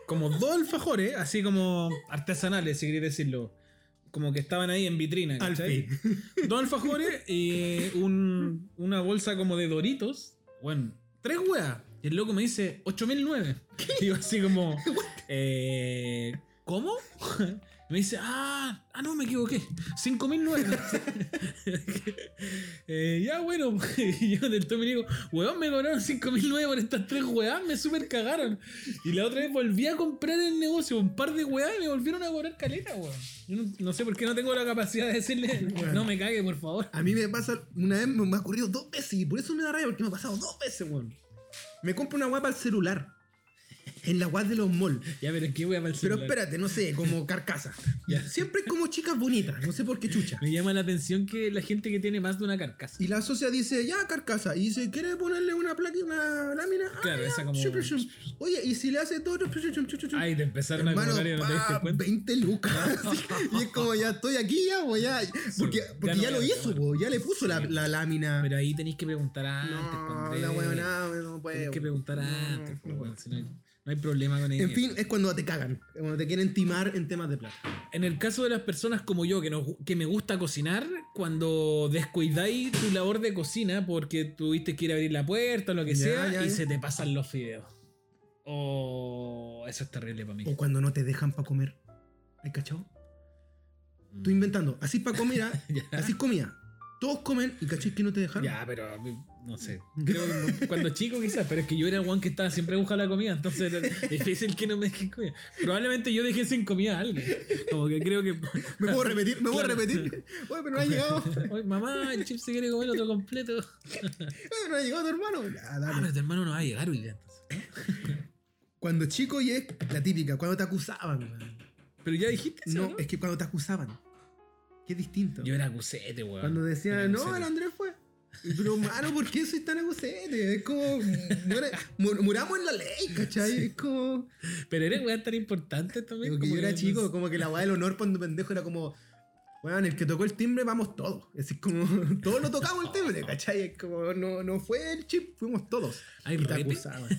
S1: Como dos alfajores, así como artesanales, si queréis decirlo. Como que estaban ahí en vitrina,
S2: Al
S1: ¿cachai?
S2: fin.
S1: Dos alfajores y un- una bolsa como de doritos. Bueno, tres weas. Y el loco me dice 8009. Y yo así como, eh, ¿cómo? Me dice, ah, ah, no, me equivoqué. 5009. Eh, ya, bueno. Y yo del tome digo, weón, me cobraron 5009 por estas tres weas, me super cagaron. Y la otra vez volví a comprar en el negocio un par de weas y me volvieron a cobrar caleta, weón. Yo no, no sé por qué no tengo la capacidad de decirle,
S2: Bueno.
S1: no me cague, por favor.
S2: A mí me pasa, una vez me me ha ocurrido dos veces y por eso me da rabia porque me ha pasado dos veces, weón. Me compro una guapa al celular. En la guapa de los malls.
S1: Ya, pero es que voy a
S2: Pero espérate, no sé, como carcasa.
S1: Ya.
S2: Siempre es como chicas bonitas, no sé por qué chucha.
S1: Me llama la atención que la gente que tiene más de una carcasa.
S2: Y la socia dice, ya carcasa. Y dice, ¿quiere ponerle una placa, una lámina? Ah,
S1: Claro,
S2: ya.
S1: esa como-
S2: Chup, chup, chup. Oye, y si le hace todo. chup, chup, chup, chup, chup.
S1: Ay, te empezaron a
S2: Hermano,
S1: cobrar y no te diste
S2: pa,
S1: cuenta.
S2: 20 lucas. y es como, ya estoy aquí, ya, voy ya. Porque,
S1: ya
S2: porque
S1: no
S2: ya,
S1: voy
S2: lo
S1: a
S2: hizo,
S1: reclamar.
S2: po, ya le puso la,
S1: Sí.
S2: la lámina.
S1: Pero ahí tenéis que preguntar antes, pues,
S2: no,
S1: Andrés.
S2: la huevonada, no
S1: Tenéis
S2: puedo.
S1: que preguntar antes, po, weón, si no, hay, no hay problema con eso.
S2: En fin, es cuando te cagan, cuando te quieren timar en temas de plata.
S1: En el caso de las personas como yo, que, nos, que me gusta cocinar, cuando descuidáis tu labor de cocina porque tuviste que ir a abrir la puerta o lo que
S2: Ya,
S1: sea,
S2: ya,
S1: y
S2: ya.
S1: se te pasan los fideos. Oh, eso es terrible para mí.
S2: O cuando no te dejan para comer. ¿Hay cachao? Estoy
S1: Mm.
S2: inventando. Así para comer, ah,
S1: Ya.
S2: así comía. Todos comen y caché que no te dejaron.
S1: Ya, pero a mí, no sé. Creo que cuando chico quizás, pero es que yo era el one que estaba siempre buscando la comida, entonces era difícil que no me dejen comida. Probablemente yo dejé sin comida a alguien. Como que creo que.
S2: Me puedo repetir, me puedo
S1: Claro.
S2: repetir. Oye, pero no ha llegado.
S1: Oye, mamá, el chip se quiere comer otro completo.
S2: Oye, no ha llegado tu hermano. Ya,
S1: Ah,
S2: dale.
S1: pero tu hermano no va a llegar, William. entonces.
S2: Cuando chico y es la típica, cuando te acusaban. weón.
S1: Pero ya dijiste eso.
S2: No,
S1: No,
S2: es que cuando te acusaban. Qué distinto.
S1: Yo era gusete, weón.
S2: Cuando
S1: Era
S2: decían, no,
S1: gusete.
S2: el Andrés fue. Pero, mano, ¿por qué soy tan acucete? Es como. muere- mur- muramos en la ley, ¿cachai? Es como.
S1: Pero eres weón tan importante también.
S2: Como que yo
S1: que
S2: era
S1: no-
S2: chico, como que la weá del honor cuando pendejo era como, weón, el que tocó el timbre vamos todos. Es decir, como, todos lo tocamos el timbre, ¿cachai? Es como, no, no fue el chip, fuimos todos.
S1: Ay,
S2: Y te
S1: repe.
S2: acusaban.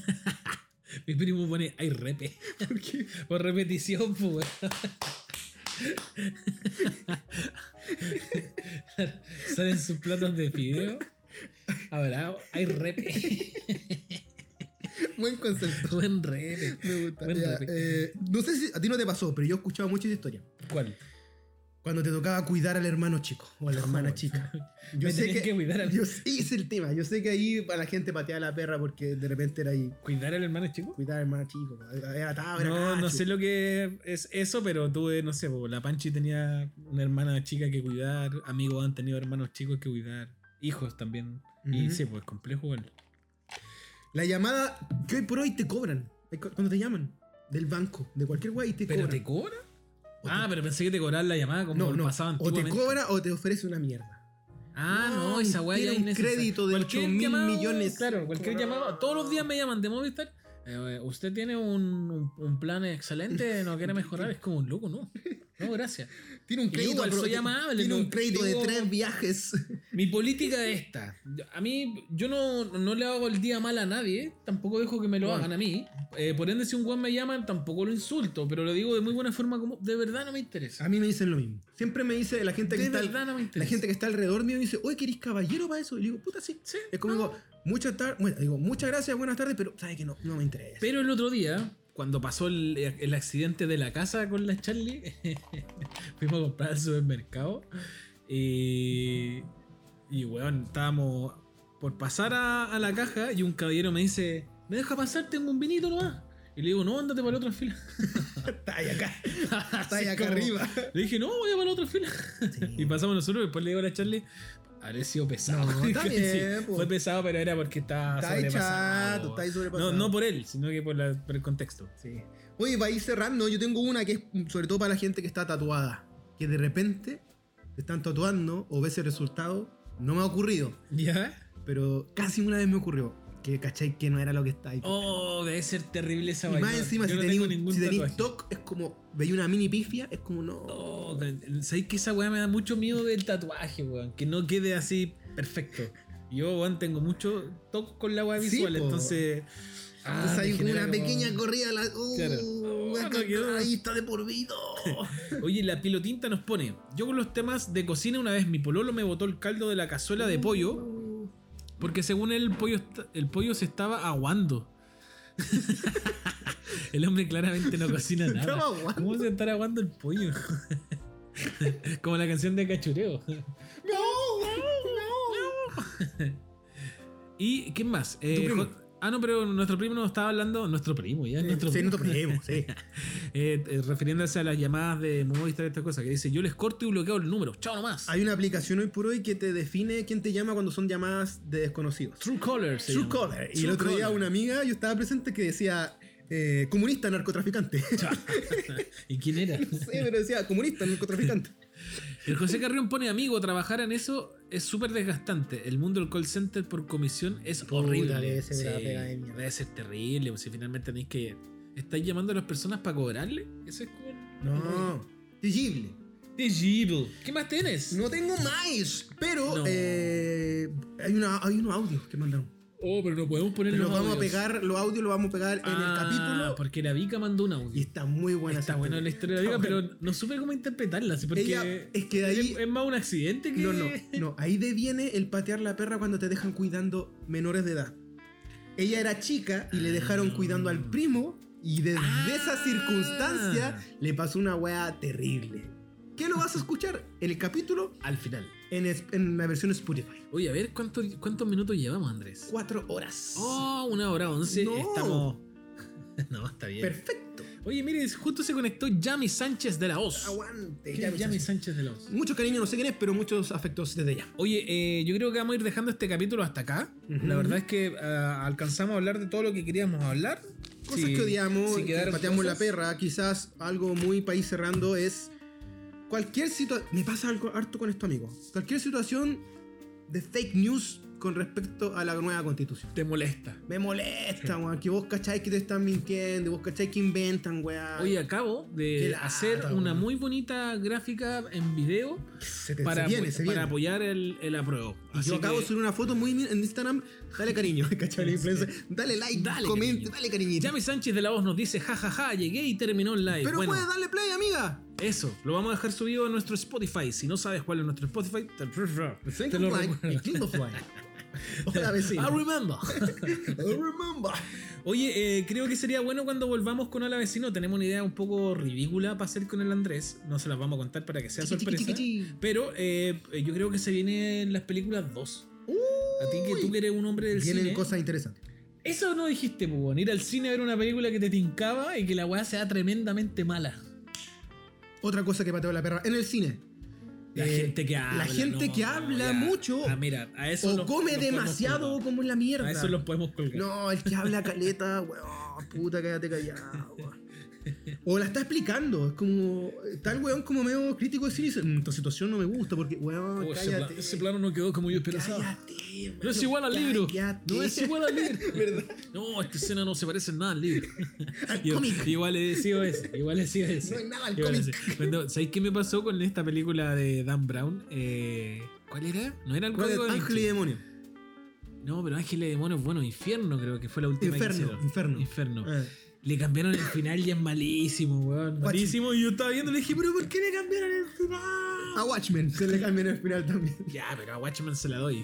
S1: Mi primo pone, ay, repe.
S2: ¿Por qué?
S1: Por repetición, pues, weón. Salen sus platos de fideo. Habrá, hay repe.
S2: Buen concepto.
S1: Buen repe.
S2: Me gusta.
S1: Buen
S2: Ya,
S1: repe.
S2: eh, no sé si a ti no te pasó, pero yo he escuchado mucho esa historia.
S1: ¿Cuál?
S2: Cuando te tocaba cuidar al hermano chico o a la hermana chica. Yo
S1: Me
S2: sé
S1: tenían
S2: que,
S1: que cuidar a mí.
S2: yo sé- ese es el tema. Yo sé que ahí a la gente pateaba la perra porque de repente era ahí.
S1: ¿Cuidar al hermano chico?
S2: Cuidar al hermano chico. Era atado, era
S1: No, no
S2: cacho.
S1: sé lo que es eso, pero tuve, no sé, po, la Panchi tenía una hermana chica que cuidar, amigos han tenido hermanos chicos que cuidar, hijos también. Y
S2: Ujú.
S1: sí, pues complejo, bueno.
S2: La llamada que hoy por hoy te cobran. Es cu- Cuando te llaman. Del banco, de cualquier guay, te
S1: ¿Pero
S2: cobran.
S1: te cobra?
S2: O
S1: Ah,
S2: te-
S1: pero pensé que te cobraban la llamada como
S2: no, no.
S1: pasaba
S2: O te
S1: antiguamente.
S2: cobra o te ofrece una mierda.
S1: Ah, no,
S2: No,
S1: esa weá
S2: tiene
S1: ya
S2: un
S1: es innecesaria.
S2: crédito de
S1: Cualquier
S2: 8.000
S1: llamado,
S2: millones.
S1: Claro, cualquier llamado. Todos los días me llaman de Movistar. eh, usted tiene un, un- un plan excelente, no quiere mejorar. Es como un loco, ¿no? No, gracias.
S2: Tiene un
S1: Y igual
S2: pero
S1: soy
S2: ti-
S1: amable,
S2: Tiene
S1: no-
S2: un crédito
S1: digo-
S2: de tres viajes.
S1: Mi política es esta. A mí, yo no, no le hago el día mal a nadie. Tampoco dejo que me lo
S2: Bueno.
S1: hagan a mí. Eh, por ende, si un weón me llama, tampoco lo insulto, pero lo digo de muy buena forma como de verdad no me interesa.
S2: A mí me dicen lo mismo. Siempre me dice la Ah, gente
S1: De
S2: que está al-
S1: verdad no me interesa.
S2: la gente que está alrededor mío dice, "Oye, ¿querís caballero para eso?" Y digo, "Puta sí."
S1: Sí,
S2: Es como
S1: no.
S2: digo, "Muchas tar- bueno, digo, "Muchas gracias, buenas tardes", pero sabe que no no me interesa.
S1: Pero el otro día, cuando pasó el, el accidente de la casa con la Charlie, fuimos a comprar al supermercado. Y, y weón, estábamos por pasar a, a la caja y un caballero me dice, ¿me deja pasar? Tengo un vinito nomás. Y le digo, no, ándate para la otra fila.
S2: está ahí acá, está
S1: Así
S2: ahí acá
S1: como-
S2: arriba.
S1: Le dije, no, voy a para la otra fila. Y pasamos nosotros, después le digo a la Charlie, habré sido pesado.
S2: No, está
S1: Sí,
S2: bien, po.
S1: fue pesado, pero era porque estaba
S2: Está ahí
S1: sobrepasado.
S2: chato, está ahí
S1: no,
S2: sobrepasado.
S1: no por él, sino que por, la- por el contexto.
S2: Sí. Oye, para ir cerrando, yo tengo una que es mm, sobre todo para la gente que está tatuada. Que de repente te están tatuando o ves el resultado. No me ha ocurrido,
S1: ¿Ya?
S2: pero casi una vez me ocurrió. Que cachai que no era lo que está ahí.
S1: Oh, debe ser terrible esa
S2: y
S1: vaina.
S2: más encima,
S1: Yo
S2: si
S1: no
S2: tenéis
S1: tengo
S2: un-
S1: ningún
S2: si tenéis
S1: tatuaje.
S2: TOC, es como. Veis una mini pifia, es como no.
S1: Oh, ¿Sabéis que esa weá me da mucho miedo del tatuaje, weón? Que no quede así perfecto. Yo, weón, tengo mucho toque con la weá
S2: Sí,
S1: visual,
S2: po.
S1: entonces. ah,
S2: Entonces
S1: me
S2: hay como
S1: genera
S2: una
S1: como-
S2: pequeña corrida. La, uh,
S1: Claro. Oh,
S2: weá,
S1: no
S2: que-
S1: quiero-
S2: ahí está de por vida.
S1: Oye, la pilotinta nos pone. Yo con los temas de cocina, una vez mi pololo me botó el caldo de la cazuela de pollo, porque según él, el pollo, est- el pollo se estaba aguando. el hombre claramente no cocina nada.
S2: Estaba aguando.
S1: ¿Cómo se estará aguando el pollo? Como la canción de Cachureo. ¿Y quién más? Eh,
S2: primo.
S1: Jo- Ah, no, pero nuestro primo nos estaba hablando. Nuestro primo, ya. Nuestro
S2: Sí,
S1: primo.
S2: nosotros creemos, sí.
S1: Eh, eh, refiriéndose a las llamadas de Movistar y estas cosas, que dice: Yo les corto y bloqueo el número. Chao nomás.
S2: Hay una aplicación hoy por hoy que te define quién te llama cuando son llamadas de desconocidos.
S1: True Caller. se
S2: True
S1: llama.
S2: Caller. Y el
S1: True
S2: otro día
S1: Caller.
S2: una amiga, yo estaba presente, que decía eh, comunista narcotraficante. sí,
S1: ¿Y quién era?
S2: pero decía comunista narcotraficante.
S1: El José Carrión pone: Amigo, trabajar en eso es súper desgastante. El mundo del call center por comisión es
S2: Puta,
S1: horrible.
S2: debe ser una pega de mierda.
S1: debe ser terrible. pues, Si finalmente tenéis que. ¿Estáis llamando a las personas para cobrarle? Eso es como.
S2: No. Terrible.
S1: Terrible. ¿Qué más tienes?
S2: No tengo más, pero
S1: No.
S2: eh, hay, una, hay unos audios que mandaron.
S1: Oh, pero no podemos poner
S2: Pero
S1: los
S2: los vamos a
S1: audios.
S2: pegar, los audios los vamos a pegar
S1: Ah,
S2: en el capítulo.
S1: Porque la Vika mandó un audio.
S2: Y está muy buena
S1: Está
S2: esa
S1: buena la historia de la Vika,
S2: Está
S1: pero no supe cómo interpretarla. así Porque
S2: Ella- es que de ahí-
S1: es, es más un accidente que.
S2: No, no, no. Ahí deviene el patear la perra cuando te dejan cuidando menores de edad. Ella era chica y le dejaron cuidando al primo. Y desde
S1: Ah.
S2: esa circunstancia le pasó una weá terrible. ¿Qué lo vas a escuchar? El capítulo
S1: Al final.
S2: en, es- en la versión Spotify.
S1: Oye, a ver cuánto- cuántos minutos llevamos, Andrés.
S2: Cuatro horas.
S1: Oh, una hora once.
S2: No.
S1: Estamos. no, está bien.
S2: Perfecto.
S1: Oye, mire, justo se conectó Yami Sánchez de la
S2: Ah,
S1: Oz.
S2: Aguante.
S1: ¿Quién
S2: Ya,
S1: es
S2: ya
S1: Yami
S2: me-
S1: Sánchez de la Oz.
S2: Mucho cariño, no sé quién es, pero muchos afectos desde ya.
S1: Oye, eh, yo creo que vamos a ir dejando este capítulo hasta acá.
S2: Ujú.
S1: La verdad es que ah, alcanzamos a hablar de todo lo que queríamos hablar.
S2: Cosas
S1: Sí,
S2: que odiamos,
S1: sí
S2: que
S1: quedaron
S2: pateamos la
S1: cosas.
S2: perra, quizás algo muy país cerrando es cualquier situación, me pasa algo harto con esto amigo, cualquier situación de fake news con respecto a la nueva constitución.
S1: Te molesta.
S2: Me molesta, weón, que vos cacháis que te están mintiendo, vos cacháis que inventan, weón.
S1: Hoy acabo
S2: Qué
S1: de
S2: lata,
S1: hacer
S2: weón.
S1: una muy bonita gráfica en video
S2: se te
S1: para,
S2: se viene,
S1: para
S2: se viene.
S1: apoyar el, el apruebo.
S2: Y yo
S1: Así
S2: acabo
S1: que-
S2: de subir una foto muy bien en Instagram. Dale cariño, ¿cachai? La
S1: Sí.
S2: influencer. Dale like,
S1: Dale
S2: comente,
S1: cariño.
S2: dale cariñito.
S1: Yami Sánchez de la Voz nos dice, jajaja, llegué y terminó el live.
S2: Pero
S1: bueno,
S2: puedes darle play, amiga.
S1: eso, lo vamos a dejar subido a nuestro Spotify. Si no sabes cuál es nuestro Spotify, te, te lo
S2: Like,
S1: recuerdo.
S2: y click of like. Hola, vecina.
S1: I remember.
S2: I remember.
S1: Oye, eh, creo que sería bueno cuando volvamos con Hola Vecino. Tenemos una idea un poco ridícula para hacer con el Andrés. No se las vamos a contar para que sea
S2: Chiqui, chiqui,
S1: sorpresa.
S2: chiqui, chiqui.
S1: Pero eh, yo creo que se vienen las películas 2. A ti que tú que eres un hombre del
S2: Vienen
S1: cine.
S2: cosas interesantes.
S1: Eso no dijiste, Pugón. Ir al cine a ver una película que te tincaba y que la weá sea tremendamente mala.
S2: Otra cosa que pateó la perra en el cine.
S1: La
S2: Eh,
S1: gente que habla.
S2: gente
S1: no,
S2: que
S1: no,
S2: habla
S1: ya.
S2: mucho
S1: Ah, mira, a eso.
S2: o
S1: los-
S2: come
S1: los podemos
S2: demasiado
S1: colgar.
S2: como es la mierda.
S1: A eso los podemos colgar.
S2: No, el que habla caleta, weón, puta, cállate callado, weón. O la está explicando, es como. Tal weón como medio crítico de cine y dice, "Mm, esta situación no me gusta porque, weón,
S1: Oh, ese, pla-
S2: cállate.
S1: ese plano no quedó como yo esperaba.
S2: cállate,
S1: No es
S2: mano,
S1: igual al libro.
S2: cállate.
S1: No es igual al libro. No, esta escena no se parece en nada al libro.
S2: Al
S1: Yo-
S2: cómic.
S1: Igual he sido ese. Igual he sido ese.
S2: No es nada al
S1: Igual he
S2: cómic.
S1: sido- Cuando- ¿Sabéis qué me pasó con esta película de Dan Brown? Eh, ¿Cuál era? No era el
S2: Brother,
S1: código de Da
S2: Ángel y
S1: Vinci.
S2: demonio.
S1: No, pero Ángel y Demonios, bueno, Infierno creo que fue la última que
S2: Inferno,
S1: hicieron.
S2: Inferno.
S1: Inferno.
S2: Eh,
S1: Le cambiaron el final y es malísimo, weón. Malísimo. Y yo estaba viendo y le dije, pero ¿por qué le cambiaron el final?
S2: A Watchmen se le cambian el final también.
S1: Ya, pero a Watchmen se la doy.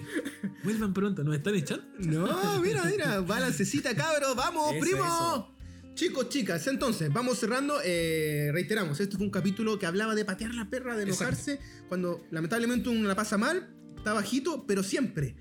S1: Vuelvan pronto, nos están echando.
S2: No, mira, mira, balancecita, cabros, vamos,
S1: Eso,
S2: primo.
S1: eso.
S2: Chicos, chicas, entonces, vamos cerrando. eh, reiteramos, este fue un capítulo que hablaba de patear la perra, de
S1: Exacto.
S2: enojarse, cuando lamentablemente uno la pasa mal, está bajito, pero siempre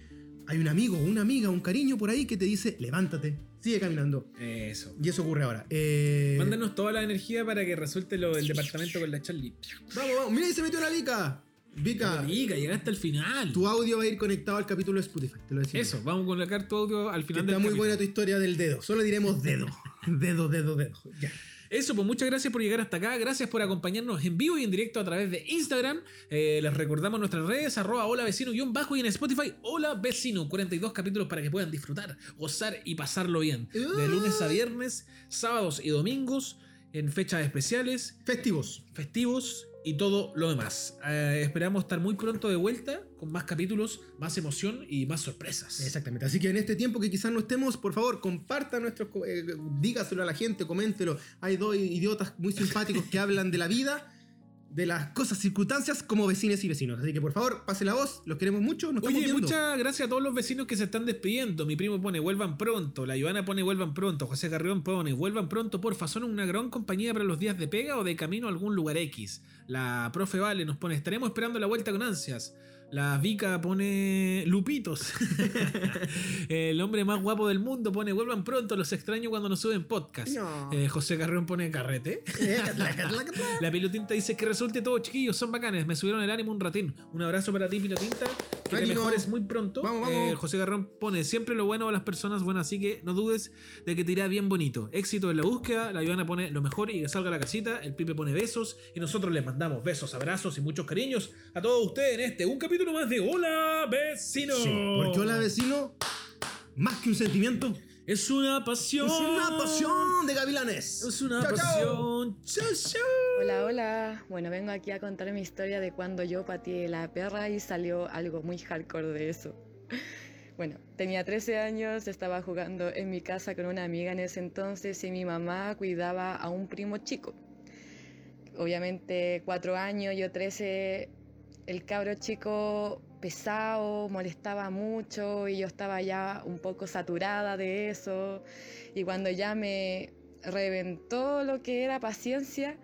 S2: hay un amigo, una amiga, un cariño por ahí que te dice, levántate, sigue caminando.
S1: Eso.
S2: Y eso ocurre ahora. Eh,
S1: Mándanos toda la energía para que resulte lo del departamento con la Charlie.
S2: Vamos, vamos, mira, ahí se metió la Vika. Vika,
S1: Marica, llegaste al final.
S2: tu audio va a ir conectado al capítulo de Spotify, te lo decimos.
S1: Eso, vamos a colocar tu audio al
S2: Que
S1: final
S2: está
S1: del
S2: muy
S1: capítulo.
S2: buena tu historia del dedo. Solo diremos dedo. Dedo, dedo, dedo. Ya.
S1: Eso, pues muchas gracias por llegar hasta acá. Gracias por acompañarnos en vivo y en directo a través de Instagram. Eh, les recordamos nuestras redes, arroba hola vecino guión bajo y en Spotify, hola vecino. 42 capítulos para que puedan disfrutar, gozar y pasarlo bien. De lunes a viernes, sábados y domingos, en fechas especiales,
S2: Festivos.
S1: festivos y todo lo demás. Eh, esperamos estar muy pronto de vuelta con más capítulos, más emoción y más sorpresas.
S2: Exactamente. Así que en este tiempo que quizás no estemos, por favor, comparta nuestros. co- eh, dígaselo a la gente, coméntelo. Hay dos idiotas muy simpáticos que hablan de la vida, de las cosas, circunstancias, como vecines y vecinos. Así que por favor, pase la voz. Los queremos mucho. Nos estamos
S1: Oye,
S2: viendo.
S1: muchas gracias a todos los vecinos que se están despidiendo. Mi primo pone vuelvan pronto, la Joana pone vuelvan pronto, José Carrión pone vuelvan pronto, porfa, son una gran compañía para los días de pega o de camino a algún lugar X. La profe Vale nos pone estaremos esperando la vuelta con ansias. La Vica pone lupitos. El hombre más guapo del mundo pone vuelvan pronto, los extraño cuando nos suben podcast.
S2: No.
S1: Eh, José Carrión pone carrete. La pilotinta dice que resulte todo, chiquillos, son bacanes. Me subieron el ánimo un ratín. Un abrazo para ti, pilotinta. Que te
S2: Ánimo.
S1: mejores muy pronto.
S2: Vamos, vamos.
S1: Eh, José Garrón pone siempre lo bueno a las personas buenas, así que no dudes de que te irá bien bonito. Éxito en la búsqueda. La Ivana pone lo mejor y que salga la casita. El Pipe pone besos. Y nosotros les mandamos besos, abrazos y muchos cariños a todos ustedes en este un capítulo más de Hola Vecino.
S2: Sí, porque hola, vecino. Más que un sentimiento,
S1: Es una pasión.
S2: es una pasión de gavilanes.
S1: Es una
S2: Chao, chao.
S1: pasión. Chao, chao.
S5: Hola, hola. Bueno, vengo aquí a contar mi historia de cuando yo pateé la perra y salió algo muy hardcore de eso. Bueno, tenía 13 años, estaba jugando en mi casa con una amiga en ese entonces y mi mamá cuidaba a un primo chico. Obviamente, 4 años, yo 13, el cabro chico pesado, molestaba mucho y yo estaba ya un poco saturada de eso. Y cuando ya me reventó lo que era paciencia,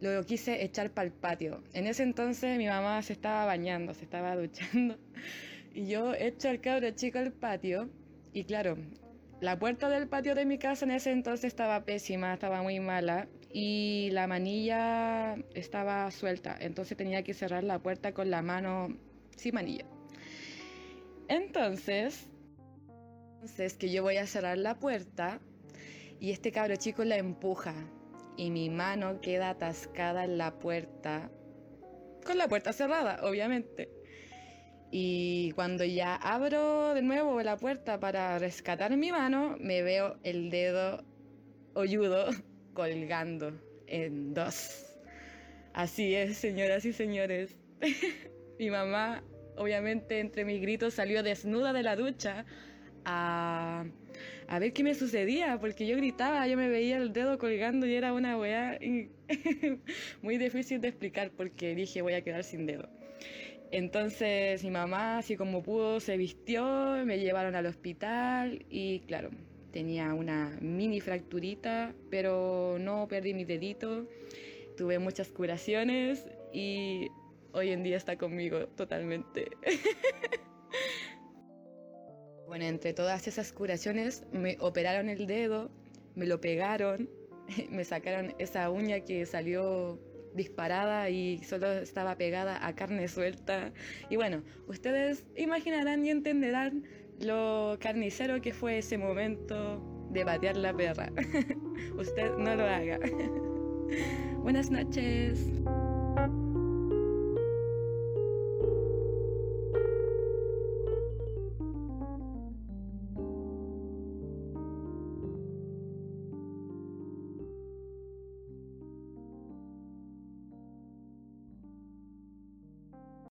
S5: lo quise echar para el patio. En ese entonces mi mamá se estaba bañando, se estaba duchando. Y yo echo al cabro chico al patio. Y claro, la puerta del patio de mi casa en ese entonces estaba pésima, estaba muy mala. Y la manilla estaba suelta. Entonces tenía que cerrar la puerta con la mano sin manilla. Entonces, entonces que yo voy a cerrar la puerta y este cabro chico la empuja y mi mano queda atascada en la puerta, con la puerta cerrada, obviamente. Y cuando ya abro de nuevo la puerta para rescatar mi mano, me veo el dedo hoyudo colgando en dos. Así es, señoras y señores. mi mamá, obviamente, entre mis gritos salió desnuda de la ducha a a ver qué me sucedía, porque yo gritaba, yo me veía el dedo colgando y era una weá y- muy difícil de explicar porque dije voy a quedar sin dedo. Entonces mi mamá, así como pudo, se vistió, me llevaron al hospital y claro, tenía una mini fracturita, pero no perdí mi dedito, tuve muchas curaciones y hoy en día está conmigo totalmente. Bueno, entre todas esas curaciones me operaron el dedo, me lo pegaron, me sacaron esa uña que salió disparada y solo estaba pegada a carne suelta. Y bueno, ustedes imaginarán y entenderán lo carnicero que fue ese momento de batear la perra. Usted no lo haga. Buenas noches.